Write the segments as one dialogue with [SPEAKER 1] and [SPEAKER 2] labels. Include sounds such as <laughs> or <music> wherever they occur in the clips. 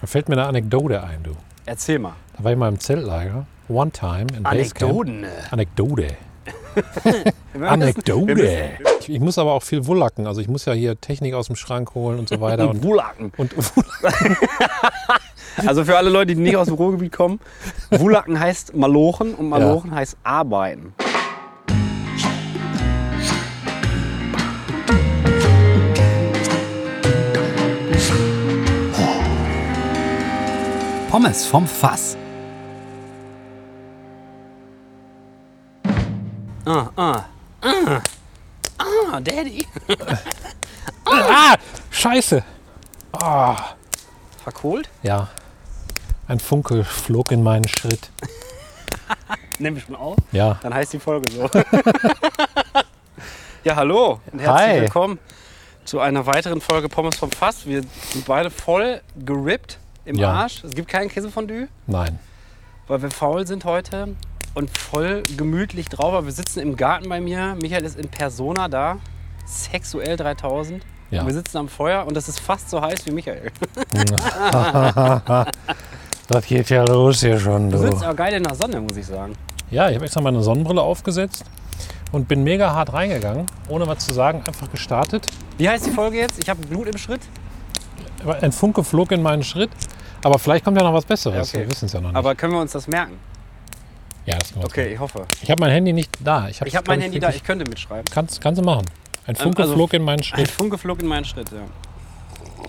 [SPEAKER 1] Da fällt mir eine Anekdote ein, du.
[SPEAKER 2] Erzähl mal.
[SPEAKER 1] Da war ich mal im Zeltlager. One time in Basecamp.
[SPEAKER 2] Anekdoten. äh,
[SPEAKER 1] Anekdote.
[SPEAKER 2] <laughs> Wir müssen- wir
[SPEAKER 1] Anekdote.
[SPEAKER 2] müssen-
[SPEAKER 1] Ich, ich muss aber auch viel wullacken. Also ich muss ja hier Technik aus dem Schrank holen und so weiter.
[SPEAKER 2] Und
[SPEAKER 1] Und,
[SPEAKER 2] Wulaken.
[SPEAKER 1] und <laughs>
[SPEAKER 2] Also für alle Leute, die nicht aus dem Ruhrgebiet kommen, Wulaken heißt Malochen und Malochen heißt Arbeiten.
[SPEAKER 3] Pommes vom Fass.
[SPEAKER 2] Ah, Daddy.
[SPEAKER 1] ah, scheiße. Ah,
[SPEAKER 2] Verkohlt?
[SPEAKER 1] ja. Ein Funke flog in meinen Schritt.
[SPEAKER 2] Nimm ich schon auf.
[SPEAKER 1] Ja.
[SPEAKER 2] Dann heißt die Folge so. <laughs> ja, hallo und herzlich
[SPEAKER 1] Hi.
[SPEAKER 2] willkommen zu einer weiteren Folge Pommes vom Fass. Wir sind beide voll gerippt im
[SPEAKER 1] Ja.
[SPEAKER 2] Arsch. Es gibt keinen Käsefondue,
[SPEAKER 1] Nein.
[SPEAKER 2] weil wir faul sind heute und voll gemütlich drauf. Aber wir sitzen im Garten bei mir. Michael ist in Persona da. Sexuell 3000.
[SPEAKER 1] Ja.
[SPEAKER 2] Und wir sitzen am Feuer und es ist fast so heiß wie Michael.
[SPEAKER 1] Das geht ja los hier schon,
[SPEAKER 2] Du sitzt aber geil in der Sonne, muss ich sagen.
[SPEAKER 1] Ja, ich habe extra meine Sonnenbrille aufgesetzt und bin mega hart reingegangen, ohne was zu sagen, einfach gestartet.
[SPEAKER 2] Wie heißt die Folge jetzt? Ich habe Blut im Schritt.
[SPEAKER 1] Aber Ein Funke flog in meinen Schritt. Aber vielleicht kommt ja noch was Besseres.
[SPEAKER 2] Ja, okay.
[SPEAKER 1] Wir wissen es ja noch nicht.
[SPEAKER 2] Aber können wir uns das merken?
[SPEAKER 1] ja, das können wir
[SPEAKER 2] Okay,
[SPEAKER 1] machen.
[SPEAKER 2] ich hoffe.
[SPEAKER 1] Ich habe mein Handy nicht da. Ich habe
[SPEAKER 2] Ich habe mein Handy da, ich könnte mitschreiben.
[SPEAKER 1] Kannst, kannst du machen. Ein Funke
[SPEAKER 2] also-
[SPEAKER 1] flog in meinen
[SPEAKER 2] Ein
[SPEAKER 1] Schritt.
[SPEAKER 2] Funke flog in meinen Schritt, ja.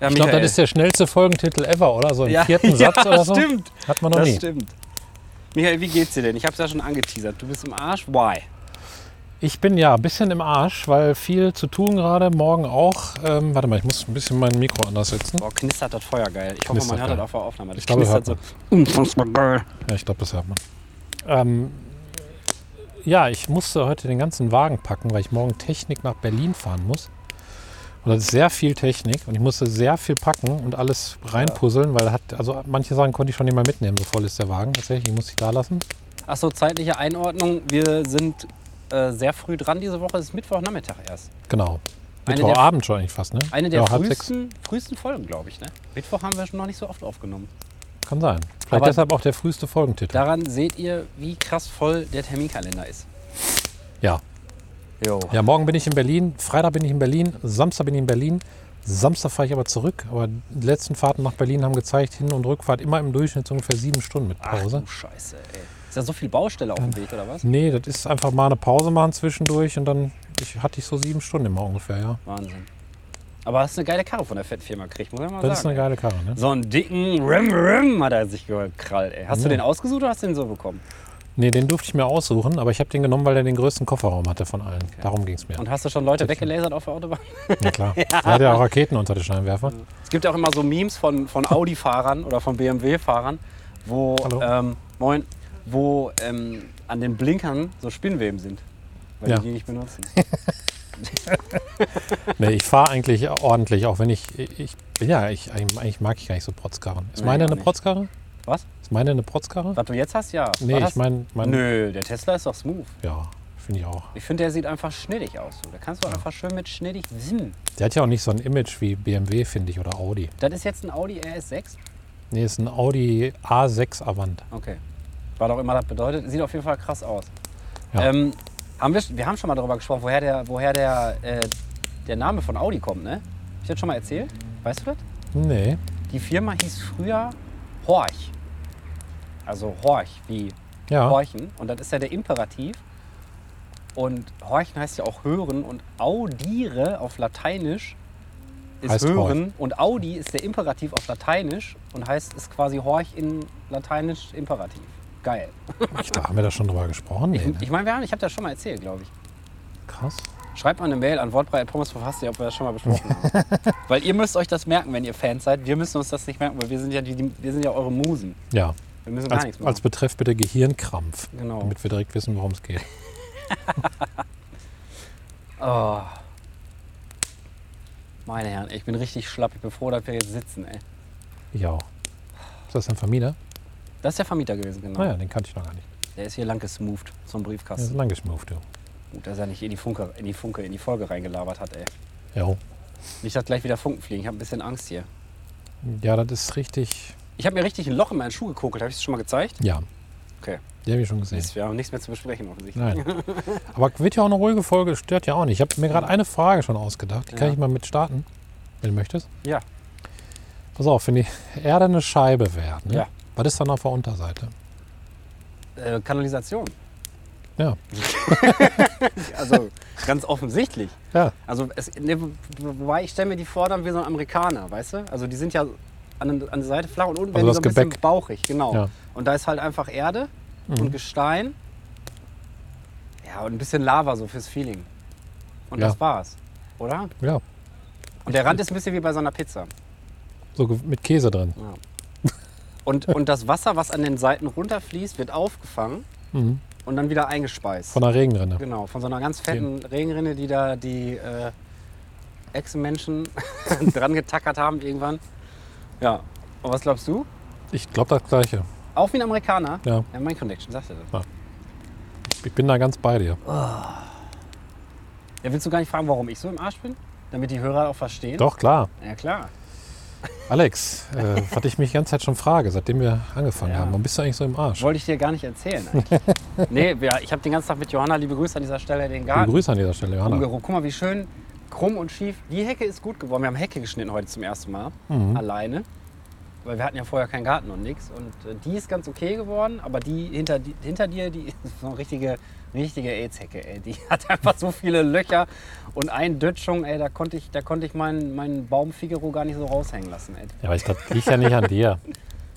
[SPEAKER 2] Ja,
[SPEAKER 1] Ich glaube, das ist der schnellste Folgentitel ever, oder? So im
[SPEAKER 2] Ja, <laughs>
[SPEAKER 1] vierten
[SPEAKER 2] ja,
[SPEAKER 1] Satz oder so.
[SPEAKER 2] stimmt.
[SPEAKER 1] Hat man noch
[SPEAKER 2] das
[SPEAKER 1] nie.
[SPEAKER 2] stimmt. Michael, wie geht's dir denn? Ich hab's ja schon angeteasert. Du bist im Arsch. Why?
[SPEAKER 1] Ich bin ja ein bisschen im Arsch, weil viel zu tun gerade. Morgen auch. Ähm, warte mal, ich muss ein bisschen mein Mikro anders setzen.
[SPEAKER 2] Boah, knistert das Feuer geil. Ich hoffe,
[SPEAKER 1] Knistert
[SPEAKER 2] man hört
[SPEAKER 1] geil.
[SPEAKER 2] das auf der Aufnahme. Das
[SPEAKER 1] Ich glaube,
[SPEAKER 2] knistert
[SPEAKER 1] hört
[SPEAKER 2] so. Unfassbar geil.
[SPEAKER 1] Ja, ich glaube, das hört man. Ähm, ja, ich musste heute den ganzen Wagen packen, weil ich morgen Technik nach Berlin fahren muss. Und das ist sehr viel Technik und ich musste sehr viel packen und alles reinpuzzeln, weil hat, also manche Sachen konnte ich schon nicht mal mitnehmen, so voll ist der Wagen. Tatsächlich muss ich da lassen.
[SPEAKER 2] Achso, zeitliche Einordnung. Wir sind äh, sehr früh dran diese Woche. Es ist Mittwochnachmittag erst.
[SPEAKER 1] Genau.
[SPEAKER 2] Eine
[SPEAKER 1] Mittwochabend schon eigentlich fast, ne?
[SPEAKER 2] Eine der
[SPEAKER 1] ja, halb sechs.
[SPEAKER 2] frühesten, frühesten Folgen, glaube ich. Ne? Mittwoch haben wir schon noch nicht so oft aufgenommen.
[SPEAKER 1] Kann sein. Vielleicht
[SPEAKER 2] Aber-
[SPEAKER 1] deshalb auch der früheste Folgentitel.
[SPEAKER 2] Daran seht ihr, wie krass voll der Terminkalender ist.
[SPEAKER 1] Ja.
[SPEAKER 2] Jo.
[SPEAKER 1] Ja, morgen bin ich in Berlin, Freitag bin ich in Berlin, Samstag bin ich in Berlin. Samstag fahre ich aber zurück. Aber die letzten Fahrten nach Berlin haben gezeigt, Hin- und Rückfahrt immer im Durchschnitt so ungefähr sieben Stunden mit
[SPEAKER 2] Ach
[SPEAKER 1] Pause.
[SPEAKER 2] du Scheiße, ey. Ist da so viel Baustelle auf dem Weg, oder was?
[SPEAKER 1] nee, das ist einfach mal eine Pause machen zwischendurch und dann ich, hatte ich so sieben Stunden immer ungefähr, ja.
[SPEAKER 2] Wahnsinn. Aber hast eine geile Karre von der Fettfirma gekriegt, muss ich mal
[SPEAKER 1] Das ist eine
[SPEAKER 2] sagen.
[SPEAKER 1] geile Karre, ne?
[SPEAKER 2] so einen dicken Rim Rim hat er sich gekrallt, ey. Hast du
[SPEAKER 1] Ja.
[SPEAKER 2] den ausgesucht oder hast du den so bekommen?
[SPEAKER 1] Nee, den durfte ich mir aussuchen, aber ich habe den genommen, weil er den größten Kofferraum hatte von allen. Darum ging es mir.
[SPEAKER 2] Und hast du schon Leute weggelasert auf der Autobahn? <laughs>
[SPEAKER 1] Ja, klar. Er hat ja auch Raketen unter den Scheinwerfer.
[SPEAKER 2] Es gibt ja auch immer so Memes von, von Audi-Fahrern oder von BMW-Fahrern, wo,
[SPEAKER 1] Hallo.
[SPEAKER 2] ähm, moin, wo ähm, an den Blinkern so Spinnweben sind. Weil
[SPEAKER 1] Ja.
[SPEAKER 2] die die nicht benutzen.
[SPEAKER 1] Nee, ich fahre eigentlich ordentlich, auch wenn ich, ich ja, ich, eigentlich mag ich gar nicht so Protzkarren. Ist
[SPEAKER 2] Nee,
[SPEAKER 1] meine
[SPEAKER 2] gar
[SPEAKER 1] eine
[SPEAKER 2] nicht.
[SPEAKER 1] Protzkarre?
[SPEAKER 2] Was?
[SPEAKER 1] Ist meine eine Protzkarre?
[SPEAKER 2] Was du jetzt hast, ja.
[SPEAKER 1] Nee,
[SPEAKER 2] Was
[SPEAKER 1] ich
[SPEAKER 2] hast-
[SPEAKER 1] meine, mein,
[SPEAKER 2] Nö, der Tesla ist doch smooth.
[SPEAKER 1] ja, finde ich auch.
[SPEAKER 2] Ich finde, der sieht einfach schnittig aus. so. Da kannst du einfach schön mit schnittig sinn.
[SPEAKER 1] Der hat ja auch nicht so ein Image wie BMW, finde ich, oder Audi.
[SPEAKER 2] Das ist jetzt ein Audi RS6.
[SPEAKER 1] Nee, ist ein Audi A6 Avant.
[SPEAKER 2] Okay. Was auch immer das bedeutet. Sieht auf jeden Fall krass aus.
[SPEAKER 1] Ja.
[SPEAKER 2] Ähm, haben wir, wir haben schon mal darüber gesprochen, woher der, woher der, äh, der Name von Audi kommt, ne? Hab ich das schon mal erzählt? Weißt du das?
[SPEAKER 1] Nee,
[SPEAKER 2] Die Firma hieß früher Horch. Also Horch, wie
[SPEAKER 1] ja.
[SPEAKER 2] Horchen. Und das ist ja der Imperativ. Und Horchen heißt ja auch hören und audire auf Lateinisch ist
[SPEAKER 1] Heißt
[SPEAKER 2] hören und Audi ist der Imperativ auf Lateinisch und heißt ist quasi Horch in Lateinisch Imperativ. Geil.
[SPEAKER 1] Ich, da haben wir da schon drüber gesprochen. Nee, ne?
[SPEAKER 2] Ich meine, wir haben, ich habe das schon mal erzählt, glaube ich.
[SPEAKER 1] Krass.
[SPEAKER 2] Schreibt mal eine Mail an wortbrei.pommes.verfasst, ob wir das schon mal besprochen
[SPEAKER 1] <laughs>
[SPEAKER 2] haben. weil ihr müsst euch das merken, wenn ihr Fans seid. Wir müssen uns das nicht merken, weil wir sind ja, die, die, wir sind ja eure Musen.
[SPEAKER 1] Ja,
[SPEAKER 2] Wir müssen gar nichts
[SPEAKER 1] als,
[SPEAKER 2] machen.
[SPEAKER 1] als Betreff bitte Gehirnkrampf,
[SPEAKER 2] Genau.
[SPEAKER 1] damit wir direkt wissen, worum es geht.
[SPEAKER 2] Oh. Meine Herren, ich bin richtig schlapp. Ich bin froh, dass wir jetzt sitzen, ey.
[SPEAKER 1] Ich auch. Ist das ein Vermieter?
[SPEAKER 2] Das ist der Vermieter gewesen, genau.
[SPEAKER 1] Naja, ne? Ah den kannte ich noch gar nicht.
[SPEAKER 2] Der ist hier lang gesmoothed zum
[SPEAKER 1] Der ist
[SPEAKER 2] Briefkasten.
[SPEAKER 1] lang geschmooft, du.
[SPEAKER 2] Gut, dass er nicht in die, Funke, in die Funke, in die Folge reingelabert hat, ey.
[SPEAKER 1] Ja.
[SPEAKER 2] Nicht, dass gleich wieder Funken fliegen. Ich habe ein bisschen Angst hier.
[SPEAKER 1] Ja, das ist richtig.
[SPEAKER 2] Ich habe mir richtig ein Loch in meinen Schuh gekokelt. Habe ich es schon mal gezeigt?
[SPEAKER 1] Ja.
[SPEAKER 2] Okay.
[SPEAKER 1] Die habe ich schon gesehen.
[SPEAKER 2] Wir haben nichts mehr zu besprechen offensichtlich.
[SPEAKER 1] Nein. Aber wird ja auch eine ruhige Folge, stört ja auch nicht. Ich habe mir gerade eine Frage schon ausgedacht. Die kann
[SPEAKER 2] Ja.
[SPEAKER 1] ich mal mit starten, wenn du möchtest.
[SPEAKER 2] Ja.
[SPEAKER 1] Pass auf, wenn die Erde eine Scheibe wäre, ne?
[SPEAKER 2] Ja.
[SPEAKER 1] was ist dann auf der Unterseite?
[SPEAKER 2] Äh, Kanalisation.
[SPEAKER 1] Ja.
[SPEAKER 2] <laughs> also ganz offensichtlich.
[SPEAKER 1] Ja.
[SPEAKER 2] Also es, ne, wobei ich stelle mir die vor, dann wie so ein Amerikaner, weißt du? Also die sind ja an, an der Seite flach und unten
[SPEAKER 1] Also
[SPEAKER 2] werden die
[SPEAKER 1] das
[SPEAKER 2] so ein bisschen
[SPEAKER 1] Gebäck.
[SPEAKER 2] bauchig, genau.
[SPEAKER 1] Ja. Mhm.
[SPEAKER 2] Und da ist halt einfach Erde und Gestein. Ja, und ein bisschen Lava so fürs Feeling. Und
[SPEAKER 1] Ja.
[SPEAKER 2] das war's. Oder?
[SPEAKER 1] Ja,
[SPEAKER 2] Und der Rand ist ein bisschen wie bei so einer Pizza.
[SPEAKER 1] so ge- mit Käse drin.
[SPEAKER 2] Und, und das Wasser, was an den Seiten runterfließt, wird aufgefangen
[SPEAKER 1] Mhm.
[SPEAKER 2] und dann wieder eingespeist.
[SPEAKER 1] Von der Regenrinne.
[SPEAKER 2] Genau, von so einer ganz fetten Regenrinne, die da die äh, Ex-Menschen <laughs> dran getackert haben irgendwann. Ja, und was glaubst du?
[SPEAKER 1] Ich glaube das Gleiche.
[SPEAKER 2] Auch wie ein Amerikaner?
[SPEAKER 1] Ja,
[SPEAKER 2] Ja, mein Connection, sagt er das.
[SPEAKER 1] ich bin da ganz bei dir.
[SPEAKER 2] Ja, willst du gar nicht fragen, warum ich so im Arsch bin? Damit die Hörer auch verstehen?
[SPEAKER 1] Doch, klar.
[SPEAKER 2] Ja, klar.
[SPEAKER 1] Alex, äh, <laughs> was ich mich die ganze Zeit schon frage, seitdem wir angefangen
[SPEAKER 2] Ja.
[SPEAKER 1] haben, warum bist du eigentlich so im Arsch?
[SPEAKER 2] Wollte ich dir gar nicht erzählen eigentlich. nee, ja, ich habe den ganzen Tag mit Johanna, liebe Grüße an dieser Stelle, den
[SPEAKER 1] Liebe
[SPEAKER 2] Garten
[SPEAKER 1] Grüße an dieser Stelle, Johanna.
[SPEAKER 2] umgerobt. Guck mal, wie schön krumm und schief. Die Hecke ist gut geworden. Wir haben Hecke geschnitten heute zum ersten Mal.
[SPEAKER 1] Mhm.
[SPEAKER 2] alleine. Weil wir hatten ja vorher keinen Garten und nichts. Und äh, die ist ganz okay geworden, aber die hinter, di- hinter dir, die <laughs> ist so eine richtige, richtige AIDS-Hecke, ey. Die hat <laughs> einfach so viele Löcher und Eindötschung, ey. Da konnte ich, da konnte ich meinen, meinen Baum Figaro gar nicht so raushängen lassen, ey.
[SPEAKER 1] Ja, aber ich glaube, die liegt ja nicht an dir.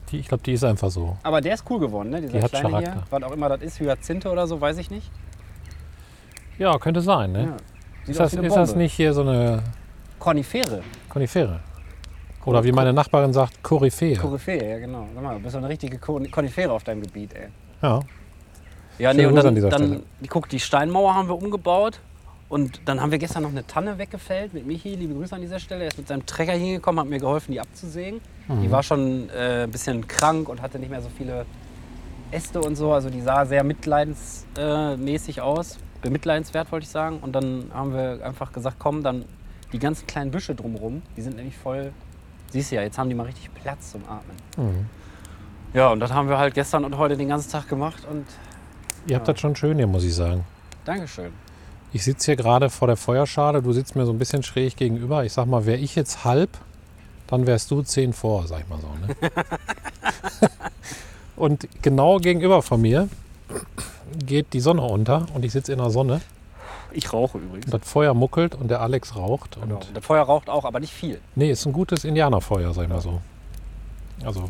[SPEAKER 1] Die, ich glaube, die ist einfach so.
[SPEAKER 2] Aber der ist cool geworden, ne? Dieser
[SPEAKER 1] Die hat
[SPEAKER 2] kleine hier.
[SPEAKER 1] Charakter.
[SPEAKER 2] Was auch immer das ist, Hyazinthe oder so, weiß ich nicht.
[SPEAKER 1] Ja, könnte sein, ne?
[SPEAKER 2] Ja. Sieht
[SPEAKER 1] Ist
[SPEAKER 2] aus
[SPEAKER 1] das,
[SPEAKER 2] wie eine
[SPEAKER 1] ist das
[SPEAKER 2] Bombe.
[SPEAKER 1] nicht hier so eine
[SPEAKER 2] Konifere,
[SPEAKER 1] Konifere? Oder wie meine Nachbarin sagt, Koryphäe.
[SPEAKER 2] Koryphäe, ja genau. Sag mal, du bist doch eine richtige Kon- Konifere auf deinem Gebiet, ey.
[SPEAKER 1] ja.
[SPEAKER 2] Ja,
[SPEAKER 1] Schöne
[SPEAKER 2] nee, und
[SPEAKER 1] Grüße
[SPEAKER 2] dann,
[SPEAKER 1] an dieser
[SPEAKER 2] dann
[SPEAKER 1] Stelle.
[SPEAKER 2] die- guck, die Steinmauer haben wir umgebaut und dann haben wir gestern noch eine Tanne weggefällt mit Michi. Liebe Grüße an dieser Stelle. Er ist mit seinem Trecker hingekommen, hat mir geholfen, die abzusägen.
[SPEAKER 1] Mhm.
[SPEAKER 2] Die war schon äh, ein bisschen krank und hatte nicht mehr so viele Äste und so. Also die sah sehr mitleidensmäßig aus. Bemitleidenswert, wollte ich sagen. Und dann haben wir einfach gesagt, komm, dann die ganzen kleinen Büsche drumrum, die sind nämlich voll. Siehst du ja, jetzt haben die mal richtig Platz zum Atmen.
[SPEAKER 1] Mhm.
[SPEAKER 2] Ja, und das haben wir halt gestern und heute den ganzen Tag gemacht und
[SPEAKER 1] Ihr habt
[SPEAKER 2] Ja.
[SPEAKER 1] das schon schön hier, muss ich sagen.
[SPEAKER 2] Dankeschön.
[SPEAKER 1] Ich sitze hier gerade vor der Feuerschale, du sitzt mir so ein bisschen schräg gegenüber. Ich sag mal, wäre ich jetzt halb, dann wärst du zehn vor, sag ich mal so.
[SPEAKER 2] <laughs>
[SPEAKER 1] Ne? und genau gegenüber von mir geht die Sonne unter und ich sitze in der Sonne.
[SPEAKER 2] Ich rauche übrigens.
[SPEAKER 1] Und das Feuer muckelt und der Alex raucht. Und
[SPEAKER 2] Genau. Das Feuer raucht auch, aber nicht viel.
[SPEAKER 1] nee, ist ein gutes Indianerfeuer, sag ich mal so. Also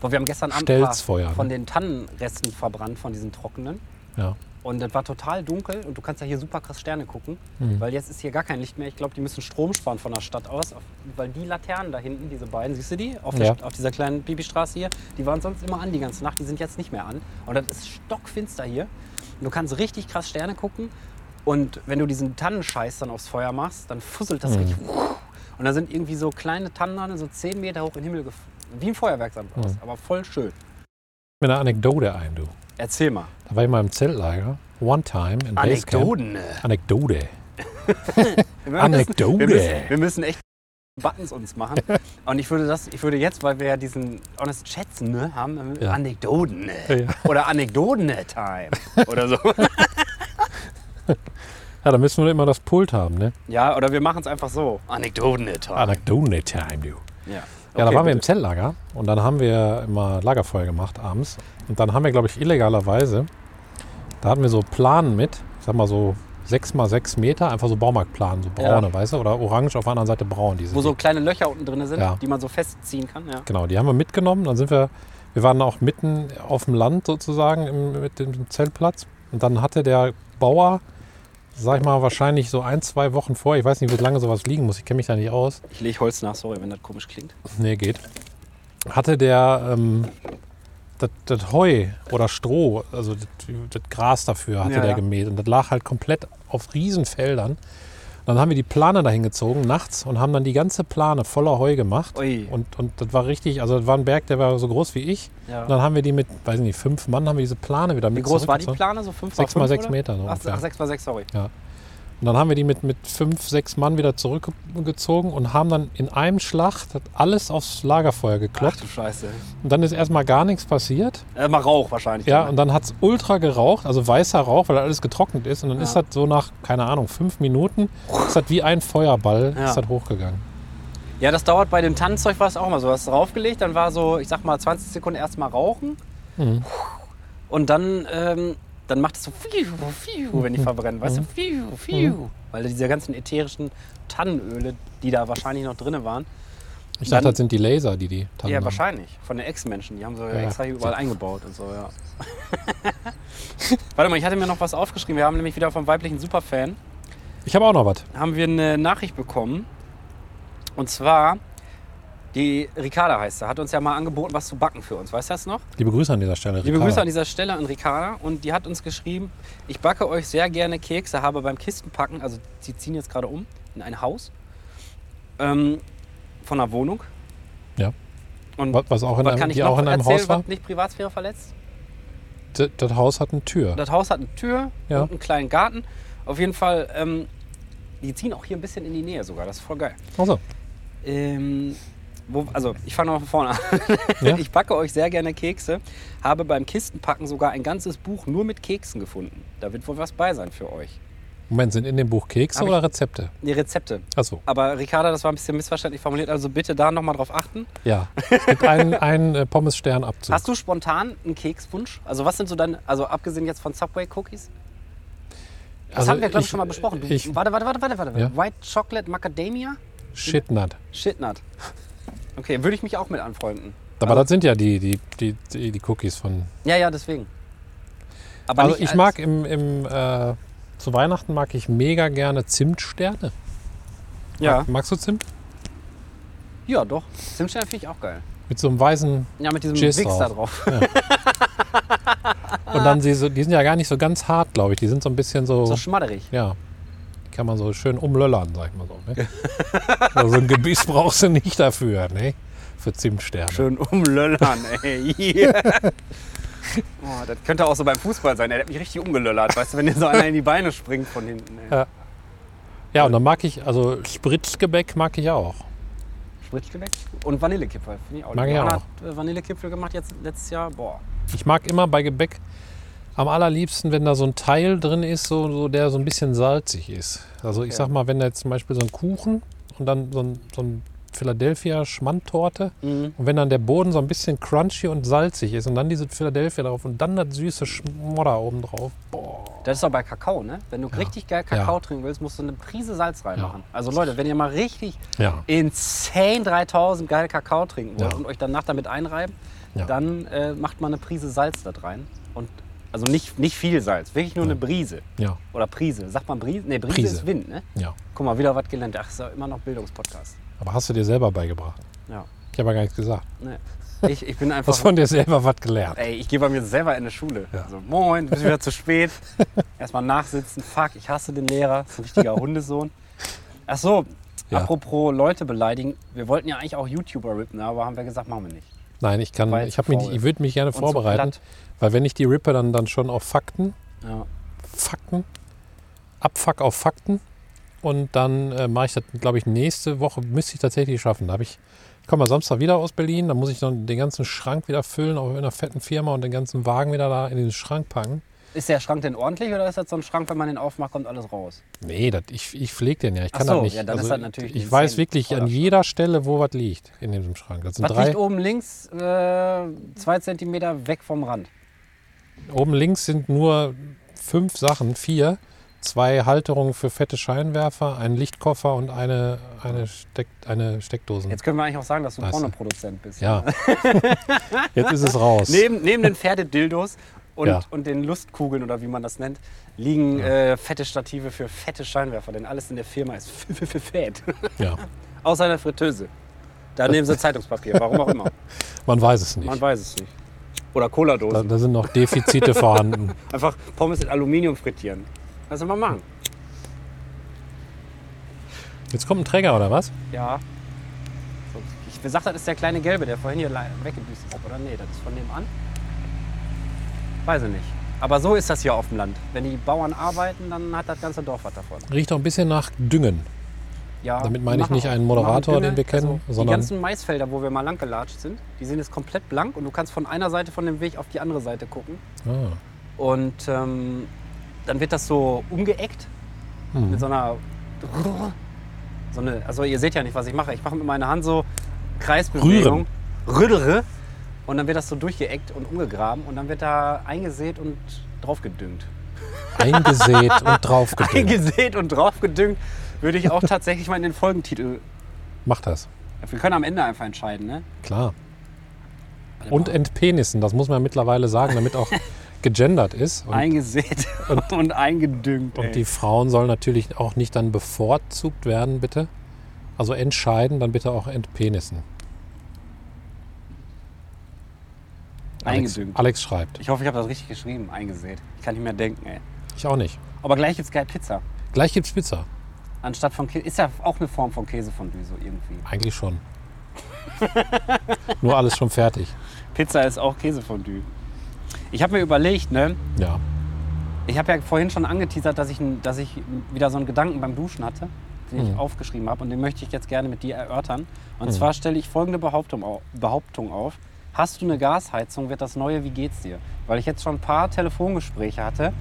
[SPEAKER 2] Boah, wir haben gestern Abend ein paar
[SPEAKER 1] Stelzfeuer.
[SPEAKER 2] von
[SPEAKER 1] Ne?
[SPEAKER 2] den Tannenresten verbrannt, von diesen trockenen.
[SPEAKER 1] Ja.
[SPEAKER 2] Und das war total dunkel und du kannst ja hier super krass Sterne gucken,
[SPEAKER 1] Mhm.
[SPEAKER 2] weil jetzt ist hier gar kein Licht mehr. Ich glaube, die müssen Strom sparen von der Stadt aus, auf- weil die Laternen da hinten, diese beiden, siehst du die? Auf, der,
[SPEAKER 1] Ja.
[SPEAKER 2] auf dieser kleinen Bibi-Straße hier, die waren sonst immer an die ganze Nacht, die sind jetzt nicht mehr an. Und das ist stockfinster hier. Und du kannst richtig krass Sterne gucken und wenn du diesen Tannenscheiß dann aufs Feuer machst, dann fusselt das
[SPEAKER 1] Mhm.
[SPEAKER 2] richtig. Und da sind irgendwie so kleine Tannen, dran, so 10 Meter hoch in den Himmel, gef- wie ein Feuerwerksamt
[SPEAKER 1] Mhm.
[SPEAKER 2] aus, aber voll schön.
[SPEAKER 1] Mir eine Anekdote ein, du.
[SPEAKER 2] Erzähl mal.
[SPEAKER 1] Da war ich mal im Zeltlager. One time in Basecamp.
[SPEAKER 2] Anekdoten. äh.
[SPEAKER 1] Anekdote.
[SPEAKER 2] Wir müssen-
[SPEAKER 1] Anekdote.
[SPEAKER 2] Wir müssen, wir müssen echt Buttons uns <laughs> machen. Und ich würde das, ich würde jetzt, weil wir ja diesen Honest Chats ne, haben,
[SPEAKER 1] Ja.
[SPEAKER 2] Anekdoten. ne.
[SPEAKER 1] Ja.
[SPEAKER 2] Oder <laughs> Anekdoten-Time. Oder so.
[SPEAKER 1] Ja, da müssen wir immer das Pult haben, ne?
[SPEAKER 2] Ja, oder wir machen es einfach so. Anekdoten-Time.
[SPEAKER 1] Anekdote Time, du. Ja,
[SPEAKER 2] ja,
[SPEAKER 1] da
[SPEAKER 2] Ah. Okay,
[SPEAKER 1] waren wir im
[SPEAKER 2] bitte.
[SPEAKER 1] Zeltlager und dann haben wir immer Lagerfeuer gemacht abends. Und dann haben wir, glaube ich, illegalerweise, da hatten wir so Planen mit, ich sag mal so 6 mal 6 Meter, einfach so Baumarktplanen, so braune, weißt du, oder orange auf der anderen Seite braun. Diese
[SPEAKER 2] Wo so kleine Löcher unten drin sind,
[SPEAKER 1] Ja.
[SPEAKER 2] die man so festziehen kann. Ja.
[SPEAKER 1] Genau, die haben wir mitgenommen. Dann sind wir, wir waren auch mitten auf dem Land sozusagen im, mit dem Zeltplatz. Und dann hatte der Bauer, sag ich mal, wahrscheinlich so ein, zwei Wochen vor, ich weiß nicht, wie lange sowas liegen muss, ich kenne mich da nicht aus.
[SPEAKER 2] Ich lege Holz nach, sorry, wenn das komisch klingt.
[SPEAKER 1] Nee, geht. Hatte der ähm, das- das Heu oder Stroh, also das das Gras dafür, hatte
[SPEAKER 2] Ja,
[SPEAKER 1] der
[SPEAKER 2] ja.
[SPEAKER 1] gemäht. Und das lag halt komplett auf Riesenfeldern. Dann haben wir die Plane dahin gezogen nachts und haben dann die ganze Plane voller Heu gemacht.
[SPEAKER 2] Ui.
[SPEAKER 1] Und, und das war richtig, also das war ein Berg, der war so groß wie ich.
[SPEAKER 2] Ja.
[SPEAKER 1] Und dann haben wir die mit, weiß nicht, fünf Mann haben wir diese Plane wieder
[SPEAKER 2] Wie
[SPEAKER 1] mit
[SPEAKER 2] groß war die
[SPEAKER 1] zurückgezogen.
[SPEAKER 2] Plane? So 5
[SPEAKER 1] Sechs mal sechs Meter so
[SPEAKER 2] Ach,
[SPEAKER 1] ungefähr.
[SPEAKER 2] 6 mal 6, sorry.
[SPEAKER 1] Und dann haben wir die mit, mit fünf, sechs Mann wieder zurückgezogen und haben dann in einem Schlacht hat alles aufs Lagerfeuer
[SPEAKER 2] Ach
[SPEAKER 1] geklopft.
[SPEAKER 2] du Scheiße.
[SPEAKER 1] Und dann ist erstmal gar nichts passiert.
[SPEAKER 2] Äh, mal Rauch wahrscheinlich.
[SPEAKER 1] Ja, und dann hat es ultra geraucht, also weißer Rauch, weil alles getrocknet ist. Und dann
[SPEAKER 2] Ja.
[SPEAKER 1] ist das so nach, keine Ahnung, fünf Minuten, ist das wie ein Feuerball,
[SPEAKER 2] Ja.
[SPEAKER 1] ist das hochgegangen.
[SPEAKER 2] ja, das dauert bei dem Tanzzeug war es auch mal so. Hast draufgelegt, dann war so, ich sag mal, 20 Sekunden erstmal rauchen.
[SPEAKER 1] Mhm.
[SPEAKER 2] Und dann, ähm, dann macht es so fiu, fiu,
[SPEAKER 1] Mhm.
[SPEAKER 2] wenn die verbrennen. Weißt du, fiu, fiu. Weil diese ganzen ätherischen Tannenöle, die da wahrscheinlich noch drin waren.
[SPEAKER 1] Ich
[SPEAKER 2] Dann-
[SPEAKER 1] dachte, das sind die Laser, die die Tannen
[SPEAKER 2] Ja,
[SPEAKER 1] haben.
[SPEAKER 2] wahrscheinlich. Von den Ex-Menschen. Die haben so
[SPEAKER 1] Ja, ja.
[SPEAKER 2] extra hier überall eingebaut und so, ja. <laughs> Warte mal, ich hatte mir noch was aufgeschrieben. Wir haben nämlich wieder vom weiblichen Superfan
[SPEAKER 1] Ich habe auch noch was.
[SPEAKER 2] haben wir eine Nachricht bekommen. Und zwar, die Ricarda heißt sie, hat uns ja mal angeboten, was zu backen für uns. Weißt du das noch?
[SPEAKER 1] Liebe Grüße an dieser Stelle.
[SPEAKER 2] Liebe
[SPEAKER 1] Ricarda.
[SPEAKER 2] Grüße an dieser Stelle an Ricarda. Und die hat uns geschrieben, ich backe euch sehr gerne Kekse, habe beim Kistenpacken, also sie ziehen jetzt gerade um in ein Haus ähm, von einer Wohnung.
[SPEAKER 1] Ja.
[SPEAKER 2] Und
[SPEAKER 1] Was- Was auch in
[SPEAKER 2] was
[SPEAKER 1] einem,
[SPEAKER 2] kann ich
[SPEAKER 1] die
[SPEAKER 2] noch
[SPEAKER 1] auch in einem
[SPEAKER 2] erzählen,
[SPEAKER 1] Haus war?
[SPEAKER 2] was nicht Privatsphäre verletzt?
[SPEAKER 1] D- Das Haus hat eine Tür.
[SPEAKER 2] Das Haus hat eine Tür
[SPEAKER 1] Ja.
[SPEAKER 2] und einen kleinen Garten. Auf jeden Fall, ähm, die ziehen auch hier ein bisschen in die Nähe sogar. Das ist voll geil.
[SPEAKER 1] Also,
[SPEAKER 2] Ähm, wo, also, ich fange noch von vorne an.
[SPEAKER 1] <laughs> Ja.
[SPEAKER 2] Ich backe euch sehr gerne Kekse. Habe beim Kistenpacken sogar ein ganzes Buch nur mit Keksen gefunden. Da wird wohl was bei sein für euch.
[SPEAKER 1] Moment, sind in dem Buch Kekse
[SPEAKER 2] Hab ich-
[SPEAKER 1] oder Rezepte?
[SPEAKER 2] Die Rezepte.
[SPEAKER 1] Achso,
[SPEAKER 2] Aber Ricarda, das war ein bisschen missverständlich formuliert. Also bitte da nochmal drauf achten.
[SPEAKER 1] ja. Es gibt
[SPEAKER 2] <laughs>
[SPEAKER 1] einen, einen äh, Pommes-Stern-Abzug.
[SPEAKER 2] Hast du spontan einen Kekswunsch? Also, was sind so deine, also abgesehen jetzt von Subway-Cookies? Das
[SPEAKER 1] Also
[SPEAKER 2] haben wir, glaube ich,
[SPEAKER 1] ich-
[SPEAKER 2] schon mal besprochen. Du,
[SPEAKER 1] ich-
[SPEAKER 2] warte, warte, warte, warte, warte.
[SPEAKER 1] Ja.
[SPEAKER 2] White Chocolate Macadamia?
[SPEAKER 1] Shitnut.
[SPEAKER 2] Shitnut. Okay, würde ich mich auch mit anfreunden.
[SPEAKER 1] Aber
[SPEAKER 2] Also-
[SPEAKER 1] das sind ja die, die, die, die, die Cookies von.
[SPEAKER 2] Ja, ja, deswegen. Aber
[SPEAKER 1] also
[SPEAKER 2] nicht
[SPEAKER 1] ich
[SPEAKER 2] als-
[SPEAKER 1] mag im, im äh, zu Weihnachten mag ich mega gerne Zimtsterne.
[SPEAKER 2] Ja,
[SPEAKER 1] Magst du Zimt?
[SPEAKER 2] ja doch. Zimtstern finde ich auch geil.
[SPEAKER 1] Mit so einem weißen.
[SPEAKER 2] Ja, mit diesem
[SPEAKER 1] Jizz
[SPEAKER 2] Wichs da
[SPEAKER 1] drauf.
[SPEAKER 2] drauf.
[SPEAKER 1] Und dann sie so, die sind ja gar nicht so ganz hart, glaube ich. Die sind so ein bisschen so.
[SPEAKER 2] So schmadderig.
[SPEAKER 1] ja. Die kann man so schön umlöllern, sag ich mal so. Ne? <laughs> also ein Gebiss brauchst du nicht dafür, ne? Für Zimtsterne. <laughs>
[SPEAKER 2] Schön umlöllern, ey. Yeah. oh, das könnte auch so beim Fußball sein. Er hat mich richtig umgelöllert, weißt du, wenn dir so einer in die Beine springt von hinten. Ey.
[SPEAKER 1] Ja. Ja, und dann mag ich, also Spritzgebäck mag ich auch.
[SPEAKER 2] Spritzgebäck und Vanillekipferl, finde ich auch.
[SPEAKER 1] Mag ich
[SPEAKER 2] Johanna
[SPEAKER 1] auch.
[SPEAKER 2] hat äh, Vanillekipferl gemacht jetzt letztes Jahr. Boah.
[SPEAKER 1] Ich mag immer bei Gebäck am allerliebsten, wenn da so ein Teil drin ist, so, so, der so ein bisschen salzig ist. Also ich
[SPEAKER 2] Okay.
[SPEAKER 1] sag mal, wenn da jetzt zum Beispiel so ein Kuchen und dann so ein, so ein Philadelphia Schmandtorte
[SPEAKER 2] Mhm.
[SPEAKER 1] und wenn dann der Boden so ein bisschen crunchy und salzig ist und dann diese Philadelphia drauf und dann das süße Schmodder oben drauf.
[SPEAKER 2] Das ist doch bei Kakao, ne? Wenn du richtig geil Kakao trinken willst, musst du eine Prise Salz reinmachen. Also Leute, wenn ihr mal richtig
[SPEAKER 1] Ja,
[SPEAKER 2] insane 3000 geil Kakao trinken wollt
[SPEAKER 1] Ja.
[SPEAKER 2] und euch danach damit einreiben,
[SPEAKER 1] Ja.
[SPEAKER 2] dann äh, macht mal eine Prise Salz da rein. Und, also nicht, nicht viel Salz, wirklich nur eine Brise.
[SPEAKER 1] ja,
[SPEAKER 2] Oder Prise. Sagt man Brise? Nee, Brise,
[SPEAKER 1] Prise.
[SPEAKER 2] ist Wind, ne?
[SPEAKER 1] ja.
[SPEAKER 2] Guck mal, wieder was gelernt. Ach, ist ja immer
[SPEAKER 1] <laughs>
[SPEAKER 2] noch Bildungspodcast.
[SPEAKER 1] Aber hast du dir selber beigebracht?
[SPEAKER 2] Ja.
[SPEAKER 1] Ich habe ja gar nichts gesagt.
[SPEAKER 2] Ne. Ich, ich bin einfach.
[SPEAKER 1] Hast von dir selber was gelernt?
[SPEAKER 2] Ey, ich gehe bei mir selber in die Schule.
[SPEAKER 1] Ja.
[SPEAKER 2] So, moin, du bist wieder zu spät.
[SPEAKER 1] <laughs>
[SPEAKER 2] Erstmal nachsitzen. Fuck, ich hasse den Lehrer. Das ist
[SPEAKER 1] <laughs>
[SPEAKER 2] ein richtiger Hundesohn. Ach so,
[SPEAKER 1] Ja.
[SPEAKER 2] apropos Leute beleidigen. Wir wollten ja eigentlich auch YouTuber rippen, aber haben wir gesagt, machen wir nicht.
[SPEAKER 1] Nein, ich kann,
[SPEAKER 2] Weil
[SPEAKER 1] ich, hab mich,
[SPEAKER 2] faul.
[SPEAKER 1] nicht- ich würde mich gerne
[SPEAKER 2] zu
[SPEAKER 1] vorbereiten,
[SPEAKER 2] platt.
[SPEAKER 1] weil wenn ich die rippe, dann, dann schon auf Fakten.
[SPEAKER 2] Ja.
[SPEAKER 1] Fakten. Abfuck auf Fakten. Und dann äh, mache ich das, glaube ich, nächste Woche müsste ich tatsächlich schaffen. Da habe ich, ich komme am Samstag wieder aus Berlin, dann muss ich dann den ganzen Schrank wieder füllen, auch in einer fetten Firma und den ganzen Wagen wieder da in den Schrank packen.
[SPEAKER 2] Ist der Schrank denn ordentlich oder ist das so ein Schrank, wenn man den aufmacht, kommt alles raus?
[SPEAKER 1] Nee, das, ich, ich pflege den ja. Ich
[SPEAKER 2] Ach
[SPEAKER 1] kann
[SPEAKER 2] so,
[SPEAKER 1] das nicht. Also
[SPEAKER 2] ja, dann ist das natürlich
[SPEAKER 1] ich
[SPEAKER 2] ein
[SPEAKER 1] weiß
[SPEAKER 2] Zehn-
[SPEAKER 1] wirklich an
[SPEAKER 2] voller
[SPEAKER 1] jeder Stelle, wo was liegt in diesem Schrank. Das sind
[SPEAKER 2] Was
[SPEAKER 1] drei.
[SPEAKER 2] liegt oben links, äh, zwei Zentimeter weg vom Rand?
[SPEAKER 1] Oben links sind nur fünf Sachen, vier. Zwei Halterungen für fette Scheinwerfer, ein Lichtkoffer und eine, eine, Steck, eine Steckdosen.
[SPEAKER 2] Jetzt können wir eigentlich auch sagen, dass du
[SPEAKER 1] Weißt du.
[SPEAKER 2] Pornoproduzent bist. <laughs>
[SPEAKER 1] Ja. Jetzt ist es raus.
[SPEAKER 2] Neben, neben den Pferdedildos und,
[SPEAKER 1] Ja.
[SPEAKER 2] und den Lustkugeln oder wie man das nennt, liegen äh, fette Stative für fette Scheinwerfer, denn alles in der Firma ist <laughs> f- f- f- fett.
[SPEAKER 1] Ja.
[SPEAKER 2] Außer in der Fritteuse. Da nehmen sie Zeitungspapier, warum auch
[SPEAKER 1] <laughs>
[SPEAKER 2] immer.
[SPEAKER 1] Man weiß es
[SPEAKER 2] Man
[SPEAKER 1] nicht.
[SPEAKER 2] weiß es nicht. Oder
[SPEAKER 1] Da,
[SPEAKER 2] Cola-Dosen.
[SPEAKER 1] da sind noch
[SPEAKER 2] <laughs>
[SPEAKER 1] Defizite vorhanden.
[SPEAKER 2] Einfach Pommes in Aluminium frittieren. Was soll man machen?
[SPEAKER 1] Jetzt kommt ein Träger oder was?
[SPEAKER 2] Ja. Ich sag, das ist der kleine Gelbe, der vorhin hier lei- weggedüst ist. Oder nee, das ist von dem an. Weiß ich nicht. Aber so ist das hier auf dem Land. Wenn die Bauern arbeiten, dann hat das ganze Dorf was davon.
[SPEAKER 1] Riecht auch ein bisschen nach Düngen.
[SPEAKER 2] Ja,
[SPEAKER 1] Damit meine ich
[SPEAKER 2] machen
[SPEAKER 1] nicht
[SPEAKER 2] auch-
[SPEAKER 1] einen Moderator,
[SPEAKER 2] machen Also,
[SPEAKER 1] den wir kennen,
[SPEAKER 2] Die
[SPEAKER 1] sondern
[SPEAKER 2] ganzen Maisfelder, wo wir mal lang gelatscht sind, die sind jetzt komplett blank und du kannst von einer Seite von dem Weg auf die andere Seite gucken.
[SPEAKER 1] ah,
[SPEAKER 2] Und ähm, dann wird das so umgeeckt
[SPEAKER 1] hm,
[SPEAKER 2] mit so einer. So eine, also, ihr seht ja nicht, was ich mache. Ich mache mit meiner Hand so Kreisbewegung, rüttere und dann wird das so durchgeeckt und umgegraben und dann wird da eingesät und draufgedüngt. <laughs>
[SPEAKER 1] eingesät und draufgedüngt.
[SPEAKER 2] Eingesät und draufgedüngt würde ich auch tatsächlich mal in den Folgentitel.
[SPEAKER 1] Mach das,
[SPEAKER 2] Wir können am Ende einfach entscheiden, ne?
[SPEAKER 1] klar. Und entpenissen, das muss man ja mittlerweile sagen, damit
[SPEAKER 2] <laughs>
[SPEAKER 1] auch gegendert ist. Und, <laughs>
[SPEAKER 2] eingesät und, eingedüngt.
[SPEAKER 1] und
[SPEAKER 2] ey.
[SPEAKER 1] die Frauen sollen natürlich auch nicht dann bevorzugt werden, bitte. Also entscheiden, dann bitte auch entpenissen. Alex,
[SPEAKER 2] Eingedüngt.
[SPEAKER 1] Alex schreibt.
[SPEAKER 2] Ich hoffe, ich habe das richtig geschrieben, eingesät. Ich kann nicht mehr denken, ey.
[SPEAKER 1] Ich auch nicht.
[SPEAKER 2] Aber gleich gibt's geil Pizza.
[SPEAKER 1] Gleich gibt's Pizza.
[SPEAKER 2] Anstatt von Käse. Ist ja auch eine Form von Käsefondue so irgendwie.
[SPEAKER 1] Eigentlich
[SPEAKER 2] <laughs>
[SPEAKER 1] schon. Nur alles schon fertig.
[SPEAKER 2] Pizza ist auch Käsefondue. Ich habe mir überlegt, ne?
[SPEAKER 1] Ja.
[SPEAKER 2] Ich habe ja vorhin schon angeteasert, dass ich, n- dass ich wieder so einen Gedanken beim Duschen hatte, den ich
[SPEAKER 1] Mhm.
[SPEAKER 2] aufgeschrieben habe. Und den möchte ich jetzt gerne mit dir erörtern. Und zwar stelle ich folgende Behauptung, au- Behauptung auf. Hast du eine Gasheizung, wird das neue Wie geht's dir? Weil ich jetzt schon ein paar Telefongespräche hatte,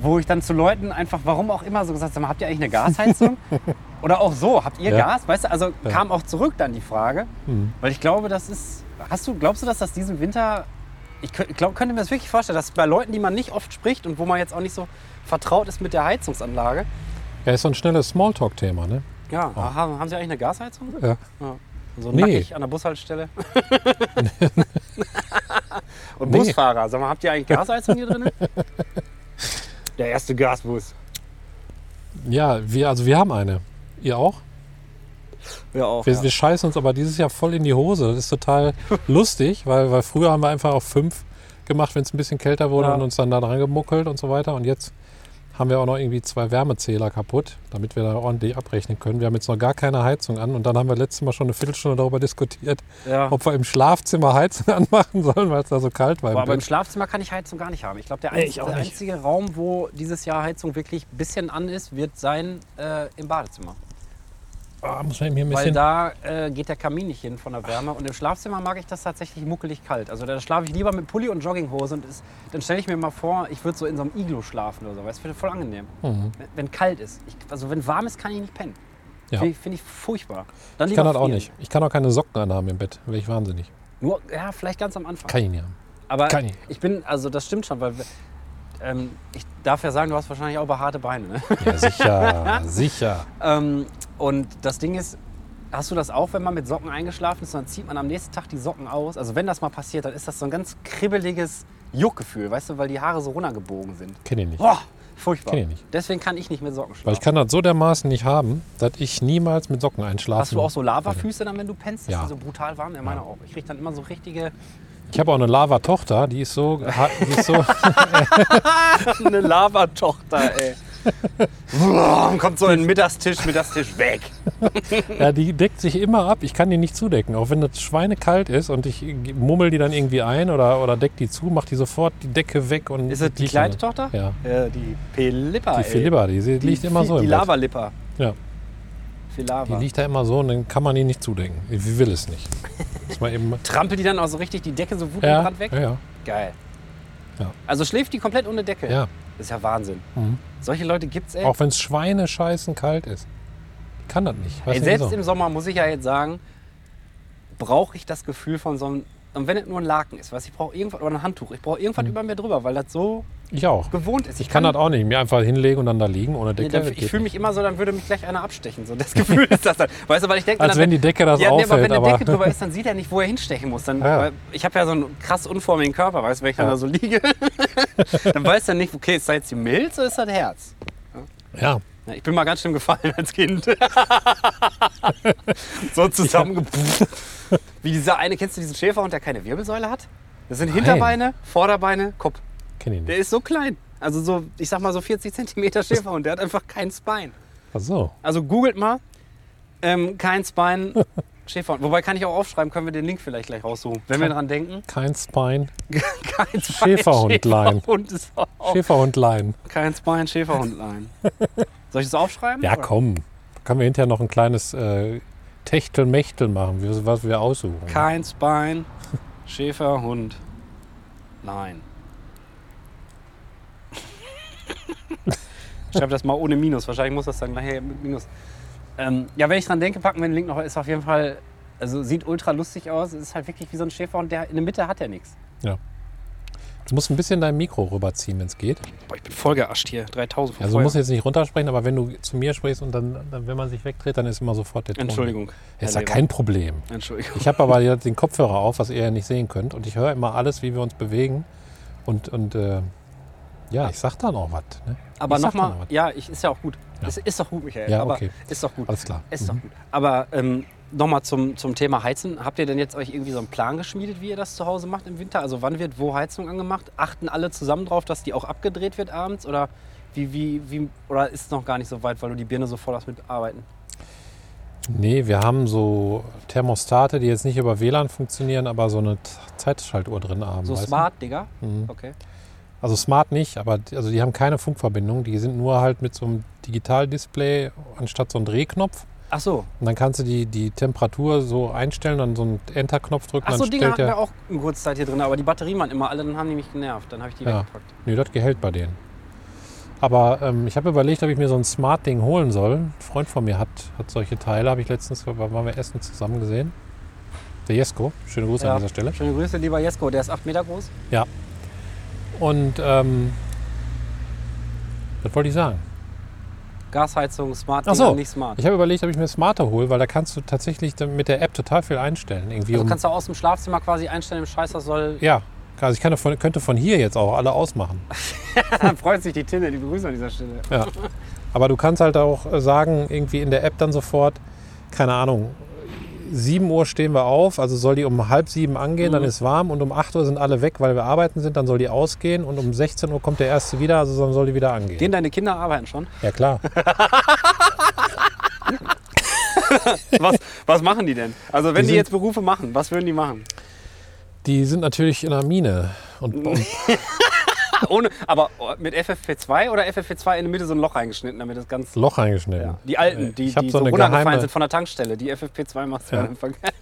[SPEAKER 2] wo ich dann zu Leuten einfach, warum auch immer, so gesagt habe, habt ihr eigentlich eine Gasheizung?
[SPEAKER 1] <laughs>
[SPEAKER 2] Oder auch so, habt ihr
[SPEAKER 1] Ja. Mhm.
[SPEAKER 2] Gas? Weißt du, also kam auch zurück dann die Frage. Weil ich glaube, das ist, hast du, glaubst du, dass das diesen Winter ich kö- glaub, könnte mir das wirklich vorstellen, dass bei Leuten, die man nicht oft spricht und wo man jetzt auch nicht so vertraut ist mit der Heizungsanlage.
[SPEAKER 1] Ja, ist so ein schnelles Smalltalk-Thema, ne?
[SPEAKER 2] Ja, ah, haben, haben Sie eigentlich eine Gasheizung?
[SPEAKER 1] Ja.
[SPEAKER 2] Ja. So
[SPEAKER 1] Nee.
[SPEAKER 2] nackig an
[SPEAKER 1] <laughs>
[SPEAKER 2] der Bushaltestelle. und
[SPEAKER 1] Nee.
[SPEAKER 2] Busfahrer, sag mal, habt ihr eigentlich Gasheizung hier
[SPEAKER 1] <laughs>
[SPEAKER 2] drin? Der erste Gasbus.
[SPEAKER 1] Ja, wir, also wir haben eine. Ihr auch?
[SPEAKER 2] Ja, auch.
[SPEAKER 1] Wir,
[SPEAKER 2] ja.
[SPEAKER 1] wir scheißen uns aber dieses Jahr voll in die Hose. Das ist
[SPEAKER 2] <laughs>
[SPEAKER 1] total lustig, weil, weil früher haben wir einfach auf fünf gemacht, wenn es ein bisschen kälter wurde
[SPEAKER 2] Ja.
[SPEAKER 1] und uns dann da dran gemuckelt und so weiter. Und jetzt haben wir auch noch irgendwie zwei Wärmezähler kaputt, damit wir da ordentlich abrechnen können. Wir haben jetzt noch gar keine Heizung an und dann haben wir letztes Mal schon eine Viertelstunde darüber diskutiert,
[SPEAKER 2] Ja.
[SPEAKER 1] ob wir im Schlafzimmer Heizung <laughs> anmachen sollen, weil es da so kalt war. im
[SPEAKER 2] Boah, aber im
[SPEAKER 1] Bett.
[SPEAKER 2] Schlafzimmer kann ich Heizung gar nicht haben. Ich glaube, der,
[SPEAKER 1] Nee,
[SPEAKER 2] einz-
[SPEAKER 1] ich auch
[SPEAKER 2] der
[SPEAKER 1] nicht.
[SPEAKER 2] einzige Raum, wo dieses Jahr Heizung wirklich ein bisschen an ist, wird sein äh, im Badezimmer.
[SPEAKER 1] Ah, muss man eben hier ein
[SPEAKER 2] Weil
[SPEAKER 1] bisschen.
[SPEAKER 2] da äh, geht der Kamin nicht hin von der Wärme. Und im Schlafzimmer mag ich das tatsächlich muckelig kalt. Also da schlafe ich lieber mit Pulli und Jogginghose. Und ist, dann stelle ich mir mal vor, ich würde so in so einem Iglo schlafen oder so. Weißt du, finde ich voll angenehm.
[SPEAKER 1] Mhm.
[SPEAKER 2] Wenn, wenn kalt ist. Ich, also wenn warm ist, kann ich nicht pennen.
[SPEAKER 1] Ja.
[SPEAKER 2] Finde ich, find ich furchtbar. Dann
[SPEAKER 1] Ich kann
[SPEAKER 2] lieber
[SPEAKER 1] das auch
[SPEAKER 2] frieren.
[SPEAKER 1] nicht. Ich kann auch keine Socken anhaben im Bett. Wäre ich wahnsinnig.
[SPEAKER 2] Nur, ja, vielleicht ganz am Anfang.
[SPEAKER 1] Kann ich nicht haben.
[SPEAKER 2] Aber
[SPEAKER 1] Kann ich.
[SPEAKER 2] ich bin, also das stimmt schon, weil ähm, ich darf ja sagen, du hast wahrscheinlich auch behaarte Beine. Ne?
[SPEAKER 1] Ja,
[SPEAKER 2] <laughs>
[SPEAKER 1] sicher, sicher.
[SPEAKER 2] Ähm, und das Ding ist, hast du das auch, wenn man mit Socken eingeschlafen ist, dann zieht man am nächsten Tag die Socken aus? Also wenn das mal passiert, dann ist das so ein ganz kribbeliges Juckgefühl, weißt du, weil die Haare so runtergebogen sind.
[SPEAKER 1] Kenne ich nicht.
[SPEAKER 2] Boah, furchtbar.
[SPEAKER 1] Kenn ich nicht.
[SPEAKER 2] Deswegen kann ich nicht mit Socken
[SPEAKER 1] Weil
[SPEAKER 2] schlafen.
[SPEAKER 1] ich kann das so dermaßen nicht haben, dass ich niemals mit Socken einschlafe.
[SPEAKER 2] Hast du auch so Lavafüße dann, wenn du pennst? Dass
[SPEAKER 1] Ja.
[SPEAKER 2] die so brutal warm? Ja, meine auch. Ich krieg dann immer so richtige... <laughs>
[SPEAKER 1] Ich habe auch eine Lava-Tochter, die ist so, ha- die ist
[SPEAKER 2] <laughs>
[SPEAKER 1] so,
[SPEAKER 2] Eine Lavatochter, ey. Boah, kommt
[SPEAKER 1] <laughs>
[SPEAKER 2] so ein Mittagstisch, Mittagstisch weg.
[SPEAKER 1] ja, die deckt sich immer ab. Ich kann die nicht zudecken, auch wenn das schweinekalt ist und ich mummel die dann irgendwie ein oder, oder deck die zu, mach die sofort die Decke weg und
[SPEAKER 2] Ist das die
[SPEAKER 1] liegt
[SPEAKER 2] kleine
[SPEAKER 1] dann-
[SPEAKER 2] Tochter?
[SPEAKER 1] Ja,
[SPEAKER 2] Äh, die Pelippa,
[SPEAKER 1] die
[SPEAKER 2] ey.
[SPEAKER 1] Philippa, die, sie- liegt immer so
[SPEAKER 2] Die
[SPEAKER 1] im Bett.
[SPEAKER 2] Lavalippa.
[SPEAKER 1] Ja. Die
[SPEAKER 2] Filava.
[SPEAKER 1] liegt da immer so und dann kann man die nicht zudecken. Ich will es
[SPEAKER 2] <laughs>
[SPEAKER 1] nicht. Muss man eben.
[SPEAKER 2] Trampelt die dann auch so richtig die Decke so
[SPEAKER 1] Ja,
[SPEAKER 2] wutentbrannt weg?
[SPEAKER 1] ja, ja,
[SPEAKER 2] Geil.
[SPEAKER 1] Ja.
[SPEAKER 2] Also schläft die komplett ohne Decke?
[SPEAKER 1] ja.
[SPEAKER 2] Das ist ja Wahnsinn.
[SPEAKER 1] Mhm.
[SPEAKER 2] Solche Leute gibt's ey.
[SPEAKER 1] Auch wenn es schweinescheißen kalt ist. Ich kann das nicht. Weiß
[SPEAKER 2] ey
[SPEAKER 1] nicht
[SPEAKER 2] selbst
[SPEAKER 1] wieso.
[SPEAKER 2] im Sommer muss ich ja jetzt sagen, brauche ich das Gefühl von so einem. Und wenn es nur ein Laken ist, was ich brauche irgendwas oder ein Handtuch, ich brauche irgendwas über mir drüber, weil das so
[SPEAKER 1] ich auch.
[SPEAKER 2] gewohnt ist.
[SPEAKER 1] Mhm. Ich kann das auch nicht. Mir einfach hinlegen und dann da liegen ohne
[SPEAKER 2] Nee,
[SPEAKER 1] Decke.
[SPEAKER 2] dann,
[SPEAKER 1] das
[SPEAKER 2] ich
[SPEAKER 1] geht
[SPEAKER 2] fühle
[SPEAKER 1] nicht.
[SPEAKER 2] mich immer so, dann würde mich gleich einer abstechen. So das <laughs> Gefühl ist das dann. Weißt du, weil ich denke,
[SPEAKER 1] Als wenn die Decke das
[SPEAKER 2] ja, nee, aber
[SPEAKER 1] auffällt.
[SPEAKER 2] wenn eine
[SPEAKER 1] aber <laughs>
[SPEAKER 2] Decke drüber ist, dann sieht er nicht, wo er hinstechen muss. Dann,
[SPEAKER 1] Ja.
[SPEAKER 2] weil Ich habe ja so einen krass unformigen Körper, weißt du, wenn ich dann
[SPEAKER 1] Ja.
[SPEAKER 2] da so liege, <laughs> dann weiß er nicht, okay, ist da jetzt die Milz oder ist das Herz?
[SPEAKER 1] ja,
[SPEAKER 2] Ja, Ich bin mal ganz schön gefallen als Kind. <laughs> so zusammengepufft. Wie dieser eine, kennst du diesen Schäferhund, der keine Wirbelsäule hat? Das sind Hinterbeine, Vorderbeine, Kopf.
[SPEAKER 1] kenne ich
[SPEAKER 2] Der <laughs>
[SPEAKER 1] nicht.
[SPEAKER 2] ist so klein. Also so, ich sag mal so 40 Zentimeter Schäferhund, der hat einfach kein Spine.
[SPEAKER 1] Ach so.
[SPEAKER 2] Also googelt mal, ähm, kein Spine, Schäfer. Wobei kann ich auch aufschreiben, können wir den Link vielleicht gleich raussuchen, wenn wir
[SPEAKER 1] Kann-
[SPEAKER 2] dran denken.
[SPEAKER 1] Kein Spine.
[SPEAKER 2] <laughs> Kein
[SPEAKER 1] Schäferhundlein.
[SPEAKER 2] <laughs> Schäferhund Oh. ist auch.
[SPEAKER 1] Schäferhundlein.
[SPEAKER 2] Kein Spine, Schäferhundlein. Soll ich das aufschreiben?
[SPEAKER 1] Ja,
[SPEAKER 2] Oder-
[SPEAKER 1] komm. Da können wir hinterher noch ein kleines äh, Techtelmechtel machen, wie- was wir aussuchen.
[SPEAKER 2] Kein Spine, Schäferhund. Nein. Ich schreibe das mal ohne Minus. Wahrscheinlich muss das dann nachher mit Minus. Ähm, ja, wenn ich dran denke, packen wir den Link noch. Ist auf jeden Fall, also sieht ultra lustig aus. Ist halt wirklich wie so ein Schäferhund, der in der Mitte hat ja nichts.
[SPEAKER 1] Du musst ein bisschen dein Mikro rüberziehen, wenn es geht.
[SPEAKER 2] Boah, ich bin vollgeascht hier. 3000 von
[SPEAKER 1] Also du
[SPEAKER 2] vorher.
[SPEAKER 1] musst jetzt nicht runtersprechen, aber wenn du zu mir sprichst und dann, dann wenn man sich wegdreht, dann ist immer sofort der Ton.
[SPEAKER 2] Entschuldigung.
[SPEAKER 1] Ist ja
[SPEAKER 2] Herr Lehrer.
[SPEAKER 1] kein Problem.
[SPEAKER 2] Entschuldigung.
[SPEAKER 1] Ich habe aber jetzt den Kopfhörer auf, was ihr ja nicht sehen könnt. Und ich höre immer alles, wie wir uns bewegen. Und, und äh, ja, ich sag dann auch was. Ne?
[SPEAKER 2] Aber
[SPEAKER 1] Ich sag
[SPEAKER 2] nochmal,
[SPEAKER 1] dann was.
[SPEAKER 2] ja, ich, ist ja auch gut.
[SPEAKER 1] Ja.
[SPEAKER 2] Ist, ist doch gut, Michael.
[SPEAKER 1] Ja,
[SPEAKER 2] aber
[SPEAKER 1] okay.
[SPEAKER 2] Ist doch gut.
[SPEAKER 1] Alles klar. Mhm.
[SPEAKER 2] Ist doch gut. Aber ähm, nochmal zum, zum Thema Heizen. Habt ihr denn jetzt euch irgendwie so einen Plan geschmiedet, wie ihr das zu Hause macht im Winter? Also wann wird wo Heizung angemacht? Achten alle zusammen drauf, dass die auch abgedreht wird abends? Oder wie, wie, wie, oder ist es noch gar nicht so weit, weil du die Birne so voll hast mit Arbeiten?
[SPEAKER 1] Nee, wir haben so Thermostate, die jetzt nicht über WLAN funktionieren, aber so eine T- Zeitschaltuhr drin haben.
[SPEAKER 2] So
[SPEAKER 1] weißt du?
[SPEAKER 2] smart, Digga.
[SPEAKER 1] Mhm.
[SPEAKER 2] Okay.
[SPEAKER 1] Also smart nicht, aber die- also die haben keine Funkverbindung. Die sind nur halt mit so einem Digitaldisplay anstatt so einem Drehknopf.
[SPEAKER 2] Ach so,
[SPEAKER 1] Und dann kannst du die, die Temperatur so einstellen, dann so einen Enter-Knopf drücken,
[SPEAKER 2] Ach so
[SPEAKER 1] dann stellt
[SPEAKER 2] Dinger hatten wir
[SPEAKER 1] der.
[SPEAKER 2] auch in kurzer Zeit hier drin, aber die Batterien waren immer alle, dann haben die mich genervt. Dann habe ich die
[SPEAKER 1] Ja.
[SPEAKER 2] weggepackt.
[SPEAKER 1] Nee, das gehält bei denen. Aber ähm, ich habe überlegt, ob ich mir so ein Smart-Ding holen soll. Ein Freund von mir hat, hat solche Teile, habe ich letztens, waren wir essen zusammen gesehen. Der Jesko, schöne Grüße
[SPEAKER 2] Ja.
[SPEAKER 1] an dieser Stelle.
[SPEAKER 2] Schöne Grüße, lieber Jesko, der ist 8 Meter groß.
[SPEAKER 1] Und ähm, das wollte ich sagen.
[SPEAKER 2] Gasheizung, smart,
[SPEAKER 1] Ach
[SPEAKER 2] Dinger,
[SPEAKER 1] so.
[SPEAKER 2] nicht smart.
[SPEAKER 1] Ich habe überlegt, ob ich mir eine Smarte hole, weil da kannst du tatsächlich dann mit der App total viel einstellen. Irgendwie
[SPEAKER 2] Also
[SPEAKER 1] um,
[SPEAKER 2] kannst du aus dem Schlafzimmer quasi einstellen, im Scheißer soll.
[SPEAKER 1] ja, also ich kann davon, könnte von hier jetzt auch alle ausmachen.
[SPEAKER 2] Dann freut sich die Tinne, die Grüße an dieser Stelle.
[SPEAKER 1] Aber du kannst halt auch äh, sagen, irgendwie in der App dann sofort, keine Ahnung, 7 Uhr stehen wir auf, also soll die um halb sieben angehen, dann
[SPEAKER 2] Mhm.
[SPEAKER 1] ist warm und um 8 Uhr sind alle weg, weil wir arbeiten sind, dann soll die ausgehen und um 16 Uhr kommt der erste wieder, also dann soll die wieder angehen.
[SPEAKER 2] Gehen deine Kinder arbeiten schon?
[SPEAKER 1] ja klar.
[SPEAKER 2] <laughs> Was, was machen die denn? Also wenn
[SPEAKER 1] Die
[SPEAKER 2] die,
[SPEAKER 1] sind-
[SPEAKER 2] jetzt Berufe machen, was würden die machen?
[SPEAKER 1] Die sind natürlich in der Mine
[SPEAKER 2] <laughs>
[SPEAKER 1] und, und Ah.
[SPEAKER 2] Ah, Ohne, aber oh, mit FFP2 oder FFP2 in der Mitte so ein Loch reingeschnitten, damit das ganz...
[SPEAKER 1] Loch eingeschnitten.
[SPEAKER 2] Ja. Die alten, die,
[SPEAKER 1] Ich hab
[SPEAKER 2] die
[SPEAKER 1] so
[SPEAKER 2] so
[SPEAKER 1] eine
[SPEAKER 2] runtergefallen
[SPEAKER 1] geheime-
[SPEAKER 2] sind von der Tankstelle, die FFP2 machst du
[SPEAKER 1] Ja.
[SPEAKER 2] dann vergessen.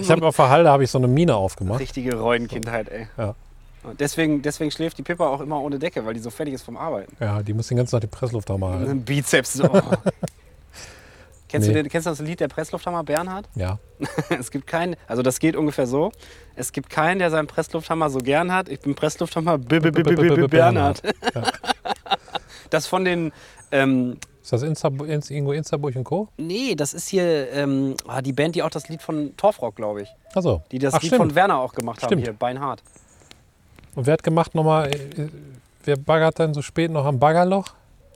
[SPEAKER 1] Ich habe auf der Halde habe ich so eine Mine aufgemacht.
[SPEAKER 2] <laughs> Richtige Reuenkindheit, ey.
[SPEAKER 1] Ja.
[SPEAKER 2] Und deswegen, deswegen schläft die Pippa auch immer ohne Decke, weil die so fertig ist vom Arbeiten.
[SPEAKER 1] Ja, die muss den ganzen Tag die Pressluft haben.
[SPEAKER 2] Und
[SPEAKER 1] halten.
[SPEAKER 2] ein Bizeps so.
[SPEAKER 1] <laughs>
[SPEAKER 2] Kennst,
[SPEAKER 1] Nee.
[SPEAKER 2] du den, kennst du das Lied der Presslufthammer Bernhard?
[SPEAKER 1] Ja.
[SPEAKER 2] <laughs> Es gibt keinen, also das geht ungefähr so. Es gibt keinen, der seinen Presslufthammer so gern hat. Ich bin Presslufthammer B -b -b -b -b -b Bernhard. Das von den, ähm,
[SPEAKER 1] <laughs> Ist das Insta, Inst- Ingo Instaburg und Co?
[SPEAKER 2] nee, das ist hier ähm, ah, die Band, die auch das Lied von Torfrock, glaube ich,
[SPEAKER 1] Also.
[SPEAKER 2] die das
[SPEAKER 1] Ach,
[SPEAKER 2] Lied
[SPEAKER 1] stimmt.
[SPEAKER 2] von Werner auch gemacht haben
[SPEAKER 1] Stimmt.
[SPEAKER 2] hier, Beinhard.
[SPEAKER 1] Und wer hat gemacht nochmal, äh, äh, wer baggert dann so spät noch am Baggerloch?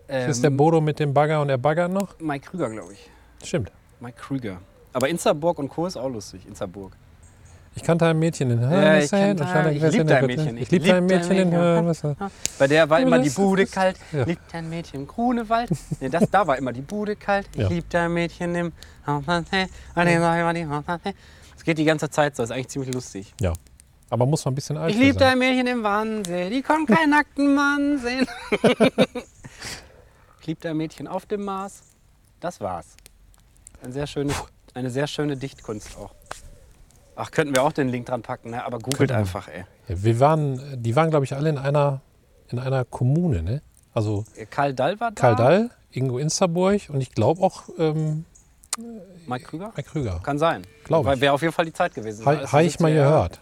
[SPEAKER 2] Ähm,
[SPEAKER 1] Ist der Bodo mit dem Bagger und er baggert noch?
[SPEAKER 2] Mike Krüger, glaube ich.
[SPEAKER 1] Stimmt.
[SPEAKER 2] Mike Krüger. Aber Insterburg und Co. ist auch lustig, Insterburg.
[SPEAKER 1] Ich kannte ein Mädchen in
[SPEAKER 2] ich
[SPEAKER 1] Hörnwasser.
[SPEAKER 2] kannte- ich liebte ein Mädchen.
[SPEAKER 1] Ich liebte ein Mädchen in Hörnwasser.
[SPEAKER 2] Bei der war
[SPEAKER 1] Ja,
[SPEAKER 2] immer die
[SPEAKER 1] das-
[SPEAKER 2] Bude
[SPEAKER 1] das-
[SPEAKER 2] kalt,
[SPEAKER 1] ja.
[SPEAKER 2] liebt ein Mädchen im Grunewald. Nee, das, da war immer die Bude kalt,
[SPEAKER 1] Ja.
[SPEAKER 2] ja. liebt ein Mädchen im Hauptmannsee. Es geht die ganze Zeit so, ist eigentlich ziemlich lustig.
[SPEAKER 1] Ja. Aber muss man ein bisschen alt
[SPEAKER 2] Ich
[SPEAKER 1] für
[SPEAKER 2] liebte
[SPEAKER 1] sein.
[SPEAKER 2] ein Mädchen im Wannsee, die kommt keinen nackten Mann <laughs> sehen. ich liebte ein Mädchen auf dem Mars. Das war's. Ein sehr schönes, eine sehr schöne Dichtkunst auch. Ach, könnten wir auch den Link dran packen, ne? aber googelt
[SPEAKER 1] Könnten wir.
[SPEAKER 2] einfach, ey.
[SPEAKER 1] Ja, wir waren, die waren, glaube ich, alle in einer, in einer Kommune, ne? Also
[SPEAKER 2] Karl Dall war da,
[SPEAKER 1] Karl Dall, Ingo Instaburg und ich glaube auch ähm,
[SPEAKER 2] Mike Krüger.
[SPEAKER 1] Mike Krüger.
[SPEAKER 2] Kann also sein.
[SPEAKER 1] Glaub
[SPEAKER 2] Weil
[SPEAKER 1] ich.
[SPEAKER 2] wäre auf jeden Fall die Zeit gewesen.
[SPEAKER 1] Ha-
[SPEAKER 2] Alles
[SPEAKER 1] Habe ich mal
[SPEAKER 2] 70er Jahre.
[SPEAKER 1] gehört.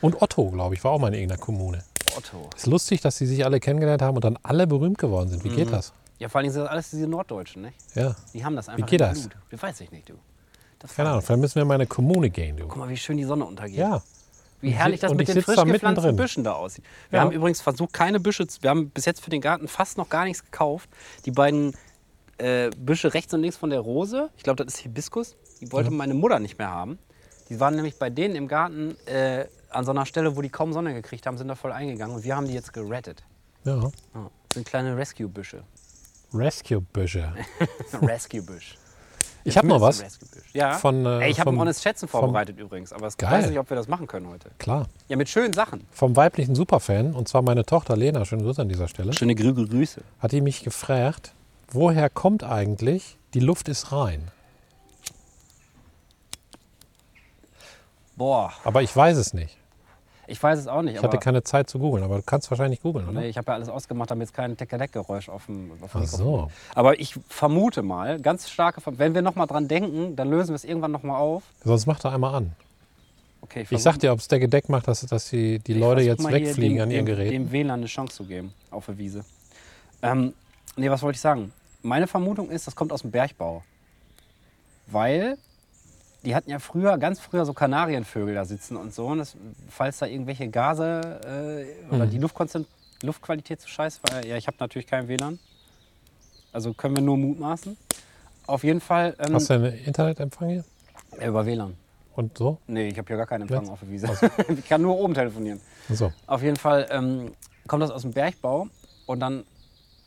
[SPEAKER 1] Und Otto, glaube ich, war auch mal in irgendeiner Kommune.
[SPEAKER 2] Otto.
[SPEAKER 1] Ist lustig, dass sie sich alle kennengelernt haben und dann alle berühmt geworden sind. Wie
[SPEAKER 2] Mhm.
[SPEAKER 1] geht das?
[SPEAKER 2] Ja, vor allen Dingen sind das alles diese Norddeutschen, nicht?
[SPEAKER 1] Ja,
[SPEAKER 2] Die haben das einfach
[SPEAKER 1] geht
[SPEAKER 2] im
[SPEAKER 1] das?
[SPEAKER 2] Blut. Das weiß ich nicht, du. Das
[SPEAKER 1] keine
[SPEAKER 2] weiß
[SPEAKER 1] Ahnung.
[SPEAKER 2] ich.
[SPEAKER 1] Vielleicht müssen wir mal in eine Kommune gehen, du.
[SPEAKER 2] Guck mal, wie schön die Sonne untergeht.
[SPEAKER 1] Ja,
[SPEAKER 2] Wie herrlich das
[SPEAKER 1] und
[SPEAKER 2] mit
[SPEAKER 1] ich
[SPEAKER 2] den
[SPEAKER 1] sitz
[SPEAKER 2] frisch
[SPEAKER 1] da
[SPEAKER 2] gepflanzten
[SPEAKER 1] mittendrin.
[SPEAKER 2] Büschen da aussieht. Wir
[SPEAKER 1] Ja.
[SPEAKER 2] haben übrigens versucht, keine Büsche zu... Wir haben bis jetzt für den Garten fast noch gar nichts gekauft. Die beiden äh, Büsche rechts und links von der Rose, ich glaube, das ist Hibiskus, die wollte meine Mutter nicht mehr haben. Die waren nämlich bei denen im Garten äh, an so einer Stelle, wo die kaum Sonne gekriegt haben, sind da voll eingegangen. Und wir haben die jetzt gerettet.
[SPEAKER 1] ja.
[SPEAKER 2] Ja, <laughs> das sind kleine Rescue-Büsche.
[SPEAKER 1] Rescue-Büsche.
[SPEAKER 2] Rescue-Büsch.
[SPEAKER 1] Ich habe noch was
[SPEAKER 2] Zumindest im Rescue Bush. Ja.
[SPEAKER 1] von, äh,
[SPEAKER 2] Ey, ich habe ein
[SPEAKER 1] vom-
[SPEAKER 2] Honest Schätzen vorbereitet übrigens, aber ich
[SPEAKER 1] Geil.
[SPEAKER 2] weiß nicht, ob wir das machen können heute.
[SPEAKER 1] Klar.
[SPEAKER 2] Ja, mit schönen Sachen.
[SPEAKER 1] Vom weiblichen Superfan, und zwar meine Tochter Lena, schönen Grüße an dieser Stelle,
[SPEAKER 2] Schöne Grüße.
[SPEAKER 1] hat die mich gefragt, woher kommt eigentlich die Luft ist rein?
[SPEAKER 2] Boah,
[SPEAKER 1] Aber ich weiß es nicht.
[SPEAKER 2] ich weiß es auch nicht.
[SPEAKER 1] Ich hatte
[SPEAKER 2] aber
[SPEAKER 1] keine Zeit zu googeln, aber du kannst wahrscheinlich googeln, oder?
[SPEAKER 2] Nee, ich habe ja alles ausgemacht, damit es kein Teckelec-Geräusch auf dem, auf dem
[SPEAKER 1] Ach so.
[SPEAKER 2] Aber ich vermute mal, ganz starke, Verm- wenn wir nochmal dran denken, dann lösen wir es irgendwann nochmal auf.
[SPEAKER 1] Sonst mach doch einmal an.
[SPEAKER 2] Okay,
[SPEAKER 1] Ich
[SPEAKER 2] versuch-
[SPEAKER 1] sag dir, ob es der Gedeck macht, dass, dass die, die
[SPEAKER 2] ich
[SPEAKER 1] Leute
[SPEAKER 2] versuch
[SPEAKER 1] jetzt
[SPEAKER 2] mal hier
[SPEAKER 1] wegfliegen
[SPEAKER 2] dem,
[SPEAKER 1] an ihren
[SPEAKER 2] dem-
[SPEAKER 1] Geräten.
[SPEAKER 2] Dem WLAN eine Chance zu geben auf der Wiese. Ähm, nee, was wollte ich sagen? Meine Vermutung ist, das kommt aus dem Bergbau. Weil die hatten ja früher, ganz früher so Kanarienvögel da sitzen und so. Und das, falls da irgendwelche Gase äh,
[SPEAKER 1] Mhm.
[SPEAKER 2] oder die Luftkonzent Luftqualität zu scheiße war, ja, ich habe natürlich kein WLAN. Also können wir nur mutmaßen. Auf jeden Fall ähm,
[SPEAKER 1] Hast du einen Internetempfang hier?
[SPEAKER 2] äh, über WLAN.
[SPEAKER 1] Und so?
[SPEAKER 2] Nee, ich habe hier gar keinen Empfang
[SPEAKER 1] Jetzt?
[SPEAKER 2] auf der Wiese. <laughs> ich kann nur oben telefonieren.
[SPEAKER 1] Und so.
[SPEAKER 2] Auf jeden Fall ähm, kommt das aus dem Bergbau und dann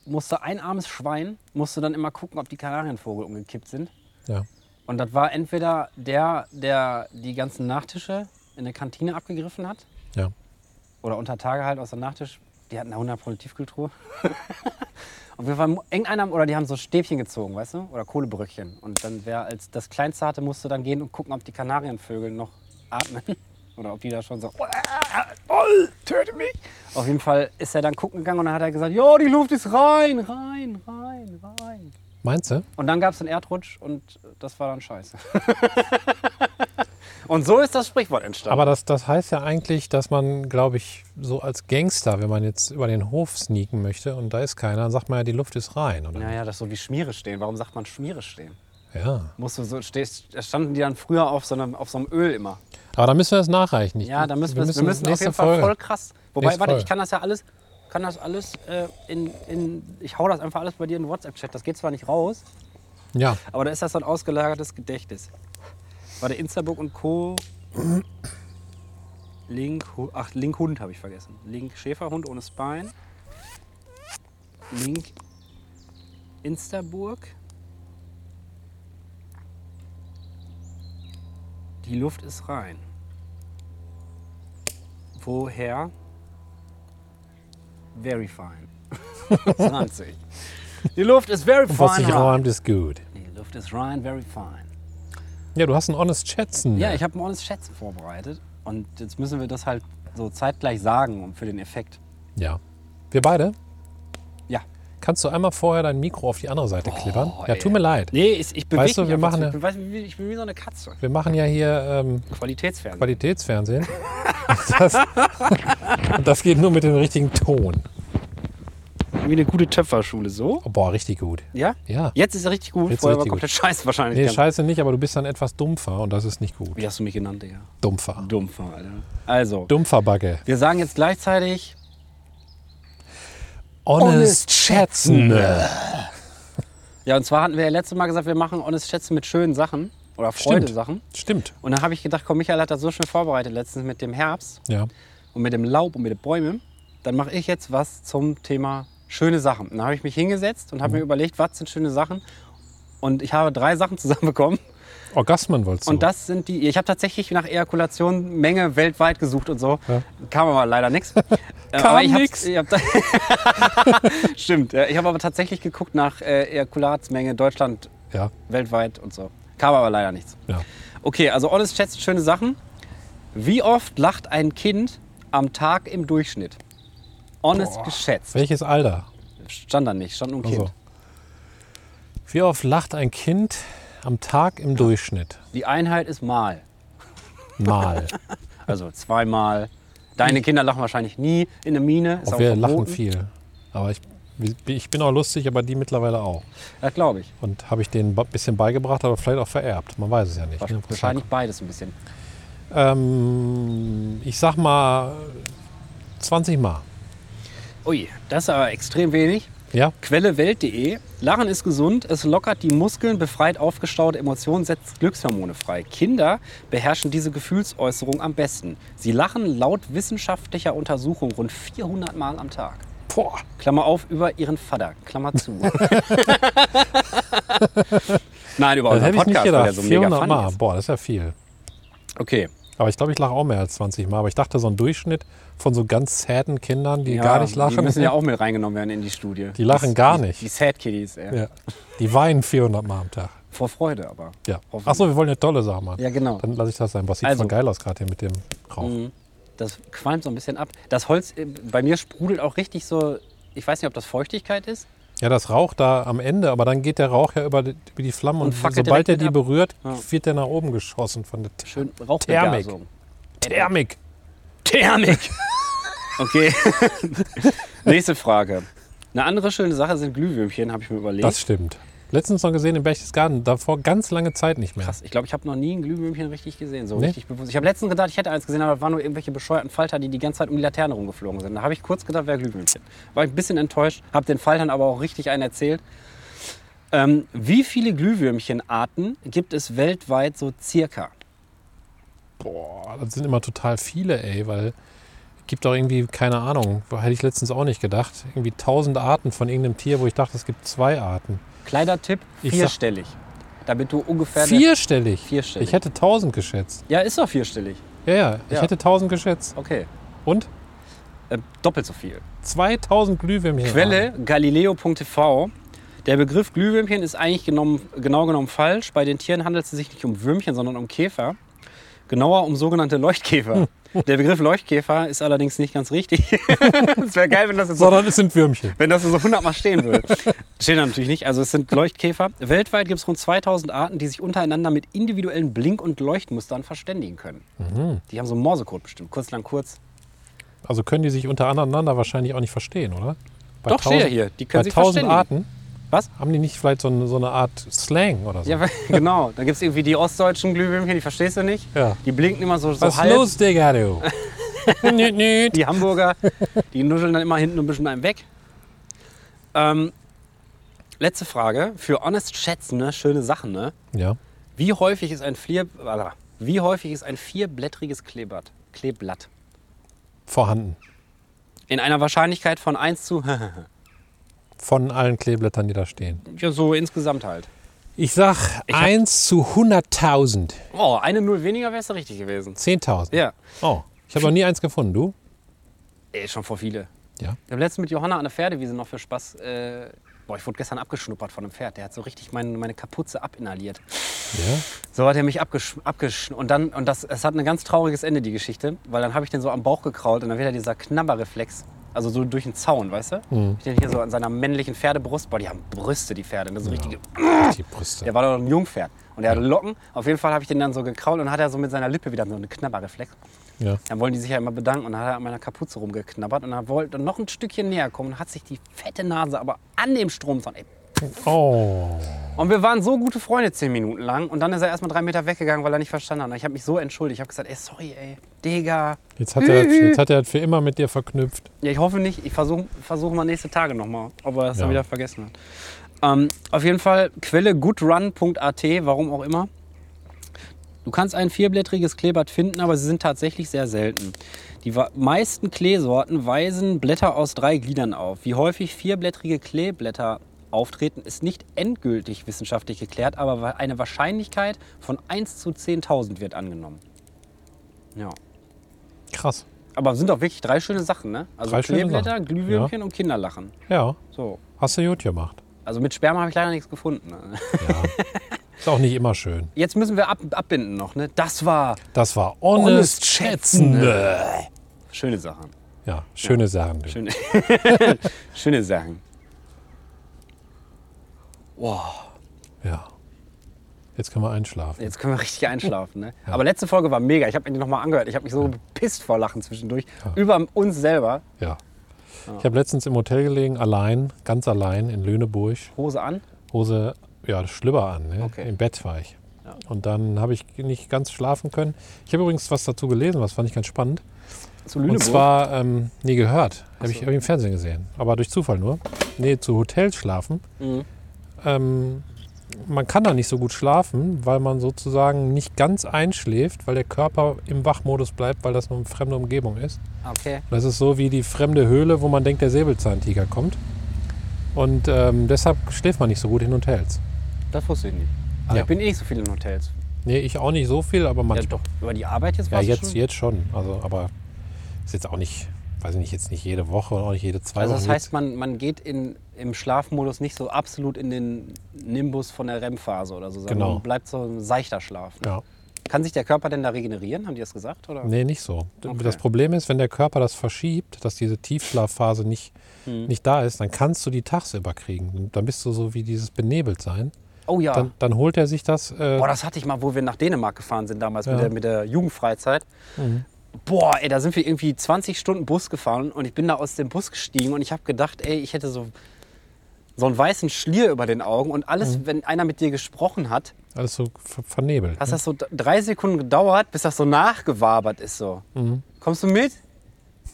[SPEAKER 2] musste ein armes Schwein, musste dann immer gucken, ob die Kanarienvogel umgekippt sind.
[SPEAKER 1] Ja.
[SPEAKER 2] Und das war entweder der, der die ganzen Nachtische in der Kantine abgegriffen hat
[SPEAKER 1] Ja.
[SPEAKER 2] oder unter Tage halt aus dem Nachtisch. Die hatten eine 100 pro Tiefkühltruhe. <laughs> Auf jeden Fall mu- irgendeiner, oder die haben so Stäbchen gezogen, weißt du? Oder Kohlebröckchen. Und dann wer als das Kleinste hatte, musste dann gehen und gucken, ob die Kanarienvögel noch atmen. <laughs> Oder ob die da schon so, oh, töte mich. Auf jeden Fall ist er dann gucken gegangen und dann hat er gesagt, jo, die Luft ist rein, rein, rein, rein.
[SPEAKER 1] Meinst du?
[SPEAKER 2] Und dann gab es einen Erdrutsch und das war dann scheiße. <laughs> und so ist das Sprichwort entstanden.
[SPEAKER 1] Aber das, das heißt ja eigentlich, dass man, glaube ich, so als Gangster, wenn man jetzt über den Hof sneaken möchte und da ist keiner, dann sagt man ja, die Luft ist rein, oder?
[SPEAKER 2] naja, das ist so wie Schmiere stehen. Warum sagt man Schmiere stehen?
[SPEAKER 1] Ja.
[SPEAKER 2] Musst du so, stehst, da standen die dann früher auf so einem, auf so einem Öl immer.
[SPEAKER 1] Aber dann müssen wir das nachreichen. Ich,
[SPEAKER 2] Ja, da müssen wir, wir müssen auf jeden Fall voll krass. Wobei,
[SPEAKER 1] Nächste
[SPEAKER 2] warte,
[SPEAKER 1] Folge.
[SPEAKER 2] ich kann das ja alles, kann das alles äh, in, in, ich hau das einfach alles bei dir in den WhatsApp-Chat. Das geht zwar nicht raus,
[SPEAKER 1] Ja,
[SPEAKER 2] aber da ist das so ein ausgelagertes Gedächtnis. Warte, Instabook und Co. Link, Hu- ach, Link Hund habe ich vergessen. Link Schäferhund ohne Spine. Link Instaburg. Die Luft ist rein. Woher? Very <laughs> fine. 20. Die Luft ist very fine.
[SPEAKER 1] was sich
[SPEAKER 2] rein.
[SPEAKER 1] räumt, ist gut.
[SPEAKER 2] Die Luft ist rein, very fine.
[SPEAKER 1] Ja, du hast ein honest Schätzen.
[SPEAKER 2] Ja, ich habe ein ordentliches Schätzen vorbereitet. Und jetzt müssen wir das halt so zeitgleich sagen um für den Effekt.
[SPEAKER 1] Ja. Wir beide?
[SPEAKER 2] Ja.
[SPEAKER 1] Kannst du einmal vorher dein Mikro auf die andere Seite klippern? Ja,
[SPEAKER 2] Oh, ey.
[SPEAKER 1] tut mir leid.
[SPEAKER 2] Nee, ich, ich bewege
[SPEAKER 1] Weißt du,
[SPEAKER 2] mich
[SPEAKER 1] wir
[SPEAKER 2] einfach
[SPEAKER 1] machen
[SPEAKER 2] zu.
[SPEAKER 1] eine-
[SPEAKER 2] ich, bin, weißt du, wie- ich bin wie so eine Katze.
[SPEAKER 1] Wir machen ja hier ähm,
[SPEAKER 2] Qualitätsfernsehen. <laughs>
[SPEAKER 1] Qualitätsfernsehen. <laughs> das, <laughs> und das geht nur mit dem richtigen Ton.
[SPEAKER 2] wie eine gute Töpferschule, so?
[SPEAKER 1] Oh, boah, richtig gut.
[SPEAKER 2] Ja?
[SPEAKER 1] Ja.
[SPEAKER 2] Jetzt ist er richtig gut,
[SPEAKER 1] Jetzt ist
[SPEAKER 2] vorher war
[SPEAKER 1] richtig gut.
[SPEAKER 2] komplett scheiße wahrscheinlich.
[SPEAKER 1] Nee,
[SPEAKER 2] Ganz-
[SPEAKER 1] scheiße nicht, aber du bist dann etwas dumpfer und das ist nicht gut.
[SPEAKER 2] Wie hast du mich genannt, Digga?
[SPEAKER 1] Dumpfer.
[SPEAKER 2] Dumpfer, Alter. Also,
[SPEAKER 1] Dumpfer Bagge.
[SPEAKER 2] wir sagen jetzt gleichzeitig,
[SPEAKER 1] Honest Schätzen.
[SPEAKER 2] ja, und zwar hatten wir ja letztes Mal gesagt, wir machen Honest Schätzen mit schönen Sachen oder Freudesachen.
[SPEAKER 1] Stimmt.
[SPEAKER 2] Und dann habe ich gedacht, komm, Michael hat das so schön vorbereitet letztens mit dem Herbst.
[SPEAKER 1] Ja.
[SPEAKER 2] und mit dem Laub und mit den Bäumen, dann mache ich jetzt was zum Thema schöne Sachen. Dann habe ich mich hingesetzt und habe
[SPEAKER 1] Mhm.
[SPEAKER 2] mir überlegt, was sind schöne Sachen. Und ich habe drei Sachen <laughs> zusammenbekommen.
[SPEAKER 1] Orgasmen wolltest du.
[SPEAKER 2] Und das sind die. Ich habe tatsächlich nach Ejakulation Menge weltweit gesucht und so.
[SPEAKER 1] Ja.
[SPEAKER 2] Kam aber leider
[SPEAKER 1] <laughs>
[SPEAKER 2] Äh, nichts.
[SPEAKER 1] Kam nix.
[SPEAKER 2] Hab, <laughs> Stimmt. ja. Ich habe aber tatsächlich geguckt nach äh, Ejakulatsmenge Deutschland
[SPEAKER 1] ja.
[SPEAKER 2] weltweit und so. Kam aber leider nichts.
[SPEAKER 1] ja.
[SPEAKER 2] Okay, also honest Chats, schöne Sachen. Wie oft lacht ein Kind am Tag im Durchschnitt? Honest geschätzt.
[SPEAKER 1] Welches Alter?
[SPEAKER 2] Stand da nicht, stand nur ein Kind.
[SPEAKER 1] Also. Wie oft lacht ein Kind am Tag im Durchschnitt?
[SPEAKER 2] Die Einheit ist mal.
[SPEAKER 1] <laughs> Mal.
[SPEAKER 2] Also zweimal. Deine Kinder lachen wahrscheinlich nie in der Mine. Ist
[SPEAKER 1] Auch wir lachen
[SPEAKER 2] verboten.
[SPEAKER 1] viel. Aber ich, ich bin auch lustig, aber die mittlerweile auch.
[SPEAKER 2] Das glaube ich.
[SPEAKER 1] Und habe ich denen ein bisschen beigebracht, aber vielleicht auch vererbt. Man weiß es ja nicht. ne?
[SPEAKER 2] Wahrscheinlich beides ein bisschen.
[SPEAKER 1] Ähm, ich sag mal 20 Mal.
[SPEAKER 2] Ui, das ist aber extrem wenig.
[SPEAKER 1] Ja?
[SPEAKER 2] Quellewelt.de. Lachen ist gesund, es lockert die Muskeln, befreit aufgestaute Emotionen, setzt Glückshormone frei. Kinder beherrschen diese Gefühlsäußerung am besten. Sie lachen laut wissenschaftlicher Untersuchung rund 400 Mal am Tag.
[SPEAKER 1] Boah. <laughs>
[SPEAKER 2] Klammer auf, über ihren Vater. Klammer zu. Nein, über
[SPEAKER 1] Das
[SPEAKER 2] unseren
[SPEAKER 1] Also hätte ich nicht
[SPEAKER 2] Podcast, weil
[SPEAKER 1] gedacht.
[SPEAKER 2] der so mega
[SPEAKER 1] 400
[SPEAKER 2] funny
[SPEAKER 1] Mal.
[SPEAKER 2] ist.
[SPEAKER 1] Boah, das ist ja viel.
[SPEAKER 2] Okay,
[SPEAKER 1] Aber ich glaube, ich lache auch mehr als 20 Mal. Aber ich dachte, so ein Durchschnitt von so ganz sadden Kindern, die
[SPEAKER 2] Ja,
[SPEAKER 1] gar nicht lachen, <laughs>
[SPEAKER 2] Die müssen ja auch mit reingenommen werden in die Studie.
[SPEAKER 1] Die lachen gar nicht.
[SPEAKER 2] Die, die Sad Kiddies, ey.
[SPEAKER 1] Ja. Die weinen 400 Mal am Tag.
[SPEAKER 2] Vor Freude aber.
[SPEAKER 1] Ja.
[SPEAKER 2] Hoffentlich.
[SPEAKER 1] Achso, wir wollen eine tolle Sache machen.
[SPEAKER 2] Ja, genau.
[SPEAKER 1] Dann lasse ich das sein. Was sieht
[SPEAKER 2] Also.
[SPEAKER 1] voll geil aus gerade hier mit dem Rauch.
[SPEAKER 2] Mhm. Das qualmt so ein bisschen ab. Das Holz, äh, bei mir sprudelt auch richtig so, ich weiß nicht, ob das Feuchtigkeit ist.
[SPEAKER 1] Ja, das Rauch da am Ende, aber dann geht der Rauch ja über die, über die Flammen
[SPEAKER 2] Und
[SPEAKER 1] und,
[SPEAKER 2] fackelt
[SPEAKER 1] sobald
[SPEAKER 2] direkt
[SPEAKER 1] er die
[SPEAKER 2] mit ab.
[SPEAKER 1] berührt,
[SPEAKER 2] Ja.
[SPEAKER 1] wird der nach oben geschossen von der T-
[SPEAKER 2] Schön Rauchbegasung.
[SPEAKER 1] Thermik.
[SPEAKER 2] Thermik. <laughs> Okay. <laughs> Nächste Frage. Eine andere schöne Sache sind Glühwürmchen, habe ich mir überlegt.
[SPEAKER 1] Das stimmt. Letztens noch gesehen in Berchtesgaden, davor ganz lange Zeit nicht mehr.
[SPEAKER 2] Krass, ich glaube, ich habe noch nie ein Glühwürmchen richtig gesehen, so
[SPEAKER 1] Nee?
[SPEAKER 2] richtig bewusst. Ich habe letztens gedacht, ich hätte eins gesehen, aber das waren nur irgendwelche bescheuerten Falter, die die ganze Zeit um die Laterne rumgeflogen sind. Da habe ich kurz gedacht, wäre Glühwürmchen. War ich ein bisschen enttäuscht, habe den Faltern aber auch richtig einen erzählt. Ähm, wie viele Glühwürmchenarten gibt es weltweit so circa?
[SPEAKER 1] Boah, das sind immer total viele, ey, weil gibt auch irgendwie, keine Ahnung, hätte ich letztens auch nicht gedacht, irgendwie tausend Arten von irgendeinem Tier, wo ich dachte, es gibt zwei Arten.
[SPEAKER 2] Kleiner Tipp,
[SPEAKER 1] Ich sag-
[SPEAKER 2] vierstellig. Damit du ungefähr... der-
[SPEAKER 1] Vierstellig.
[SPEAKER 2] Vierstellig.
[SPEAKER 1] Ich hätte 1000 geschätzt.
[SPEAKER 2] ja, ist doch vierstellig.
[SPEAKER 1] Ja, ja, ich
[SPEAKER 2] Ja.
[SPEAKER 1] hätte 1000 geschätzt.
[SPEAKER 2] Okay.
[SPEAKER 1] Und
[SPEAKER 2] Äh, doppelt so viel.
[SPEAKER 1] 2000 Glühwürmchen.
[SPEAKER 2] Quelle galileo.tv. Der Begriff Glühwürmchen ist eigentlich genommen, genau genommen falsch. Bei den Tieren handelt es sich nicht um Würmchen, sondern um Käfer. Genauer um sogenannte Leuchtkäfer. Der Begriff Leuchtkäfer ist allerdings nicht ganz richtig. Es wäre geil, wenn das jetzt so
[SPEAKER 1] Sondern es Ah, sind Würmchen.
[SPEAKER 2] wenn das so 100 Mal stehen würde. Stehen da natürlich nicht. Also es sind Leuchtkäfer. Weltweit gibt es rund 2000 Arten, die sich untereinander mit individuellen Blink- und Leuchtmustern verständigen können. Die haben so einen Morsecode bestimmt. Kurz, lang, kurz.
[SPEAKER 1] Also können die sich unter aneinander wahrscheinlich auch nicht verstehen, oder? Bei
[SPEAKER 2] Doch, steht ja
[SPEAKER 1] 1000
[SPEAKER 2] hier. Die können
[SPEAKER 1] Bei
[SPEAKER 2] sich
[SPEAKER 1] 1000
[SPEAKER 2] verständigen.
[SPEAKER 1] Arten
[SPEAKER 2] Was?
[SPEAKER 1] haben die nicht vielleicht so eine, so eine Art Slang oder so?
[SPEAKER 2] Ja, <laughs> genau. Da gibt es irgendwie die ostdeutschen Glühwürmchen, die verstehst du nicht.
[SPEAKER 1] Ja.
[SPEAKER 2] Die blinken immer so, so
[SPEAKER 1] Was ist
[SPEAKER 2] halb.
[SPEAKER 1] los, Digga, du?
[SPEAKER 2] <laughs>
[SPEAKER 1] nüt, nüt.
[SPEAKER 2] Die Hamburger, die nuscheln dann immer hinten ein bisschen einem weg. Ähm, letzte Frage. Für Honest Schätzen, ne? schöne Sachen. Ne?
[SPEAKER 1] Ja,
[SPEAKER 2] Wie häufig ist ein, Vier, wala, wie häufig ist ein vierblättriges Kleeblatt, Kleeblatt?
[SPEAKER 1] vorhanden.
[SPEAKER 2] In einer Wahrscheinlichkeit von 1 zu... <laughs>
[SPEAKER 1] Von allen Kleeblättern, die da stehen.
[SPEAKER 2] ja, so insgesamt halt.
[SPEAKER 1] Ich sag 1 zu 100.000.
[SPEAKER 2] Oh, eine Null weniger wäre es richtig gewesen.
[SPEAKER 1] 10.000.
[SPEAKER 2] Ja,
[SPEAKER 1] Oh, ich habe noch nie eins gefunden. Du?
[SPEAKER 2] Ey, schon vor viele.
[SPEAKER 1] Ja.
[SPEAKER 2] Ich habe letztens mit Johanna an der Pferdewiese noch für Spaß. Äh, boah, ich wurde gestern abgeschnuppert von einem Pferd. Der hat so richtig mein, meine Kapuze abinhaliert.
[SPEAKER 1] Ja.
[SPEAKER 2] So hat er mich abgesch abgesch und dann und das es hat ein ganz trauriges Ende die Geschichte, weil dann habe ich den so am Bauch gekrault und dann wieder dieser Knabberreflex, also so durch den Zaun, weißt du? Ich den hier so an seiner männlichen Pferdebrust, boah, die haben Brüste die Pferde, ne? so richtige.
[SPEAKER 1] Die Brüste.
[SPEAKER 2] Der war doch ein Jungpferd und der hatte Locken. Auf jeden Fall habe ich den dann so gekrault und hat er so mit seiner Lippe wieder so einen Knabberreflex.
[SPEAKER 1] Ja.
[SPEAKER 2] Dann wollen die sich ja immer bedanken und dann hat er an meiner Kapuze rumgeknabbert und dann wollte er noch ein Stückchen näher kommen und hat sich die fette Nase aber an dem Stromzaun. Ey.
[SPEAKER 1] Oh.
[SPEAKER 2] Und wir waren so gute Freunde zehn Minuten lang und dann ist er erst mal drei Meter weggegangen, weil er nicht verstanden hat. Und Ich habe mich so entschuldigt. Ich habe gesagt, ey, sorry, ey, Digga.
[SPEAKER 1] Jetzt hat, er, jetzt hat er das für immer mit dir verknüpft.
[SPEAKER 2] Ja, ich hoffe nicht. Ich versuche versuch mal nächste Tage nochmal, ob er das dann
[SPEAKER 1] Ja.
[SPEAKER 2] wieder vergessen hat. Ähm, auf jeden Fall Quelle goodrun.at, warum auch immer. Du kannst ein vierblättriges Kleeblatt finden, aber sie sind tatsächlich sehr selten. Die wa- meisten Kleesorten weisen Blätter aus drei Gliedern auf. Wie häufig vierblättrige Kleeblätter auftreten, ist nicht endgültig wissenschaftlich geklärt, aber wa- eine Wahrscheinlichkeit von 1 zu 10.000 wird angenommen. Ja.
[SPEAKER 1] Krass.
[SPEAKER 2] Aber sind doch wirklich drei schöne Sachen, ne? Also
[SPEAKER 1] Drei schöne
[SPEAKER 2] Kleeblätter,
[SPEAKER 1] Sachen.
[SPEAKER 2] Glühwürmchen und Kinderlachen.
[SPEAKER 1] Ja.
[SPEAKER 2] So.
[SPEAKER 1] Hast du gut gemacht.
[SPEAKER 2] Also mit Sperma habe ich leider nichts gefunden. Ne? <laughs>
[SPEAKER 1] Ist auch nicht immer schön.
[SPEAKER 2] Jetzt müssen wir ab, abbinden noch, ne? Das war
[SPEAKER 1] Das war Honest Schätzende.
[SPEAKER 2] schöne Sachen.
[SPEAKER 1] Ja, schöne Sachen. Du.
[SPEAKER 2] Schöne, schöne Sachen.
[SPEAKER 1] Ja. Jetzt können wir einschlafen.
[SPEAKER 2] Jetzt können wir richtig
[SPEAKER 1] <laughs>
[SPEAKER 2] einschlafen, ne? Aber letzte Folge war mega. Ich habe mir die nochmal angehört. Ich habe mich so bepisst vor Lachen zwischendurch. Über uns selber.
[SPEAKER 1] Ja. Ich habe letztens im Hotel gelegen, allein, ganz allein in Lüneburg.
[SPEAKER 2] Hose an.
[SPEAKER 1] Hose, ja, Schlüpper an. Ne?
[SPEAKER 2] Okay.
[SPEAKER 1] Im Bett war ich. Und dann habe ich nicht ganz schlafen können. Ich habe übrigens was dazu gelesen, was fand ich ganz spannend.
[SPEAKER 2] Zu Lüneburg.
[SPEAKER 1] Und zwar ähm, nie gehört. Habe ich, hab ich im Fernsehen gesehen. Aber durch Zufall nur. Nee, zu Hotels schlafen.
[SPEAKER 2] Mhm.
[SPEAKER 1] Ähm, man kann da nicht so gut schlafen, weil man sozusagen nicht ganz einschläft, weil der Körper im Wachmodus bleibt, weil das eine fremde Umgebung ist.
[SPEAKER 2] Ah, okay.
[SPEAKER 1] Das ist so wie die fremde Höhle, wo man denkt, der Säbelzahntiger kommt. Und ähm, deshalb schläft man nicht so gut in Hotels.
[SPEAKER 2] Das wusste ich nicht. Aber
[SPEAKER 1] Ja.
[SPEAKER 2] ich bin eh nicht so viel in Hotels.
[SPEAKER 1] Nee, ich auch nicht so viel, aber
[SPEAKER 2] Ja,
[SPEAKER 1] manchmal.
[SPEAKER 2] doch. Über die Arbeit jetzt
[SPEAKER 1] Ja,
[SPEAKER 2] warst du
[SPEAKER 1] jetzt,
[SPEAKER 2] schon?
[SPEAKER 1] jetzt schon. Also, aber ist jetzt auch nicht, weiß ich nicht, jetzt nicht jede Woche und auch nicht jede zwei
[SPEAKER 2] Also
[SPEAKER 1] Wochen.
[SPEAKER 2] das heißt, man, man geht in, im Schlafmodus nicht so absolut in den Nimbus von der REM-Phase oder so, sondern
[SPEAKER 1] Genau.
[SPEAKER 2] man bleibt so ein seichter Schlaf. Ne?
[SPEAKER 1] ja.
[SPEAKER 2] Kann sich der Körper denn da regenerieren? Haben die das gesagt? Oder?
[SPEAKER 1] Nee, nicht so. D-
[SPEAKER 2] Okay.
[SPEAKER 1] Das Problem ist, wenn der Körper das verschiebt, dass diese Tiefschlafphase nicht,
[SPEAKER 2] Hm.
[SPEAKER 1] nicht da ist, dann kannst du die tagsüber kriegen. Und Dann bist du so wie dieses Benebeltsein.
[SPEAKER 2] Oh ja.
[SPEAKER 1] Dann, äh, dann holt er sich das. Äh,
[SPEAKER 2] Boah, das hatte ich mal, wo wir nach Dänemark gefahren sind damals
[SPEAKER 1] Ja. Mhm.
[SPEAKER 2] mit, der, mit der Jugendfreizeit. Boah, ey, da sind wir irgendwie 20 Stunden Bus gefahren und ich bin da aus dem Bus gestiegen und ich habe gedacht, ey, ich hätte so, so einen weißen Schlier über den Augen und alles,
[SPEAKER 1] Mhm.
[SPEAKER 2] wenn einer mit dir gesprochen hat,
[SPEAKER 1] alles so ver vernebelt.
[SPEAKER 2] hat
[SPEAKER 1] ne?
[SPEAKER 2] das so d- drei Sekunden gedauert, bis das so nachgewabert ist so. Kommst du mit? <laughs>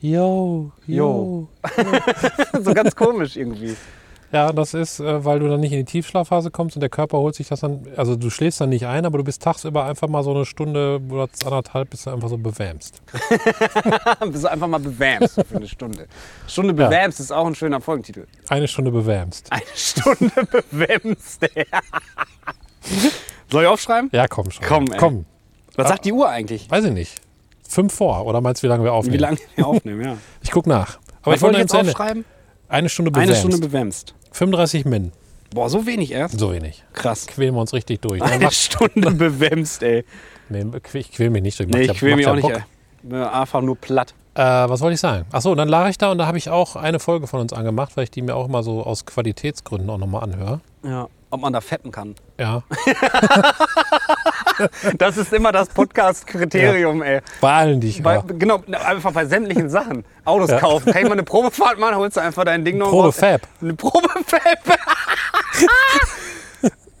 [SPEAKER 1] Yo,
[SPEAKER 2] Jo. so ganz komisch irgendwie. <laughs>
[SPEAKER 1] Ja, das ist, äh, weil du dann nicht in die Tiefschlafphase kommst und der Körper holt sich das dann. Also du schläfst dann nicht ein, aber du bist tagsüber einfach mal so eine Stunde oder anderthalb, bist du einfach so bewämst.
[SPEAKER 2] Bist du einfach mal bewämst für eine Stunde. Stunde
[SPEAKER 1] Ja.
[SPEAKER 2] bewämst ist auch ein schöner Folgentitel. <laughs>
[SPEAKER 1] Eine Stunde bewämst.
[SPEAKER 2] Eine Stunde bewämst. Soll ich aufschreiben?
[SPEAKER 1] Ja, komm schon.
[SPEAKER 2] Komm, ey.
[SPEAKER 1] komm.
[SPEAKER 2] Was sagt die Uhr eigentlich?
[SPEAKER 1] Weiß ich nicht. Fünf vor oder meinst du, wie lange wir aufnehmen?
[SPEAKER 2] Wie lange wir aufnehmen, ja.
[SPEAKER 1] Ich guck nach. Aber
[SPEAKER 2] Was
[SPEAKER 1] ich wollte
[SPEAKER 2] jetzt
[SPEAKER 1] jetzt Ende.
[SPEAKER 2] aufschreiben?
[SPEAKER 1] Eine Stunde bewämst.
[SPEAKER 2] Eine Stunde bewämst.
[SPEAKER 1] 35 Min.
[SPEAKER 2] Boah, so wenig erst?
[SPEAKER 1] So wenig.
[SPEAKER 2] Krass.
[SPEAKER 1] Quälen wir uns richtig durch. Ne?
[SPEAKER 2] Eine Stunde bewämst, ey.
[SPEAKER 1] Nee, qu- ich quäl mich nicht durch.
[SPEAKER 2] Nee,
[SPEAKER 1] Macht ja-
[SPEAKER 2] ich will
[SPEAKER 1] macht
[SPEAKER 2] mich
[SPEAKER 1] ja
[SPEAKER 2] auch nicht.
[SPEAKER 1] Bock.
[SPEAKER 2] ey. Bin Einfach nur platt.
[SPEAKER 1] Äh, was wollte ich sagen? Achso, dann lag ich da und da habe ich auch eine Folge von uns angemacht, weil ich die mir auch mal so aus Qualitätsgründen auch nochmal anhöre.
[SPEAKER 2] Ja. Ob man da fetten kann.
[SPEAKER 1] Ja.
[SPEAKER 2] Das ist immer das Podcast-Kriterium, ey.
[SPEAKER 1] Bei allen, die ich
[SPEAKER 2] Bei,
[SPEAKER 1] höre.
[SPEAKER 2] Genau, einfach bei sämtlichen Sachen. Autos kaufen. Kann ich mal eine Probefahrt machen, holst du einfach dein Ding noch
[SPEAKER 1] Probe
[SPEAKER 2] raus.
[SPEAKER 1] Fab.
[SPEAKER 2] Eine Probefab. <laughs>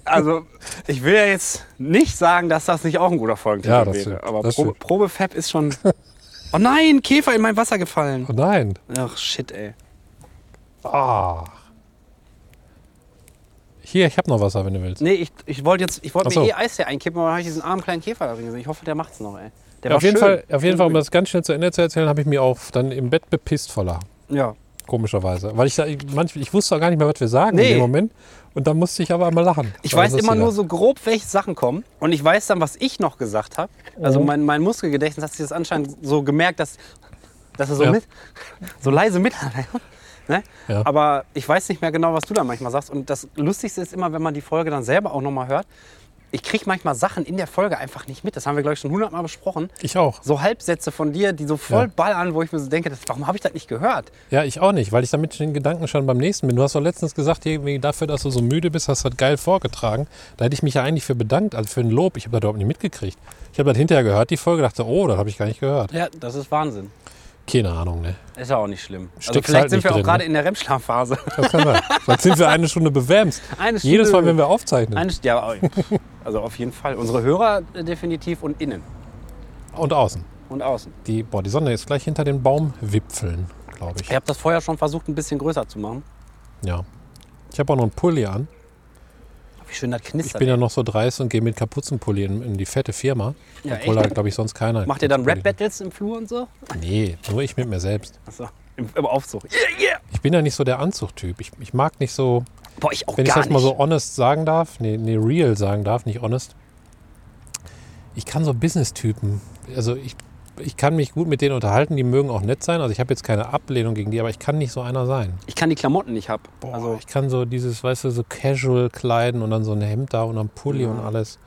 [SPEAKER 2] also, ich will ja jetzt nicht sagen, dass das nicht auch ein guter Folgentitel
[SPEAKER 1] Ja, das
[SPEAKER 2] wäre.
[SPEAKER 1] stimmt,
[SPEAKER 2] aber
[SPEAKER 1] das
[SPEAKER 2] Pro
[SPEAKER 1] stimmt.
[SPEAKER 2] Probefab
[SPEAKER 1] <laughs>
[SPEAKER 2] ist schon. Oh nein, Käfer in mein Wasser gefallen.
[SPEAKER 1] Oh nein.
[SPEAKER 2] Ach shit, ey.
[SPEAKER 1] Ah. Hier, ich habe noch Wasser, wenn du willst.
[SPEAKER 2] Nee, ich, ich wollte jetzt, ich wollte
[SPEAKER 1] Ach so.
[SPEAKER 2] mir eh Eis hier einkippen, aber dann habe ich diesen armen kleinen Käfer da drin gesehen. Ich hoffe, der macht's noch, ey. Der
[SPEAKER 1] auf, jeden
[SPEAKER 2] schön.
[SPEAKER 1] Fall, auf jeden Fall, um das ganz schnell zu Ende zu erzählen, habe ich mir auch dann im Bett bepisst voller.
[SPEAKER 2] Ja.
[SPEAKER 1] Komischerweise. Weil ich, da- ich, manchmal, ich wusste auch gar nicht mehr, was wir sagen
[SPEAKER 2] Nee.
[SPEAKER 1] in dem Moment. Und dann musste ich aber einmal lachen.
[SPEAKER 2] Ich
[SPEAKER 1] Dann
[SPEAKER 2] weiß
[SPEAKER 1] ist das
[SPEAKER 2] immer
[SPEAKER 1] wieder-
[SPEAKER 2] nur so grob, welche Sachen kommen. Und ich weiß dann, was ich noch gesagt habe. Also
[SPEAKER 1] Mhm.
[SPEAKER 2] mein, mein Muskelgedächtnis hat sich das anscheinend so gemerkt, dass, dass er so,
[SPEAKER 1] Ja.
[SPEAKER 2] mit, so leise mit <laughs> ne?
[SPEAKER 1] Ja.
[SPEAKER 2] Aber ich weiß nicht mehr genau, was du da manchmal sagst. Und das Lustigste ist immer, wenn man die Folge dann selber auch nochmal hört. Ich kriege manchmal Sachen in der Folge einfach nicht mit. Das haben wir, glaube ich, schon hundertmal besprochen.
[SPEAKER 1] Ich auch.
[SPEAKER 2] So Halbsätze von dir, die so voll
[SPEAKER 1] Ja.
[SPEAKER 2] ballern, wo ich mir so denke, das, warum habe ich das nicht gehört?
[SPEAKER 1] Ja, ich auch nicht, weil ich damit den Gedanken schon beim nächsten bin. Du hast doch letztens gesagt, irgendwie dafür, dass du so müde bist, hast du das geil vorgetragen. Da hätte ich mich ja eigentlich für bedankt, also für ein Lob. Ich habe das überhaupt nicht mitgekriegt. Ich habe das hinterher gehört, die Folge, dachte, oh, das habe ich gar nicht gehört.
[SPEAKER 2] Ja, das ist Wahnsinn.
[SPEAKER 1] Keine Ahnung, ne?
[SPEAKER 2] Ist ja auch nicht schlimm. Also
[SPEAKER 1] Steckst
[SPEAKER 2] vielleicht
[SPEAKER 1] halt
[SPEAKER 2] sind
[SPEAKER 1] nicht
[SPEAKER 2] wir auch
[SPEAKER 1] drin, ne?
[SPEAKER 2] gerade in der REM-Schlafphase.
[SPEAKER 1] Das kann sein. Sonst sind wir eine Stunde bewämst.
[SPEAKER 2] Eine
[SPEAKER 1] Jedes
[SPEAKER 2] Stunde-
[SPEAKER 1] Mal, wenn wir aufzeichnen.
[SPEAKER 2] Eine, ja, aber- also auf jeden Fall. Unsere Hörer äh, definitiv und innen
[SPEAKER 1] Und außen.
[SPEAKER 2] und außen.
[SPEAKER 1] Die, boah, die Sonne ist gleich hinter den Baumwipfeln, glaube ich.
[SPEAKER 2] Ich habe das vorher schon versucht, ein bisschen größer zu machen.
[SPEAKER 1] Ja. Ich habe auch noch einen Pulli an.
[SPEAKER 2] Wie schön das
[SPEAKER 1] Ich
[SPEAKER 2] knistert.
[SPEAKER 1] bin ja noch so dreist und gehe mit Kapuzenpulli in, in die fette Firma.
[SPEAKER 2] Ja,
[SPEAKER 1] obwohl
[SPEAKER 2] echt?
[SPEAKER 1] da, glaube ich, sonst keiner.
[SPEAKER 2] Macht ihr dann
[SPEAKER 1] Kapuzenpulli-
[SPEAKER 2] Rap-Battles im Flur und so?
[SPEAKER 1] Nee, nur ich mit mir selbst.
[SPEAKER 2] Achso, im, im Aufzug. Yeah, yeah.
[SPEAKER 1] Ich bin ja nicht so der Anzugtyp. Ich, ich mag nicht so,
[SPEAKER 2] Boah, ich auch
[SPEAKER 1] wenn ich
[SPEAKER 2] gar
[SPEAKER 1] das mal
[SPEAKER 2] nicht.
[SPEAKER 1] so honest sagen darf, nee, nee, real sagen darf, nicht honest. Ich kann so Business-Typen, also ich, ich kann mich gut mit denen unterhalten, die mögen auch nett sein. Also ich habe jetzt keine Ablehnung gegen die, aber ich kann nicht so einer sein.
[SPEAKER 2] Ich kann die Klamotten nicht hab.
[SPEAKER 1] Boah,
[SPEAKER 2] also,
[SPEAKER 1] ich kann so dieses, weißt du, so casual kleiden und dann so ein Hemd da und dann Pulli
[SPEAKER 2] Ja.
[SPEAKER 1] und alles.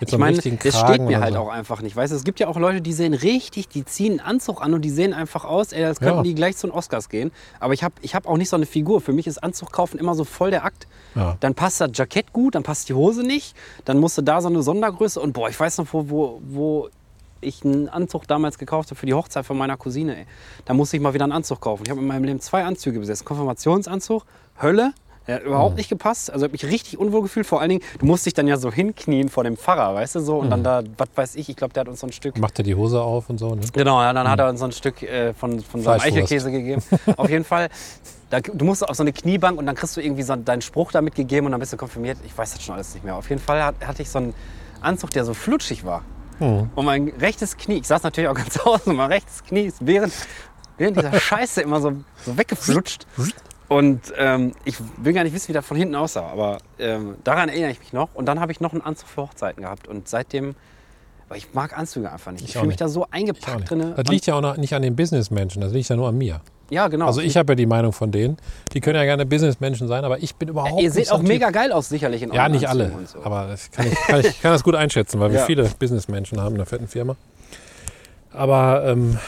[SPEAKER 1] Mit so
[SPEAKER 2] ich
[SPEAKER 1] einem
[SPEAKER 2] meine,
[SPEAKER 1] richtigen
[SPEAKER 2] das
[SPEAKER 1] Kragen.
[SPEAKER 2] steht mir
[SPEAKER 1] oder
[SPEAKER 2] halt
[SPEAKER 1] so.
[SPEAKER 2] auch einfach nicht. Weißt du, es gibt ja auch Leute, die sehen richtig, die ziehen einen Anzug an und die sehen einfach aus, ey, das könnten
[SPEAKER 1] Ja.
[SPEAKER 2] die gleich zu den Oscars gehen. Aber ich habe ich hab auch nicht so eine Figur. Für mich ist Anzug kaufen immer so voll der Akt.
[SPEAKER 1] Ja.
[SPEAKER 2] Dann passt das Jackett gut, dann passt die Hose nicht, dann musste da so eine Sondergröße und boah, ich weiß noch, wo, wo, wo ich einen Anzug damals gekauft habe für die Hochzeit von meiner Cousine. Ey. Da musste ich mal wieder einen Anzug kaufen. Ich habe in meinem Leben zwei Anzüge besessen. Konfirmationsanzug, Hölle. Der hat überhaupt nicht gepasst. Also habe mich richtig unwohl gefühlt. Vor allen Dingen, du musst dich dann ja so hinknien vor dem Pfarrer, weißt du so. Und dann da, was weiß ich, ich glaube, der hat uns so ein Stück
[SPEAKER 1] Macht er die Hose auf und so, ne?
[SPEAKER 2] Genau, ja, dann hat er uns so ein Stück äh, von, von seinem
[SPEAKER 1] Fleischwurst.
[SPEAKER 2] Eichelkäse gegeben. Auf jeden Fall, da, du musst auf so eine Kniebank und dann kriegst du irgendwie so deinen Spruch damit gegeben und dann bist du konfirmiert. Ich weiß das schon alles nicht mehr. Auf jeden Fall hat, hatte ich so einen Anzug, der so flutschig war.
[SPEAKER 1] Hm.
[SPEAKER 2] Und mein rechtes Knie, ich saß natürlich
[SPEAKER 1] <laughs>
[SPEAKER 2] auch <laughs> ganz außen, und mein rechtes Knie ist während, während dieser Scheiße immer so, so weggeflutscht. Und ähm, ich will gar nicht wissen, wie das von hinten aussah, aber ähm, daran erinnere ich mich noch. Und dann habe ich noch einen Anzug für Hochzeiten gehabt. Und seitdem, aber ich mag Anzüge einfach nicht.
[SPEAKER 1] Ich
[SPEAKER 2] Ich,
[SPEAKER 1] auch
[SPEAKER 2] fühle mich
[SPEAKER 1] nicht.
[SPEAKER 2] da so
[SPEAKER 1] Gar nicht.
[SPEAKER 2] eingepackt drin.
[SPEAKER 1] Das liegt ja auch noch nicht an den Businessmenschen, das liegt ja nur an mir.
[SPEAKER 2] Ja, genau.
[SPEAKER 1] Also ich habe ja die Meinung von denen. Die können ja gerne Businessmenschen sein, aber ich bin überhaupt
[SPEAKER 2] Äh, Ihr seht
[SPEAKER 1] nicht so
[SPEAKER 2] auch
[SPEAKER 1] ein Typ.
[SPEAKER 2] mega geil aus, sicherlich in
[SPEAKER 1] Ja,
[SPEAKER 2] euren
[SPEAKER 1] nicht alle.
[SPEAKER 2] Anzügen Und so.
[SPEAKER 1] Aber das kann ich, kann ich kann das gut einschätzen, weil wir
[SPEAKER 2] <laughs> Ja.
[SPEAKER 1] viele Businessmenschen haben in der fetten Firma. Aber ähm,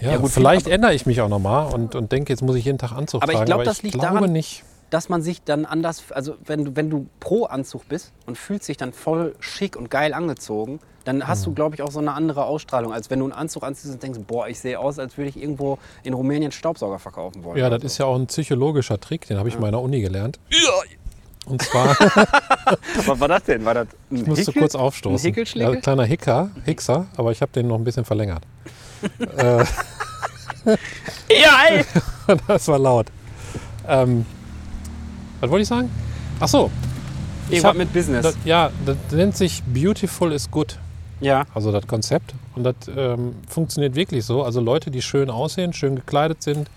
[SPEAKER 1] ja,
[SPEAKER 2] Ja, gut,
[SPEAKER 1] vielleicht ändere ich mich auch nochmal und, und denke, jetzt muss ich jeden Tag Anzug
[SPEAKER 2] Aber ich
[SPEAKER 1] tragen.
[SPEAKER 2] glaub, das liegt
[SPEAKER 1] glaube
[SPEAKER 2] daran-
[SPEAKER 1] nicht.
[SPEAKER 2] dass man sich dann anders, also wenn du, wenn du pro Anzug bist und fühlst dich dann voll schick und geil angezogen, dann hast
[SPEAKER 1] Mhm.
[SPEAKER 2] du, glaube ich, auch so eine andere Ausstrahlung, als wenn du einen Anzug anziehst und denkst, boah, ich sehe aus, als würde ich irgendwo in Rumänien Staubsauger verkaufen wollen.
[SPEAKER 1] Ja,
[SPEAKER 2] oder
[SPEAKER 1] das
[SPEAKER 2] so.
[SPEAKER 1] ist ja auch ein psychologischer Trick, den habe ich mal in der Uni gelernt. Und zwar, <laughs>
[SPEAKER 2] Was war das denn? War das ein
[SPEAKER 1] ich musste kurz aufstoßen.
[SPEAKER 2] Ein Häkelschläger?
[SPEAKER 1] Ja, kleiner Hicker, Hickser, aber ich habe den noch ein bisschen verlängert. <laughs>
[SPEAKER 2] <laughs> Ja, ey!
[SPEAKER 1] Das war laut. Ähm, was wollte ich sagen? Ach so,
[SPEAKER 2] Irgendwas
[SPEAKER 1] hab-
[SPEAKER 2] mit Business.
[SPEAKER 1] das, ja, das nennt sich Beautiful is Good.
[SPEAKER 2] ja.
[SPEAKER 1] Also das Konzept. Und das ähm, funktioniert wirklich so. Also Leute, die schön aussehen, schön gekleidet sind.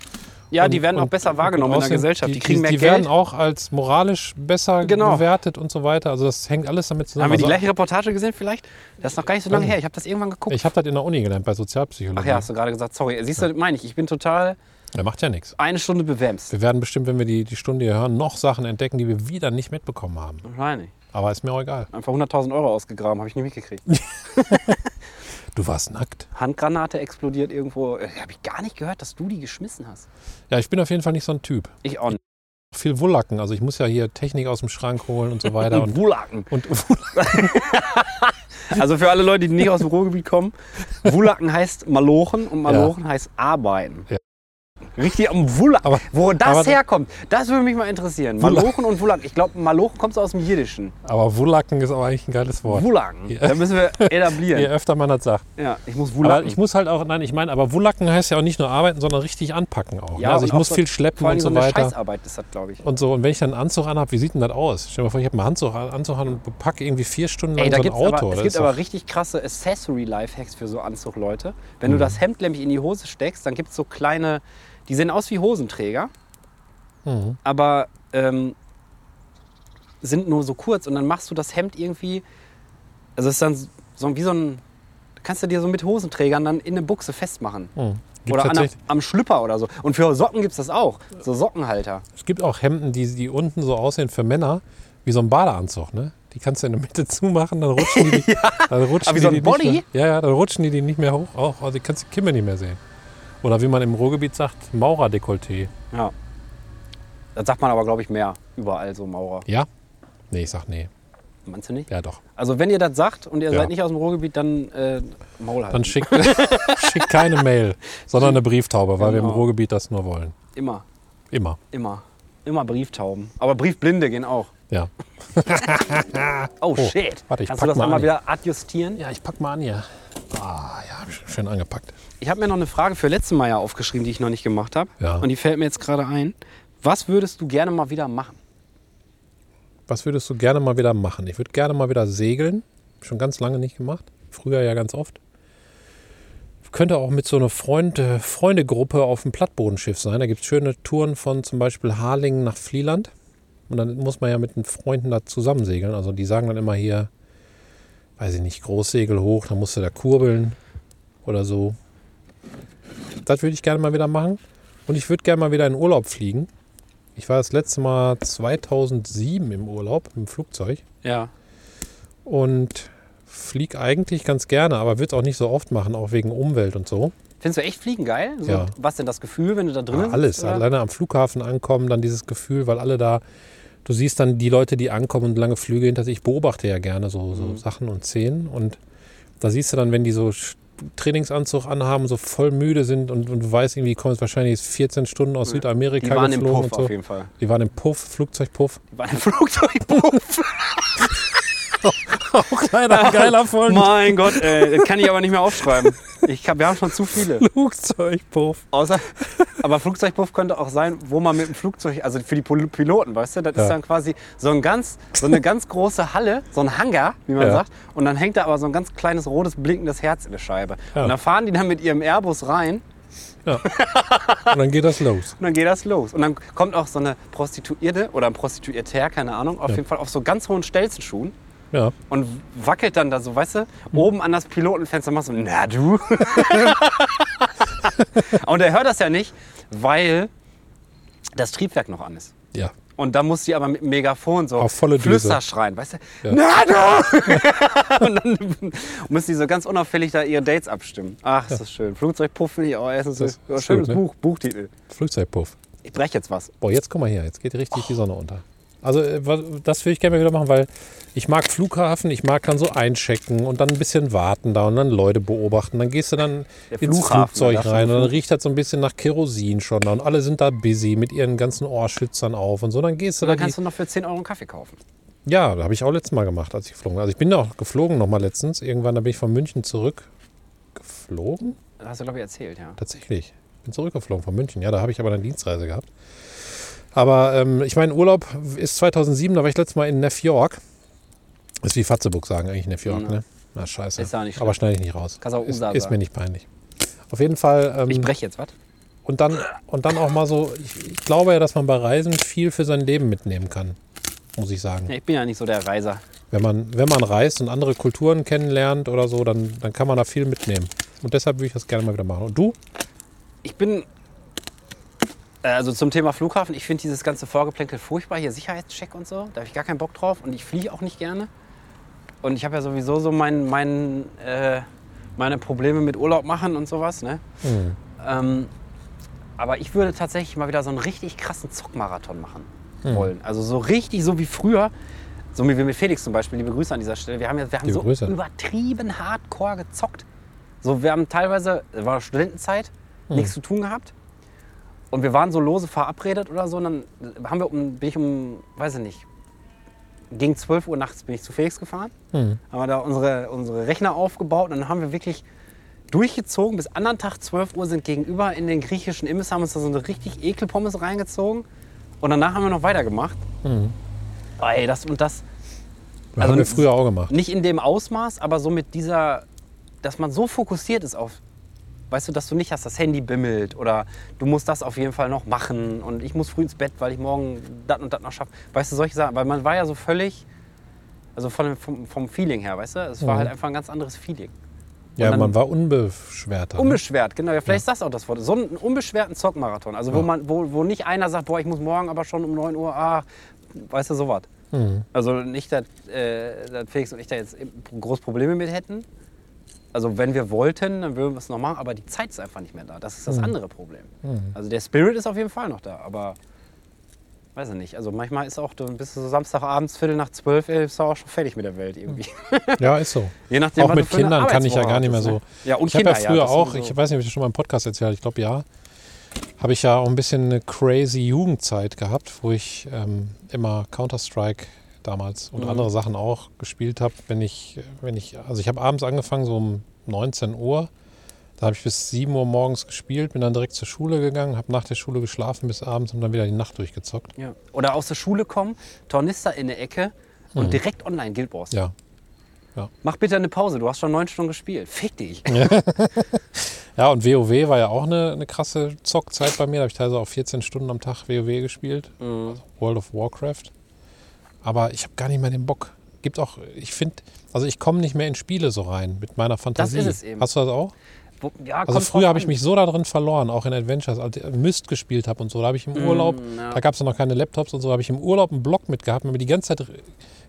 [SPEAKER 2] ja,
[SPEAKER 1] und-
[SPEAKER 2] die werden auch
[SPEAKER 1] und-
[SPEAKER 2] besser
[SPEAKER 1] und
[SPEAKER 2] wahrgenommen
[SPEAKER 1] gut
[SPEAKER 2] in der
[SPEAKER 1] aussehen,
[SPEAKER 2] Gesellschaft. Die, kriegen mehr
[SPEAKER 1] die
[SPEAKER 2] Geld.
[SPEAKER 1] werden auch als moralisch besser
[SPEAKER 2] Genau.
[SPEAKER 1] bewertet und so weiter. Also das hängt alles damit zusammen.
[SPEAKER 2] Haben wir die
[SPEAKER 1] also,
[SPEAKER 2] gleiche Reportage gesehen vielleicht? Das ist noch gar nicht so lange her. Ich habe das irgendwann geguckt.
[SPEAKER 1] ich habe das in der Uni gelernt, bei Sozialpsychologie.
[SPEAKER 2] Ach ja, hast du gerade gesagt, sorry. Siehst du, meine ich, ich bin total
[SPEAKER 1] Der macht ja nichts.
[SPEAKER 2] eine Stunde bewämst.
[SPEAKER 1] Wir werden bestimmt, wenn wir die, die Stunde hier hören, noch Sachen entdecken, die wir wieder nicht mitbekommen haben.
[SPEAKER 2] Wahrscheinlich.
[SPEAKER 1] Aber ist mir auch egal.
[SPEAKER 2] Einfach 100.000 Euro ausgegraben, habe ich nie mitgekriegt.
[SPEAKER 1] Du warst nackt.
[SPEAKER 2] Handgranate explodiert irgendwo. Habe ich gar nicht gehört, dass du die geschmissen hast.
[SPEAKER 1] Ja, ich bin auf jeden Fall nicht so ein Typ.
[SPEAKER 2] Ich auch nicht.
[SPEAKER 1] Viel Wullacken. Also ich muss ja hier Technik aus dem Schrank holen und so
[SPEAKER 2] <laughs>
[SPEAKER 1] weiter. und,
[SPEAKER 2] Wulaken.
[SPEAKER 1] und
[SPEAKER 2] Also für alle Leute, die nicht aus dem Ruhrgebiet kommen, Wulaken heißt Malochen und Malochen heißt Arbeiten.
[SPEAKER 1] Ja.
[SPEAKER 2] Richtig am Wulaken.
[SPEAKER 1] Aber-
[SPEAKER 2] Wo das
[SPEAKER 1] aber-
[SPEAKER 2] herkommt, das würde mich mal interessieren.
[SPEAKER 1] Wula-
[SPEAKER 2] Malochen und Wulaken. Ich glaube, Malochen kommt so aus dem Jiddischen.
[SPEAKER 1] aber Wullacken ist aber eigentlich ein geiles Wort.
[SPEAKER 2] Wulaken.
[SPEAKER 1] Ja.
[SPEAKER 2] Da
[SPEAKER 1] <laughs>
[SPEAKER 2] müssen wir
[SPEAKER 1] Je
[SPEAKER 2] etablieren.
[SPEAKER 1] öfter man das sagt.
[SPEAKER 2] Ja, ich muss
[SPEAKER 1] Aber
[SPEAKER 2] Wulaken.
[SPEAKER 1] ich muss halt auch, nein, ich meine, aber Wullacken heißt ja auch nicht nur arbeiten, sondern richtig anpacken auch. ne? also
[SPEAKER 2] und
[SPEAKER 1] ich
[SPEAKER 2] auch
[SPEAKER 1] muss
[SPEAKER 2] so-
[SPEAKER 1] viel schleppen
[SPEAKER 2] vor allem
[SPEAKER 1] und so,
[SPEAKER 2] so eine
[SPEAKER 1] weiter.
[SPEAKER 2] Scheißarbeit ist das, glaube ich.
[SPEAKER 1] Und so, und wenn ich dann einen Anzug anhabe, wie sieht denn das aus? Stell dir mal vor, ich habe einen Anzug, an- Anzug an und packe irgendwie vier Stunden lang
[SPEAKER 2] Ey, da
[SPEAKER 1] so ein
[SPEAKER 2] gibt's
[SPEAKER 1] Auto.
[SPEAKER 2] aber, es
[SPEAKER 1] Das
[SPEAKER 2] gibt
[SPEAKER 1] ist
[SPEAKER 2] aber
[SPEAKER 1] doch-
[SPEAKER 2] richtig krasse Accessory-Lifehacks für so Anzugleute. Wenn
[SPEAKER 1] Mhm.
[SPEAKER 2] du das Hemd nämlich in die Hose steckst, dann gibt es so kleine, die sehen aus wie Hosenträger,
[SPEAKER 1] Mhm.
[SPEAKER 2] aber ähm, sind nur so kurz und dann machst du das Hemd irgendwie, also es ist dann so wie so ein, kannst du dir so mit Hosenträgern dann in eine Buchse festmachen.
[SPEAKER 1] Hm. Gibt's
[SPEAKER 2] Oder an, der-
[SPEAKER 1] tatsächlich-
[SPEAKER 2] am Schlüpper oder so. Und für Socken gibt es das auch. So Sockenhalter.
[SPEAKER 1] es gibt auch Hemden, die, die unten so aussehen für Männer, wie so ein Badeanzug, ne? Die kannst du in der Mitte <laughs> zumachen, dann rutschen
[SPEAKER 2] <laughs>
[SPEAKER 1] die, dann rutschen
[SPEAKER 2] Aber
[SPEAKER 1] die,
[SPEAKER 2] wie so ein
[SPEAKER 1] die
[SPEAKER 2] Body?
[SPEAKER 1] nicht mehr. Ja, ja, dann rutschen die die nicht mehr hoch. Auch, also die kannst die Kimme nicht mehr sehen. Oder wie man im Ruhrgebiet sagt, Maurer-Dekolleté.
[SPEAKER 2] Ja. Das sagt man aber, glaube ich, mehr. Überall so Maurer.
[SPEAKER 1] Ja? Nee, ich sag nee.
[SPEAKER 2] Meinst du nicht?
[SPEAKER 1] Ja, doch.
[SPEAKER 2] Also wenn ihr das sagt und ihr
[SPEAKER 1] Ja.
[SPEAKER 2] seid nicht aus dem Ruhrgebiet, dann äh, Maul halten.
[SPEAKER 1] Dann schickt <laughs> schick keine Mail, sondern eine Brieftaube, weil wir im
[SPEAKER 2] Genau.
[SPEAKER 1] Ruhrgebiet das nur wollen.
[SPEAKER 2] immer,
[SPEAKER 1] Immer.
[SPEAKER 2] immer, immer Brieftauben. Aber Briefblinde gehen auch.
[SPEAKER 1] Ja.
[SPEAKER 2] Oh, shit.
[SPEAKER 1] warte, ich pack
[SPEAKER 2] Kannst du das
[SPEAKER 1] mal
[SPEAKER 2] einmal
[SPEAKER 1] an.
[SPEAKER 2] wieder adjustieren?
[SPEAKER 1] Ja, ich pack mal an hier. Ah, ja, hab ich schön angepackt.
[SPEAKER 2] Ich habe mir noch eine Frage für letzten Mal ja aufgeschrieben, die ich noch nicht gemacht habe.
[SPEAKER 1] Ja.
[SPEAKER 2] Und die fällt mir jetzt gerade ein. Was würdest du gerne mal wieder machen?
[SPEAKER 1] Was würdest du gerne mal wieder machen? Ich würde gerne mal wieder segeln. Schon ganz lange nicht gemacht. Früher ja ganz oft. Ich könnte auch mit so einer Freund, äh, Freundegruppe auf dem Plattbodenschiff sein. Da gibt es schöne Touren von zum Beispiel Harlingen nach Flieland. Und dann muss man ja mit den Freunden da zusammensegeln. Also die sagen dann immer hier, weiß ich nicht, Großsegel hoch, dann musst du da kurbeln oder so. Das würde ich gerne mal wieder machen. Und ich würde gerne mal wieder in Urlaub fliegen. Ich war das letzte Mal 2007 im Urlaub im Flugzeug
[SPEAKER 2] Ja.
[SPEAKER 1] und flieg eigentlich ganz gerne, aber würde es auch nicht so oft machen, auch wegen Umwelt und so.
[SPEAKER 2] Findest du echt Fliegen geil? So,
[SPEAKER 1] Ja.
[SPEAKER 2] Was denn das Gefühl, wenn du da drin
[SPEAKER 1] Ja,
[SPEAKER 2] sitzt,
[SPEAKER 1] alles,
[SPEAKER 2] oder?
[SPEAKER 1] alleine am Flughafen ankommen, dann dieses Gefühl, weil alle da, du siehst dann die Leute, die ankommen und lange Flüge hinter sich, ich beobachte ja gerne so, so
[SPEAKER 2] Mhm.
[SPEAKER 1] Sachen und Szenen und da siehst du dann, wenn die so Sch- Trainingsanzug anhaben, so voll müde sind und, und du weißt irgendwie, die kommen jetzt wahrscheinlich 14 Stunden aus Südamerika
[SPEAKER 2] Die waren im
[SPEAKER 1] geflogen
[SPEAKER 2] Puff
[SPEAKER 1] und
[SPEAKER 2] auf
[SPEAKER 1] so.
[SPEAKER 2] jeden Fall.
[SPEAKER 1] Die waren im Puff,
[SPEAKER 2] <laughs>
[SPEAKER 1] Flugzeugpuff.
[SPEAKER 2] Die waren im Flugzeugpuff.
[SPEAKER 1] Leider geiler Folgen.
[SPEAKER 2] mein Gott, ey, das kann ich aber nicht mehr aufschreiben. Ich hab, wir haben schon
[SPEAKER 1] <laughs>
[SPEAKER 2] zu viele.
[SPEAKER 1] Flugzeugpuff.
[SPEAKER 2] Außer, <laughs> aber Flugzeugpuff könnte auch sein, wo man mit dem Flugzeug, also für die Pol- Piloten, weißt du, das
[SPEAKER 1] Ja.
[SPEAKER 2] ist dann quasi so, ein ganz, so eine ganz große Halle, so ein Hangar, wie man
[SPEAKER 1] Ja.
[SPEAKER 2] sagt, und dann hängt da aber so ein ganz kleines rotes blinkendes Herz in der Scheibe.
[SPEAKER 1] Ja.
[SPEAKER 2] Und dann fahren die dann mit ihrem Airbus rein
[SPEAKER 1] Und dann geht das los.
[SPEAKER 2] Und dann geht das los. Und dann kommt auch so eine Prostituierte oder ein Prostituierter, keine Ahnung, auf
[SPEAKER 1] Ja.
[SPEAKER 2] jeden Fall auf so ganz hohen Stelzenschuhen
[SPEAKER 1] Ja.
[SPEAKER 2] und wackelt dann da so, weißt du, oben an das Pilotenfenster machst du, na du. <laughs> und er hört das ja nicht, weil das Triebwerk noch an ist.
[SPEAKER 1] Ja.
[SPEAKER 2] Und da muss sie aber mit dem Megafon so
[SPEAKER 1] Auf volle Düse.
[SPEAKER 2] Flüster schreien, weißt du? Na du! <laughs> und dann müssen die so ganz unauffällig da ihre Dates abstimmen. Ach, ist das schön. Flugzeugpuff finde ich auch oh, erstens
[SPEAKER 1] Das
[SPEAKER 2] so.
[SPEAKER 1] ist
[SPEAKER 2] Schönes
[SPEAKER 1] gut, ne?
[SPEAKER 2] Buch, Buchtitel.
[SPEAKER 1] Flugzeugpuff.
[SPEAKER 2] Ich breche jetzt was.
[SPEAKER 1] Boah, jetzt guck mal hier, jetzt geht richtig die Sonne unter. Also äh, wa- das würde ich gerne mal wieder machen, weil ich mag Flughafen, ich mag dann so einchecken und dann ein bisschen warten da und dann Leute beobachten. Dann gehst du dann
[SPEAKER 2] Der
[SPEAKER 1] ins
[SPEAKER 2] Flughafen, da
[SPEAKER 1] Flugzeug
[SPEAKER 2] darfst du
[SPEAKER 1] rein und dann
[SPEAKER 2] nicht-
[SPEAKER 1] riecht das so ein bisschen nach Kerosin schon da und alle sind da busy mit ihren ganzen Ohrschützern auf und so. Dann gehst du
[SPEAKER 2] Da
[SPEAKER 1] da. Die,
[SPEAKER 2] kannst du noch für 10 Euro einen Kaffee kaufen.
[SPEAKER 1] ja, habe ich auch letztes Mal gemacht, als ich geflogen bin. Also ich bin da auch geflogen nochmal letztens. Irgendwann, da bin ich von München zurück. Geflogen?
[SPEAKER 2] Das hast du, glaube ich, erzählt, ja.
[SPEAKER 1] Tatsächlich. Bin zurückgeflogen von München. Ja, da habe ich aber eine Dienstreise gehabt. Aber ähm, ich meine, Urlaub ist 2007, da war ich letztes Mal in Neff York. Ist wie Fatzeburg sagen eigentlich, Neff York,
[SPEAKER 2] Ja.
[SPEAKER 1] ne? Na, scheiße.
[SPEAKER 2] Ist ja nicht schlimm.
[SPEAKER 1] aber schneide ich nicht raus.
[SPEAKER 2] Kannst auch
[SPEAKER 1] ist,
[SPEAKER 2] USA
[SPEAKER 1] ist
[SPEAKER 2] sagen.
[SPEAKER 1] mir nicht peinlich. Auf jeden Fall. Ähm,
[SPEAKER 2] Ich breche jetzt was.
[SPEAKER 1] und dann, und dann auch mal so, ich, ich glaube ja, dass man bei Reisen viel für sein Leben mitnehmen kann, muss ich sagen.
[SPEAKER 2] Ja, ich bin ja nicht so der Reiser.
[SPEAKER 1] Wenn, man, wenn man reist und andere Kulturen kennenlernt oder so, dann, dann kann man da viel mitnehmen. Und deshalb würde ich das gerne mal wieder machen. Und du?
[SPEAKER 2] Ich bin. äh, Also zum Thema Flughafen, ich finde dieses ganze Vorgeplänkel furchtbar. Hier Sicherheitscheck und so, da habe ich gar keinen Bock drauf. Und ich fliege auch nicht gerne. Und ich habe ja sowieso so mein, mein, äh, meine Probleme mit Urlaub machen und sowas. Ne?
[SPEAKER 1] Mhm.
[SPEAKER 2] Ähm, aber ich würde tatsächlich mal wieder so einen richtig krassen Zockmarathon machen
[SPEAKER 1] Mhm.
[SPEAKER 2] wollen. Also so richtig, so wie früher. So wie wir mit Felix zum Beispiel, liebe Grüße an dieser Stelle. Wir haben, ja, wir haben
[SPEAKER 1] Liebe
[SPEAKER 2] so
[SPEAKER 1] Grüße.
[SPEAKER 2] übertrieben hardcore gezockt. So, wir haben teilweise, das war Studentenzeit,
[SPEAKER 1] Mhm.
[SPEAKER 2] nichts zu tun gehabt. Und wir waren so lose verabredet oder so. Und dann haben wir um, bin ich um, weiß ich nicht, gegen 12 Uhr nachts bin ich zu Felix gefahren. Haben wir da unsere, unsere Rechner aufgebaut und dann haben wir wirklich durchgezogen. Bis anderen Tag 12 Uhr sind gegenüber in den griechischen Imbiss, haben uns da so eine richtig Ekelpommes reingezogen. Und danach haben wir noch weitergemacht. Ey, das und das
[SPEAKER 1] Also haben wir
[SPEAKER 2] n-
[SPEAKER 1] früher auch gemacht.
[SPEAKER 2] nicht in dem Ausmaß, aber so mit dieser, dass man so fokussiert ist auf, weißt du, dass du nicht hast, das Handy bimmelt oder du musst das auf jeden Fall noch machen und ich muss früh ins Bett, weil ich morgen das und das noch schaffe. Weißt du, solche Sachen, weil man war ja so völlig, also von, dem- vom, vom Feeling her, weißt du, es war
[SPEAKER 1] Mhm.
[SPEAKER 2] halt einfach ein ganz anderes Feeling.
[SPEAKER 1] Ja,
[SPEAKER 2] Und dann-
[SPEAKER 1] man war unbeschwerter. ne?
[SPEAKER 2] Unbeschwert, genau, ja, vielleicht ist das auch das Wort. So einen unbeschwerten Zockmarathon, also wo,
[SPEAKER 1] Ja.
[SPEAKER 2] man, wo, wo nicht einer sagt, boah, ich muss morgen aber schon um 9 Uhr, ah, weißt du, sowas.
[SPEAKER 1] Mhm.
[SPEAKER 2] Also nicht, dass, äh, dass Felix und ich da jetzt groß Probleme mit hätten. Also wenn wir wollten, dann würden wir es noch machen, aber die Zeit ist einfach nicht mehr da. Das ist das
[SPEAKER 1] Hm.
[SPEAKER 2] andere Problem. Also der Spirit ist auf jeden Fall noch da, aber weiß ich nicht. Also manchmal ist auch, du bist du so Samstagabends, Viertel nach zwölf, ey, bist du auch schon fertig mit der Welt irgendwie.
[SPEAKER 1] Ja, ist so.
[SPEAKER 2] <laughs> Je nachdem,
[SPEAKER 1] Hm. Auch
[SPEAKER 2] wann du
[SPEAKER 1] mit
[SPEAKER 2] für eine
[SPEAKER 1] Kindern kann ich ja
[SPEAKER 2] Arbeitswoche
[SPEAKER 1] gar nicht mehr
[SPEAKER 2] hattest, ne? Ja, und
[SPEAKER 1] ich habe ja
[SPEAKER 2] Kinder,
[SPEAKER 1] früher
[SPEAKER 2] das
[SPEAKER 1] auch,
[SPEAKER 2] sowieso.
[SPEAKER 1] ich weiß nicht, ob ich das schon mal im Podcast erzählt habe, ich glaube ja, habe ich ja auch ein bisschen eine crazy Jugendzeit gehabt, wo ich ähm, immer Counter-Strike damals und
[SPEAKER 2] Mhm.
[SPEAKER 1] andere Sachen auch gespielt habe, wenn ich, wenn ich, also ich habe abends angefangen, so um 19 Uhr. Da habe ich bis 7 Uhr morgens gespielt, bin dann direkt zur Schule gegangen, habe nach der Schule geschlafen bis abends und dann wieder die Nacht durchgezockt.
[SPEAKER 2] Ja. Oder aus der Schule kommen, Tornister in der Ecke und direkt online Guild Wars.
[SPEAKER 1] Mhm. Ja,
[SPEAKER 2] Mach bitte eine Pause, du hast schon neun Stunden gespielt. Fick dich.
[SPEAKER 1] Ja, und WoW war ja auch eine, eine krasse Zockzeit bei mir. Da habe ich teilweise auch 14 Stunden am Tag WoW gespielt.
[SPEAKER 2] Mhm.
[SPEAKER 1] Also World of Warcraft. Aber ich habe gar nicht mehr den Bock. Gibt auch, ich finde, also ich komme nicht mehr in Spiele so rein mit meiner Fantasie.
[SPEAKER 2] ist es eben.
[SPEAKER 1] Hast du das auch?
[SPEAKER 2] Wo- Ja,
[SPEAKER 1] Also
[SPEAKER 2] kommt
[SPEAKER 1] früher
[SPEAKER 2] drauf
[SPEAKER 1] habe ich
[SPEAKER 2] an.
[SPEAKER 1] mich so da drin verloren, auch in Adventures, als ich Myst gespielt habe und so. Da habe ich im Urlaub,
[SPEAKER 2] Mhm, ja.
[SPEAKER 1] da gab es noch keine Laptops und so, da habe ich im Urlaub einen Blog mitgehabt, mir die ganze Zeit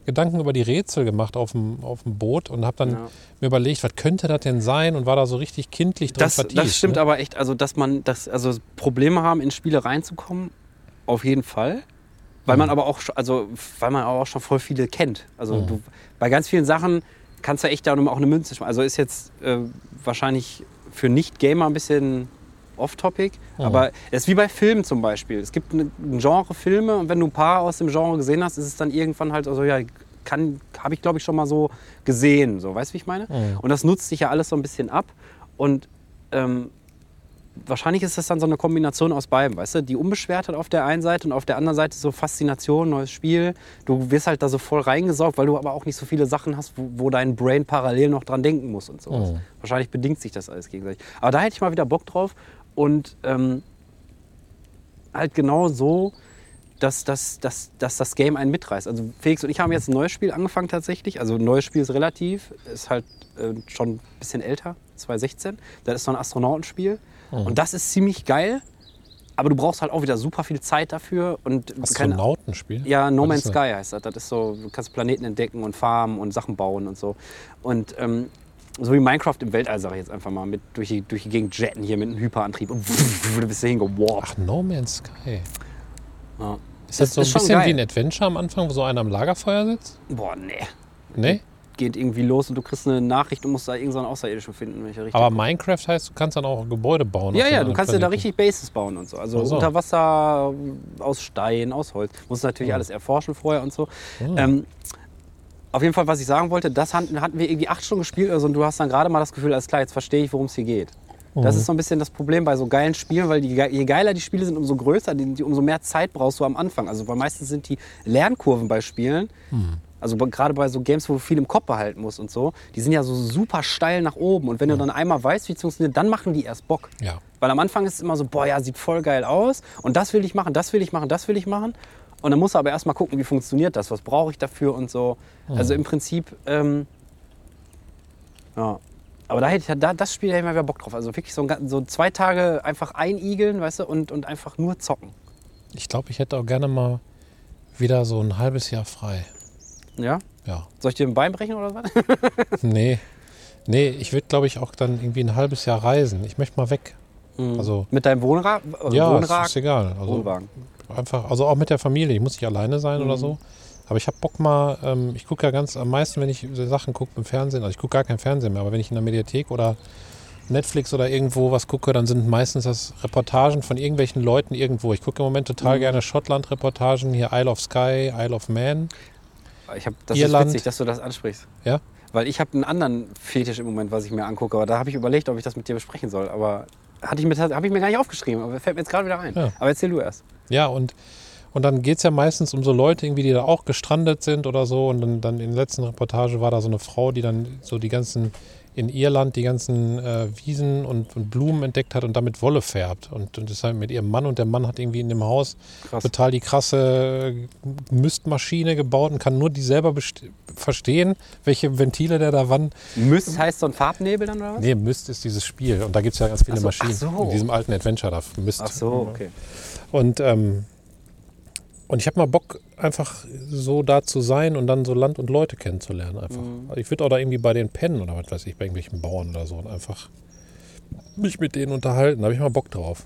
[SPEAKER 1] Gedanken über die Rätsel gemacht auf dem, auf dem Boot und habe dann
[SPEAKER 2] Ja.
[SPEAKER 1] mir überlegt, was könnte das denn sein und war da so richtig kindlich drin
[SPEAKER 2] Das,
[SPEAKER 1] vertieft.
[SPEAKER 2] das stimmt
[SPEAKER 1] ne?
[SPEAKER 2] aber echt, also dass man das, also Probleme haben, in Spiele reinzukommen, auf jeden Fall. Weil
[SPEAKER 1] Mhm.
[SPEAKER 2] man aber auch, schon- also weil man aber auch schon voll viele kennt. Also du, bei ganz vielen Sachen kannst du echt da auch eine Münze schmeißen. Also ist jetzt äh, wahrscheinlich für Nicht-Gamer ein bisschen off-topic,
[SPEAKER 1] Mhm.
[SPEAKER 2] aber es ist wie bei Filmen zum Beispiel. Es gibt eine- ein Genre Filme und wenn du ein paar aus dem Genre gesehen hast, ist es dann irgendwann halt, also ja, kann, habe ich glaube ich schon mal so gesehen. So, weißt du, wie ich meine?
[SPEAKER 1] Mhm.
[SPEAKER 2] Und das nutzt sich ja alles so ein bisschen ab und ähm, wahrscheinlich ist das dann so eine Kombination aus beidem, weißt du? Die Unbeschwertheit auf der einen Seite und auf der anderen Seite so Faszination, neues Spiel. Du wirst halt da so voll reingesaugt, weil du aber auch nicht so viele Sachen hast, wo, wo dein Brain parallel noch dran denken muss und sowas. Wahrscheinlich bedingt sich das alles gegenseitig. Aber da hätte ich mal wieder Bock drauf. Und ähm, halt genau so, dass, dass, dass, dass das Game einen mitreißt. Also Felix und ich haben jetzt ein neues Spiel angefangen tatsächlich. Also ein neues Spiel ist relativ, ist halt äh, schon ein bisschen älter, 2016. Das ist so ein Astronautenspiel.
[SPEAKER 1] Mhm.
[SPEAKER 2] Und das ist ziemlich geil, aber du brauchst halt auch wieder super viel Zeit dafür. Und keine-
[SPEAKER 1] Astronautenspiel?
[SPEAKER 2] ja, No
[SPEAKER 1] Was
[SPEAKER 2] Man's
[SPEAKER 1] ist das?
[SPEAKER 2] Sky heißt das. Das ist so, du kannst Planeten entdecken und farmen und Sachen bauen und so. Und ähm, so wie Minecraft im Weltall, sag ich jetzt einfach mal, mit durch die, durch die Gegend jetten hier mit einem Hyperantrieb und <laughs> du bist da hingewarpt.
[SPEAKER 1] Ach, No Man's Sky.
[SPEAKER 2] Ja.
[SPEAKER 1] Ist das,
[SPEAKER 2] Das
[SPEAKER 1] so
[SPEAKER 2] ist
[SPEAKER 1] ein
[SPEAKER 2] schon
[SPEAKER 1] bisschen
[SPEAKER 2] geil.
[SPEAKER 1] wie ein Adventure am Anfang, wo so einer am Lagerfeuer sitzt?
[SPEAKER 2] Boah, nee.
[SPEAKER 1] Nee?
[SPEAKER 2] Geht irgendwie los und du kriegst eine Nachricht und musst da irgendeinen Außerirdischen finden, wenn ich richtig.
[SPEAKER 1] Aber Minecraft heißt, du kannst dann auch Gebäude bauen. auf
[SPEAKER 2] ja,
[SPEAKER 1] den
[SPEAKER 2] ja, du
[SPEAKER 1] anderen
[SPEAKER 2] kannst dir da
[SPEAKER 1] Planeten.
[SPEAKER 2] richtig Bases bauen und so. Also
[SPEAKER 1] Ach so.
[SPEAKER 2] unter Wasser, aus Stein, aus Holz. Musst du natürlich alles erforschen vorher und so.
[SPEAKER 1] Oh.
[SPEAKER 2] Ähm, auf jeden Fall, was ich sagen wollte, das hatten, hatten wir irgendwie acht Stunden gespielt oder so und du hast dann gerade mal das Gefühl, alles klar, jetzt verstehe ich, worum es hier geht. Das ist so ein bisschen das Problem bei so geilen Spielen, weil die, ge- je geiler die Spiele sind, umso größer, die, die, umso mehr Zeit brauchst du am Anfang. Also weil meistens sind die Lernkurven bei Spielen, also bei- gerade bei so Games, wo du viel im Kopf behalten musst und so, die sind ja so super steil nach oben. Und wenn du dann einmal weißt, wie es funktioniert, dann machen die erst Bock.
[SPEAKER 1] Ja.
[SPEAKER 2] Weil am Anfang ist es immer so, boah, ja, sieht voll geil aus und das will ich machen, das will ich machen, das will ich machen. Und dann musst du aber erstmal gucken, wie funktioniert das, was brauche ich dafür und so. Also im Prinzip, ähm, ja. Aber da hätte ich, da, das Spiel hätte ich mal wieder Bock drauf. Also wirklich so, ein, ga- so zwei Tage einfach einigeln, weißt du, und, und einfach nur zocken.
[SPEAKER 1] Ich glaube, ich hätte auch gerne mal wieder so ein halbes Jahr frei.
[SPEAKER 2] Ja? <laughs>
[SPEAKER 1] Ja.
[SPEAKER 2] Soll ich dir ein Bein brechen oder was? <laughs>
[SPEAKER 1] Nee. Nee, ich würde, glaube ich, auch dann irgendwie ein halbes Jahr reisen. Ich möchte mal weg.
[SPEAKER 2] Mhm.
[SPEAKER 1] Also,
[SPEAKER 2] Mit deinem Wohnrad?
[SPEAKER 1] ja, ist,
[SPEAKER 2] Wohnrad?
[SPEAKER 1] ist egal. Also,
[SPEAKER 2] Wohnwagen.
[SPEAKER 1] einfach, also auch mit der Familie. Ich muss nicht alleine sein oder so. Aber ich habe Bock mal, ähm, ich gucke ja ganz am meisten, wenn ich so Sachen gucke im Fernsehen, also ich gucke gar kein Fernsehen mehr, aber wenn ich in der Mediathek oder Netflix oder irgendwo was gucke, dann sind meistens das Reportagen von irgendwelchen Leuten irgendwo. Ich gucke im Moment total gerne Schottland-Reportagen, hier Isle of Sky, Isle of Man.
[SPEAKER 2] Ich hab, das
[SPEAKER 1] Irland.
[SPEAKER 2] ist witzig, dass du das ansprichst.
[SPEAKER 1] Ja?
[SPEAKER 2] Weil ich habe einen anderen Fetisch im Moment, was ich mir angucke. Aber da habe ich überlegt, ob ich das mit dir besprechen soll. Aber hatte ich mir, habe ich mir gar nicht aufgeschrieben. Aber fällt mir jetzt gerade wieder ein.
[SPEAKER 1] Ja.
[SPEAKER 2] Aber erzähl du erst.
[SPEAKER 1] Ja, und, und dann geht es ja meistens um so Leute, irgendwie, die da auch gestrandet sind oder so. Und dann, dann in der letzten Reportage war da so eine Frau, die dann so die ganzen in Irland die ganzen äh, Wiesen und, und Blumen entdeckt hat und damit Wolle färbt. Und, und das halt mit ihrem Mann. Und der Mann hat irgendwie in dem Haus
[SPEAKER 2] Krass.
[SPEAKER 1] total die krasse äh, Mistmaschine gebaut und kann nur die selber best- verstehen, welche Ventile der da wann.
[SPEAKER 2] Mist heißt so ein Farbnebel dann oder was?
[SPEAKER 1] Nee, Mist ist dieses Spiel. Und da gibt es ja ganz viele
[SPEAKER 2] Ach so, ach
[SPEAKER 1] Maschinen.
[SPEAKER 2] so.
[SPEAKER 1] In diesem alten Adventure da. Mist.
[SPEAKER 2] Ach so, okay.
[SPEAKER 1] Und, ähm, und ich habe mal Bock, einfach so da zu sein und dann so Land und Leute kennenzulernen. Einfach.
[SPEAKER 2] Mhm.
[SPEAKER 1] Also ich würde auch da irgendwie bei den Pennen oder was weiß ich, bei irgendwelchen Bauern oder so und einfach mich mit denen unterhalten. Da habe ich mal Bock drauf.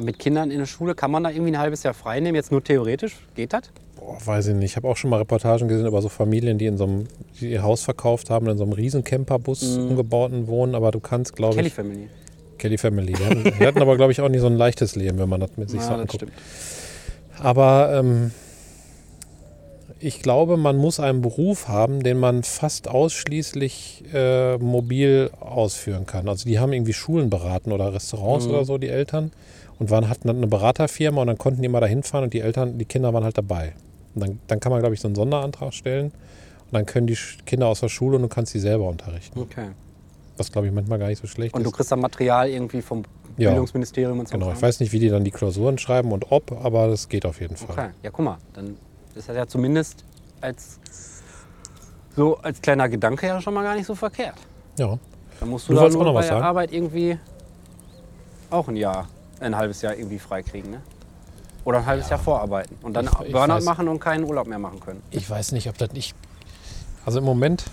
[SPEAKER 2] Mit Kindern in der Schule kann man da irgendwie ein halbes Jahr frei nehmen. Jetzt nur theoretisch. Geht das?
[SPEAKER 1] Boah, weiß ich nicht. Ich habe auch schon mal Reportagen gesehen über so Familien, die in so einem, die ihr Haus verkauft haben, in so einem riesen Camperbus umgebauten wohnen, aber du kannst, glaube
[SPEAKER 2] Mhm. Kelly
[SPEAKER 1] ich.
[SPEAKER 2] Family.
[SPEAKER 1] Kelly Family. Die hatten, die hatten aber, glaube ich, auch nicht so ein leichtes Leben, wenn man das mit sich so
[SPEAKER 2] Ja, Ah, das
[SPEAKER 1] anguckt.
[SPEAKER 2] stimmt.
[SPEAKER 1] Aber ähm, ich glaube, man muss einen Beruf haben, den man fast ausschließlich äh, mobil ausführen kann. Also die haben irgendwie Schulen beraten oder
[SPEAKER 2] Mhm.
[SPEAKER 1] Restaurants oder so, die Eltern. Und waren, hatten dann eine Beraterfirma und dann konnten die mal da hinfahren und die Eltern, die Kinder waren halt dabei. Und dann, dann kann man, glaube ich, so einen Sonderantrag stellen. Und dann können die Sch- Kinder aus der Schule und du kannst sie selber unterrichten.
[SPEAKER 2] Okay.
[SPEAKER 1] Was, glaube ich, manchmal gar nicht so schlecht
[SPEAKER 2] Und
[SPEAKER 1] ist.
[SPEAKER 2] du kriegst dann Material irgendwie vom
[SPEAKER 1] Ja.
[SPEAKER 2] Bildungsministerium und so.
[SPEAKER 1] genau, ich weiß nicht, wie die dann die Klausuren schreiben und ob, aber das geht auf jeden Fall.
[SPEAKER 2] Okay, ja, guck mal, dann ist das ja zumindest als, so als kleiner Gedanke ja schon mal gar nicht so verkehrt.
[SPEAKER 1] Ja.
[SPEAKER 2] Dann musst du,
[SPEAKER 1] Du
[SPEAKER 2] da
[SPEAKER 1] wolltest
[SPEAKER 2] nur
[SPEAKER 1] auch noch
[SPEAKER 2] bei
[SPEAKER 1] was
[SPEAKER 2] der
[SPEAKER 1] sagen?
[SPEAKER 2] Arbeit irgendwie auch ein Jahr, ein halbes Jahr irgendwie freikriegen, ne? Oder ein halbes Jahr vorarbeiten und dann
[SPEAKER 1] Ich- ich
[SPEAKER 2] Burnout
[SPEAKER 1] weiß.
[SPEAKER 2] machen und keinen Urlaub mehr machen können.
[SPEAKER 1] Ich weiß nicht, ob das nicht. Also im Moment,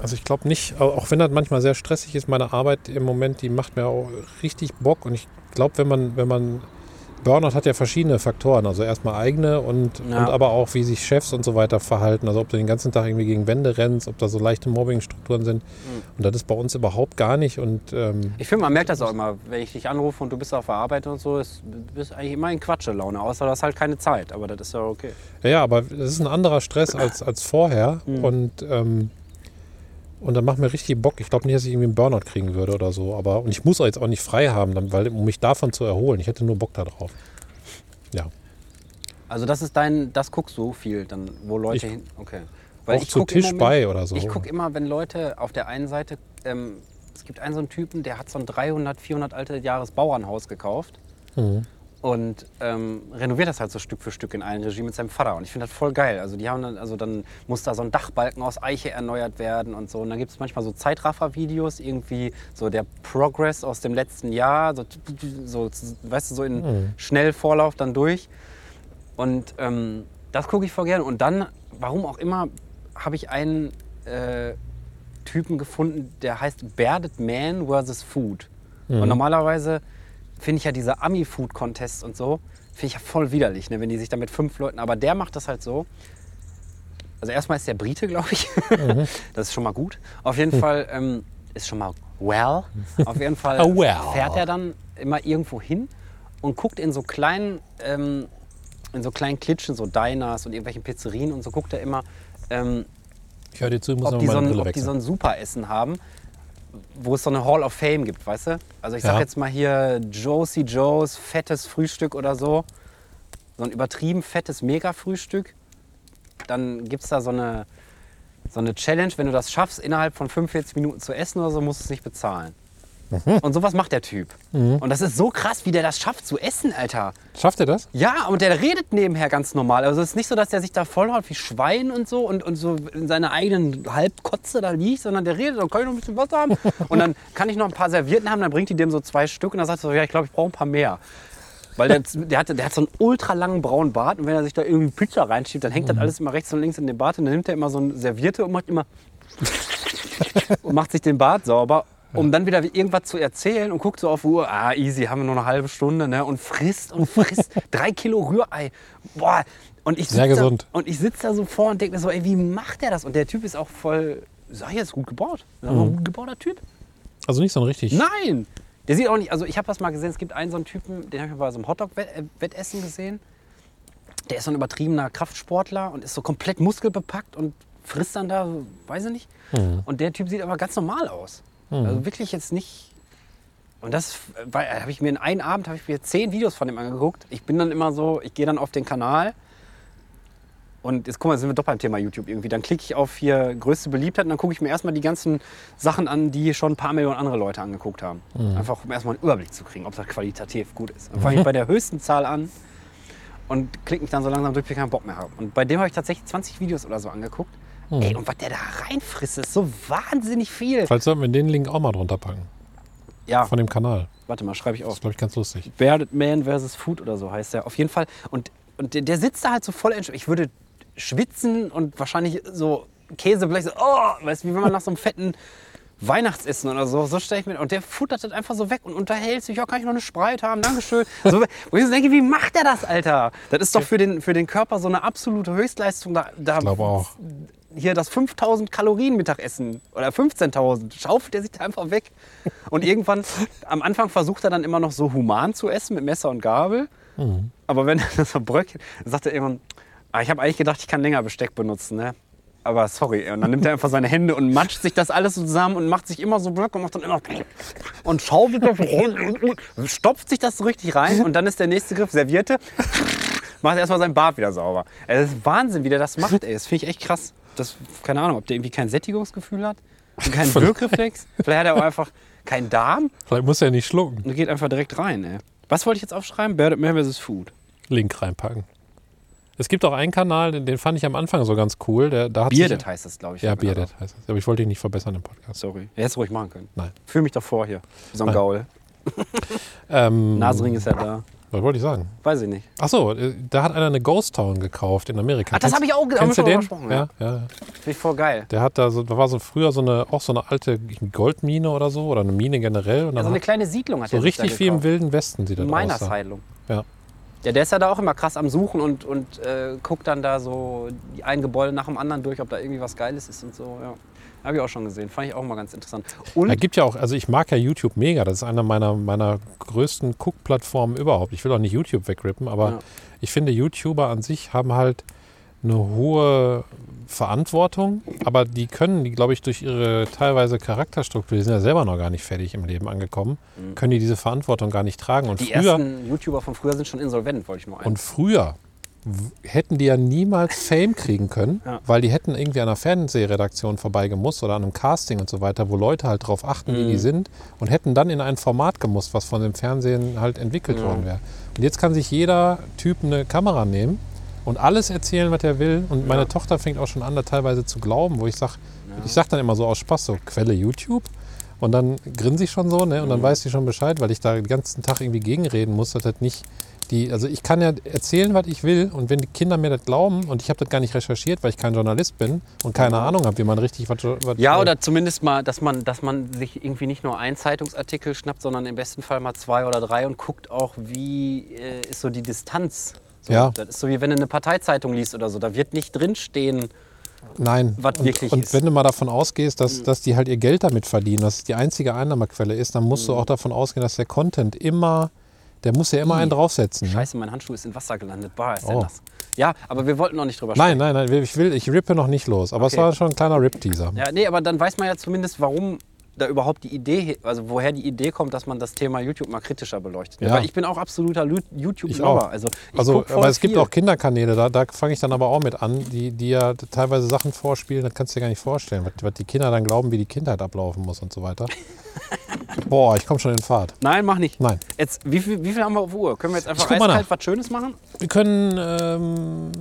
[SPEAKER 1] also ich glaube nicht, au- auch wenn das manchmal sehr stressig ist, meine Arbeit im Moment, die macht mir auch richtig Bock. Und ich glaube, wenn man, wenn man. Burnout hat ja verschiedene Faktoren. Also erstmal eigene und,
[SPEAKER 2] Ja.
[SPEAKER 1] und aber auch, wie sich Chefs und so weiter verhalten. Also ob du den ganzen Tag irgendwie gegen Wände rennst, ob da so leichte Mobbingstrukturen sind. Und das ist bei uns überhaupt gar nicht. Und ähm,
[SPEAKER 2] Ich finde, man merkt das auch immer, wenn ich dich anrufe und du bist auf der Arbeit und so, ist, du bist eigentlich immer in Quatschelaune, außer du hast halt keine Zeit, aber das ist ja okay.
[SPEAKER 1] Ja, Ja, aber das ist ein anderer Stress als, als vorher.
[SPEAKER 2] Mhm.
[SPEAKER 1] Und, ähm, und dann macht mir richtig Bock. Ich glaube nicht, dass ich irgendwie einen Burnout kriegen würde oder so. Aber und ich muss auch jetzt auch nicht frei haben, dann, weil, um mich davon zu erholen. Ich hätte nur Bock darauf. Ja.
[SPEAKER 2] Also das ist dein, das guckst du viel, dann wo Leute
[SPEAKER 1] Ich-
[SPEAKER 2] hin. Okay.
[SPEAKER 1] auch zu
[SPEAKER 2] guck im
[SPEAKER 1] Tisch bei oder so.
[SPEAKER 2] Ich gucke immer, wenn Leute auf der einen Seite ähm, Es gibt einen so einen Typen, der hat so ein 300, 400 alte Jahres Bauernhaus gekauft
[SPEAKER 1] Mhm.
[SPEAKER 2] und ähm, renoviert das halt so Stück für Stück in allen Regie mit seinem Vater. Und ich finde das voll geil. Also, die haben dann, also dann muss da so ein Dachbalken aus Eiche erneuert werden und so. Und dann gibt es manchmal so Zeitraffer-Videos, irgendwie so der Progress aus dem letzten Jahr, so, so weißt du, so in
[SPEAKER 1] Mhm.
[SPEAKER 2] Schnellvorlauf dann durch. Und ähm, das gucke ich voll gerne. Und dann, warum auch immer, habe ich einen äh, Typen gefunden, der heißt Bearded Man vs. Food. Und normalerweise finde ich ja diese Ami-Food-Contests und so, finde ich ja voll widerlich, ne, wenn die sich da mit fünf Leuten. Aber der macht das halt so. Also erstmal ist der Brite, glaube ich. <laughs> Das ist schon mal gut. Auf jeden Fall ähm, ist schon mal well. Auf jeden Fall
[SPEAKER 1] Oh, well.
[SPEAKER 2] fährt er dann immer irgendwo hin und guckt in so kleinen, ähm, in so kleinen Klitschen, so Diners und irgendwelchen Pizzerien und so guckt er immer, ähm,
[SPEAKER 1] Ich höre dir zu, ich muss
[SPEAKER 2] ob,
[SPEAKER 1] noch
[SPEAKER 2] die
[SPEAKER 1] mal
[SPEAKER 2] so
[SPEAKER 1] meine
[SPEAKER 2] ein,
[SPEAKER 1] Brille
[SPEAKER 2] ob die so
[SPEAKER 1] wechseln.
[SPEAKER 2] ein Superessen haben, wo es so eine Hall of Fame gibt, weißt du? Also ich sag
[SPEAKER 1] Ja.
[SPEAKER 2] jetzt mal hier Josie Joes fettes Frühstück oder so. So ein übertrieben fettes Mega-Frühstück. Dann gibt es da so eine, so eine Challenge, wenn du das schaffst, innerhalb von 45 Minuten zu essen oder so, musst du es nicht bezahlen.
[SPEAKER 1] Mhm.
[SPEAKER 2] Und sowas macht der Typ. Und das ist so krass, wie der das schafft zu essen, Alter.
[SPEAKER 1] Schafft er das?
[SPEAKER 2] Ja, und der redet nebenher ganz normal. Also es ist nicht so, dass der sich da vollhaut wie Schwein und so und, und so in seiner eigenen Halbkotze da liegt, sondern der redet, dann kann ich noch ein bisschen Wasser haben. Und dann kann ich noch ein paar Servietten haben, dann bringt die dem so zwei Stück und dann sagt er so, ja, ich glaube, ich brauche ein paar mehr. Weil der, der, hat, der hat so einen ultra langen braunen Bart und wenn er sich da irgendwie Pizza reinschiebt, dann hängt
[SPEAKER 1] Mhm.
[SPEAKER 2] das alles immer rechts und links in den Bart und dann nimmt er immer so eine Serviette und macht immer <laughs> und macht sich den Bart sauber, um dann wieder irgendwas zu erzählen und guckt so auf die Uhr, ah, easy, haben wir nur eine halbe Stunde, ne? Und frisst und
[SPEAKER 1] <laughs>
[SPEAKER 2] frisst drei Kilo Rührei. Boah, und ich
[SPEAKER 1] Sehr
[SPEAKER 2] sitz
[SPEAKER 1] gesund.
[SPEAKER 2] Da, und ich sitze da so vor und denke mir so, ey, wie macht der das? Und der Typ ist auch voll, sag ich jetzt, gut gebaut. Das ist auch
[SPEAKER 1] Mhm.
[SPEAKER 2] Ein gut gebauter Typ.
[SPEAKER 1] Also nicht so ein richtig.
[SPEAKER 2] Nein! Der sieht auch nicht, also ich habe das mal gesehen, es gibt einen so einen Typen, den habe ich mal bei so einem Hotdog-Wettessen gesehen. Der ist so ein übertriebener Kraftsportler und ist so komplett muskelbepackt und frisst dann da, so, weiß ich nicht. Und der Typ sieht aber ganz normal aus. Also wirklich jetzt nicht. Und das äh, weil, äh, habe ich mir in einem Abend habe ich mir zehn Videos von dem angeguckt. Ich bin dann immer so, ich gehe dann auf den Kanal und jetzt guck mal, sind wir doch beim Thema YouTube irgendwie. Dann klicke ich auf hier größte Beliebtheit und dann gucke ich mir erstmal die ganzen Sachen an, die schon ein paar Millionen andere Leute angeguckt haben. Einfach um erstmal einen Überblick zu kriegen, ob das qualitativ gut ist. Dann fange ich bei der höchsten Zahl an und klicke mich dann so langsam durch, bis ich keinen Bock mehr habe. Und bei dem habe ich tatsächlich 20 Videos oder so angeguckt. Ey, und was der da reinfrisst, ist so wahnsinnig viel.
[SPEAKER 1] Vielleicht sollten wir den Link auch mal drunter packen.
[SPEAKER 2] Ja,
[SPEAKER 1] Von dem Kanal.
[SPEAKER 2] warte mal, schreibe ich
[SPEAKER 1] Das
[SPEAKER 2] auf.
[SPEAKER 1] ist, glaube ich, ganz lustig.
[SPEAKER 2] Bearded Man vs. Food oder so heißt der. Auf jeden Fall. Und, und der, der sitzt da halt so voll entspannt. Ich würde schwitzen und wahrscheinlich so Käse vielleicht so, oh, weißt du, wie wenn man nach so einem fetten Weihnachtsessen oder so, so stelle ich mir. Und der futtert das einfach so weg und unterhält sich, ja, kann ich noch eine Spreit haben, Dankeschön. So, wo ich so denke, wie macht der das, Alter? Das ist doch für den, für den Körper so eine absolute Höchstleistung. Da, da
[SPEAKER 1] Ich glaube auch.
[SPEAKER 2] hier das 5000 Kalorien Mittagessen oder 15.000, schaufelt er sich da einfach weg. Und irgendwann, am Anfang versucht er dann immer noch so human zu essen mit Messer und Gabel. Aber wenn er <laughs> das so bröckelt, sagt er irgendwann, ah, ich habe eigentlich gedacht, ich kann länger Besteck benutzen, ne? Aber sorry. Und dann nimmt er einfach seine Hände und matscht sich das alles so zusammen und macht sich immer so Blöcke und macht dann immer und schaufelt das rein, stopft sich das so richtig rein und dann ist der nächste Griff Serviette macht erstmal sein Bart wieder sauber. Es ist Wahnsinn, wie der das macht, ey. Das finde ich echt krass. Das, keine Ahnung, ob der irgendwie kein Sättigungsgefühl hat und
[SPEAKER 1] <laughs>
[SPEAKER 2] keinen Wirkreflex. Vielleicht hat er auch einfach keinen Darm
[SPEAKER 1] Vielleicht muss er nicht schlucken.
[SPEAKER 2] und geht einfach direkt rein, ey. Was wollte ich jetzt aufschreiben? Bearded Man vs. Food.
[SPEAKER 1] Link reinpacken. Es gibt auch einen Kanal, den, den fand ich am Anfang so ganz cool. Der, da hat
[SPEAKER 2] Bearded
[SPEAKER 1] sich,
[SPEAKER 2] heißt das, glaube ich. genau.
[SPEAKER 1] Ja, Bearded heißt es. Aber ich wollte ihn nicht verbessern im Podcast.
[SPEAKER 2] Sorry. Hättest du ruhig machen können.
[SPEAKER 1] Nein.
[SPEAKER 2] Fühl mich doch vor hier. So ein Gaul.
[SPEAKER 1] Ähm,
[SPEAKER 2] Nasenring ist ja da.
[SPEAKER 1] was wollte ich sagen?
[SPEAKER 2] Weiß ich nicht.
[SPEAKER 1] Achso, da hat einer eine Ghost Town gekauft in Amerika.
[SPEAKER 2] Ach, Ah, das
[SPEAKER 1] Kennst-
[SPEAKER 2] habe ich auch
[SPEAKER 1] Kennst du
[SPEAKER 2] schon mal
[SPEAKER 1] den?
[SPEAKER 2] gesprochen.
[SPEAKER 1] ja,
[SPEAKER 2] Ja.
[SPEAKER 1] ja. ja.
[SPEAKER 2] Finde ich voll geil.
[SPEAKER 1] Der hat da so, da war so früher so eine, auch so eine alte Goldmine oder so oder eine Mine generell. Und dann
[SPEAKER 2] Also eine
[SPEAKER 1] hat,
[SPEAKER 2] kleine Siedlung hat
[SPEAKER 1] so
[SPEAKER 2] der sich da
[SPEAKER 1] richtig viel im
[SPEAKER 2] gekauft.
[SPEAKER 1] Wilden Westen sieht das aus. da.
[SPEAKER 2] Minersiedlung.
[SPEAKER 1] Ja.
[SPEAKER 2] Ja, der ist ja da auch immer krass am Suchen und, und äh, guckt dann da so die ein Gebäude nach dem anderen durch, ob da irgendwie was Geiles ist und so. Ja. Habe ich auch schon gesehen. Fand ich auch mal ganz interessant. Und
[SPEAKER 1] Da gibt ja auch, also ich mag ja YouTube mega. Das ist eine meiner, meiner größten Guckplattformen überhaupt. Ich will auch nicht YouTube wegrippen, aber
[SPEAKER 2] Ja.
[SPEAKER 1] ich finde, YouTuber an sich haben halt eine hohe Verantwortung, aber die können, die glaube ich, durch ihre teilweise Charakterstruktur, die sind ja selber noch gar nicht fertig im Leben angekommen, können die diese Verantwortung gar nicht tragen. Und
[SPEAKER 2] Mhm. die
[SPEAKER 1] früher,
[SPEAKER 2] ersten YouTuber von früher sind schon insolvent, wollte ich nur ein.
[SPEAKER 1] und früher hätten die ja niemals Fame kriegen können,
[SPEAKER 2] Ja.
[SPEAKER 1] weil die hätten irgendwie an einer Fernsehredaktion vorbeigemusst oder an einem Casting und so weiter, wo Leute halt drauf achten, wie
[SPEAKER 2] Mhm.
[SPEAKER 1] die sind und hätten dann in ein Format gemusst, was von dem Fernsehen halt entwickelt
[SPEAKER 2] Ja.
[SPEAKER 1] worden wäre. Und jetzt kann sich jeder Typ eine Kamera nehmen und alles erzählen, was er will. Und meine
[SPEAKER 2] Ja.
[SPEAKER 1] Tochter fängt auch schon an, da teilweise zu glauben, wo ich sage, ich sag dann immer so aus Spaß, so Quelle YouTube. Und dann grinse ich schon so, ne? Und
[SPEAKER 2] Mhm.
[SPEAKER 1] dann weiß sie schon Bescheid, weil ich da den ganzen Tag irgendwie gegenreden muss, dass das nicht die, also ich kann ja erzählen, was ich will und wenn die Kinder mir das glauben und ich habe das gar nicht recherchiert, weil ich kein Journalist bin und keine Ahnung habe, wie man richtig was... was
[SPEAKER 2] Mhm. Ja, oder zumindest mal, dass man, dass man sich irgendwie nicht nur einen Zeitungsartikel schnappt, sondern im besten Fall mal zwei oder drei und guckt auch, wie äh, ist so die Distanz. So,
[SPEAKER 1] Ja.
[SPEAKER 2] Das ist so wie wenn du eine Parteizeitung liest oder so. Da wird nicht drinstehen.
[SPEAKER 1] Nein.
[SPEAKER 2] was
[SPEAKER 1] und,
[SPEAKER 2] wirklich
[SPEAKER 1] und
[SPEAKER 2] ist. Mhm.
[SPEAKER 1] wenn du mal davon ausgehst, dass, dass die halt ihr Geld damit verdienen, dass es die einzige Einnahmequelle ist, dann
[SPEAKER 2] Mhm.
[SPEAKER 1] musst du auch davon ausgehen, dass der Content immer, der muss ja immer einen draufsetzen. ne?
[SPEAKER 2] Mhm. Scheiße, mein Handschuh ist in Wasser gelandet. Bah, ist denn
[SPEAKER 1] Oh.
[SPEAKER 2] das? Ja, aber wir wollten noch nicht drüber
[SPEAKER 1] Nein, nein, nein, ich will, ich rippe noch nicht los, aber es
[SPEAKER 2] Okay.
[SPEAKER 1] war schon ein kleiner Rip-Teaser.
[SPEAKER 2] Ja, nee, aber dann weiß man ja zumindest, warum da überhaupt die Idee, he- also woher die Idee kommt, dass man das Thema YouTube mal kritischer beleuchtet.
[SPEAKER 1] Ja.
[SPEAKER 2] Weil ich bin auch absoluter Lu-
[SPEAKER 1] auch.
[SPEAKER 2] YouTube-Lover. Also, ich
[SPEAKER 1] Also,
[SPEAKER 2] guck voll
[SPEAKER 1] aber es gibt
[SPEAKER 2] viel.
[SPEAKER 1] auch Kinderkanäle, da, da fange ich dann aber auch mit an, die, die ja teilweise Sachen vorspielen, das kannst du dir gar nicht vorstellen, was, was die Kinder dann glauben, wie die Kindheit ablaufen muss und so
[SPEAKER 2] <laughs>
[SPEAKER 1] weiter. Boah, ich komme schon in Fahrt.
[SPEAKER 2] Nein, mach nicht.
[SPEAKER 1] Nein.
[SPEAKER 2] Jetzt, wie, viel, wie viel haben wir auf Uhr? Können wir jetzt einfach
[SPEAKER 1] Ich guck mal
[SPEAKER 2] eiskalt
[SPEAKER 1] nach.
[SPEAKER 2] was Schönes machen?
[SPEAKER 1] Wir können, ähm,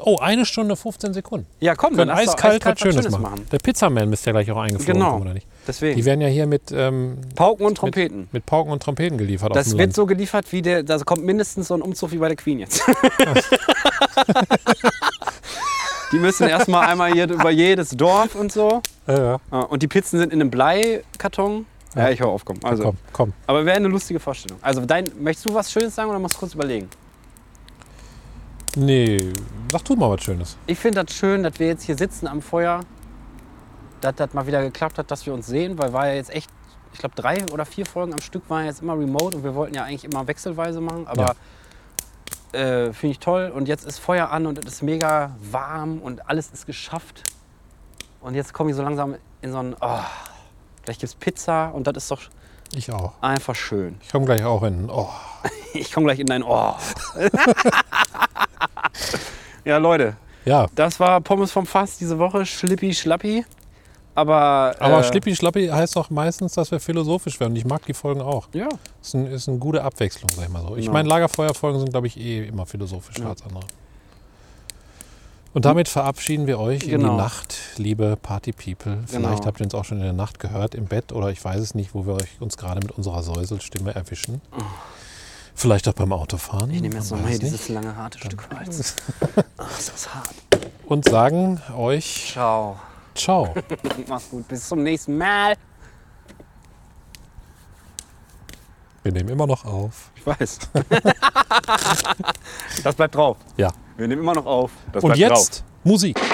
[SPEAKER 1] oh, eine Stunde 15 Sekunden.
[SPEAKER 2] Ja, komm,
[SPEAKER 1] Wir können
[SPEAKER 2] dann lass doch
[SPEAKER 1] eiskalt,
[SPEAKER 2] eiskalt
[SPEAKER 1] was Schönes, machen. Der Pizzaman müsste ja gleich auch eingeflogen
[SPEAKER 2] Genau.
[SPEAKER 1] kommen, oder nicht? Die
[SPEAKER 2] Deswegen.
[SPEAKER 1] werden ja hier mit, ähm,
[SPEAKER 2] Pauken und Trompeten.
[SPEAKER 1] mit Pauken und Trompeten geliefert. auf
[SPEAKER 2] Das
[SPEAKER 1] dem
[SPEAKER 2] wird
[SPEAKER 1] Land.
[SPEAKER 2] so geliefert, wie der. Da kommt mindestens so ein Umzug wie bei der Queen jetzt. die müssen erstmal einmal hier über jedes Dorf und so.
[SPEAKER 1] Ja, ja.
[SPEAKER 2] Ah, Und die Pizzen sind in einem Bleikarton. Ja, ich hör auf, komm. Also.
[SPEAKER 1] Komm, komm.
[SPEAKER 2] Aber wäre eine lustige Vorstellung. Also, dein, möchtest du was Schönes sagen oder musst du kurz überlegen?
[SPEAKER 1] Nee, sag du mal was Schönes.
[SPEAKER 2] Ich finde das schön, dass wir jetzt hier sitzen am Feuer, dass das mal wieder geklappt hat, dass wir uns sehen, weil war ja jetzt echt, ich glaube, drei oder vier Folgen am Stück waren jetzt immer remote und wir wollten ja eigentlich immer wechselweise machen, aber äh, finde ich toll. Und jetzt ist Feuer an und es ist mega warm und alles ist geschafft. Und jetzt komme ich so langsam in so ein, oh, gleich gibt's Pizza und das ist doch
[SPEAKER 1] Ich auch.
[SPEAKER 2] einfach schön. <laughs>
[SPEAKER 1] Ich komme gleich auch in. Oh.
[SPEAKER 2] Ich komme gleich in dein oh. Ohr. <laughs> ja, Leute,
[SPEAKER 1] Ja,
[SPEAKER 2] das war Pommes vom Fass diese Woche. Schlippi, schlappi. Aber.
[SPEAKER 1] Aber
[SPEAKER 2] äh,
[SPEAKER 1] Schlippi Schlappi heißt doch meistens, dass wir philosophisch werden. Und ich mag die Folgen auch.
[SPEAKER 2] Ja.
[SPEAKER 1] Ist, ein, ist eine gute Abwechslung, sag ich mal so. Ich
[SPEAKER 2] Ja.
[SPEAKER 1] meine, Lagerfeuerfolgen sind, glaube ich, eh immer philosophischer
[SPEAKER 2] Genau. Ja.
[SPEAKER 1] als andere. Und damit verabschieden wir euch in
[SPEAKER 2] Genau.
[SPEAKER 1] die Nacht, liebe Party People. Vielleicht
[SPEAKER 2] Genau.
[SPEAKER 1] habt ihr uns auch schon in der Nacht gehört, im Bett oder ich weiß es nicht, wo wir euch, uns gerade mit unserer Säuselstimme erwischen. Vielleicht auch beim Autofahren.
[SPEAKER 2] Ich nehme jetzt
[SPEAKER 1] man
[SPEAKER 2] nochmal hier
[SPEAKER 1] weiß
[SPEAKER 2] dieses lange, harte Stück Holz. <laughs> Ach, ist das hart.
[SPEAKER 1] nicht. Und sagen euch
[SPEAKER 2] Ciao.
[SPEAKER 1] Ciao.
[SPEAKER 2] Mach's gut. Bis zum nächsten Mal.
[SPEAKER 1] Wir nehmen immer noch auf.
[SPEAKER 2] Ich weiß. das bleibt drauf.
[SPEAKER 1] Ja.
[SPEAKER 2] Wir nehmen immer noch auf. Das
[SPEAKER 1] Und
[SPEAKER 2] bleibt drauf.
[SPEAKER 1] jetzt Musik.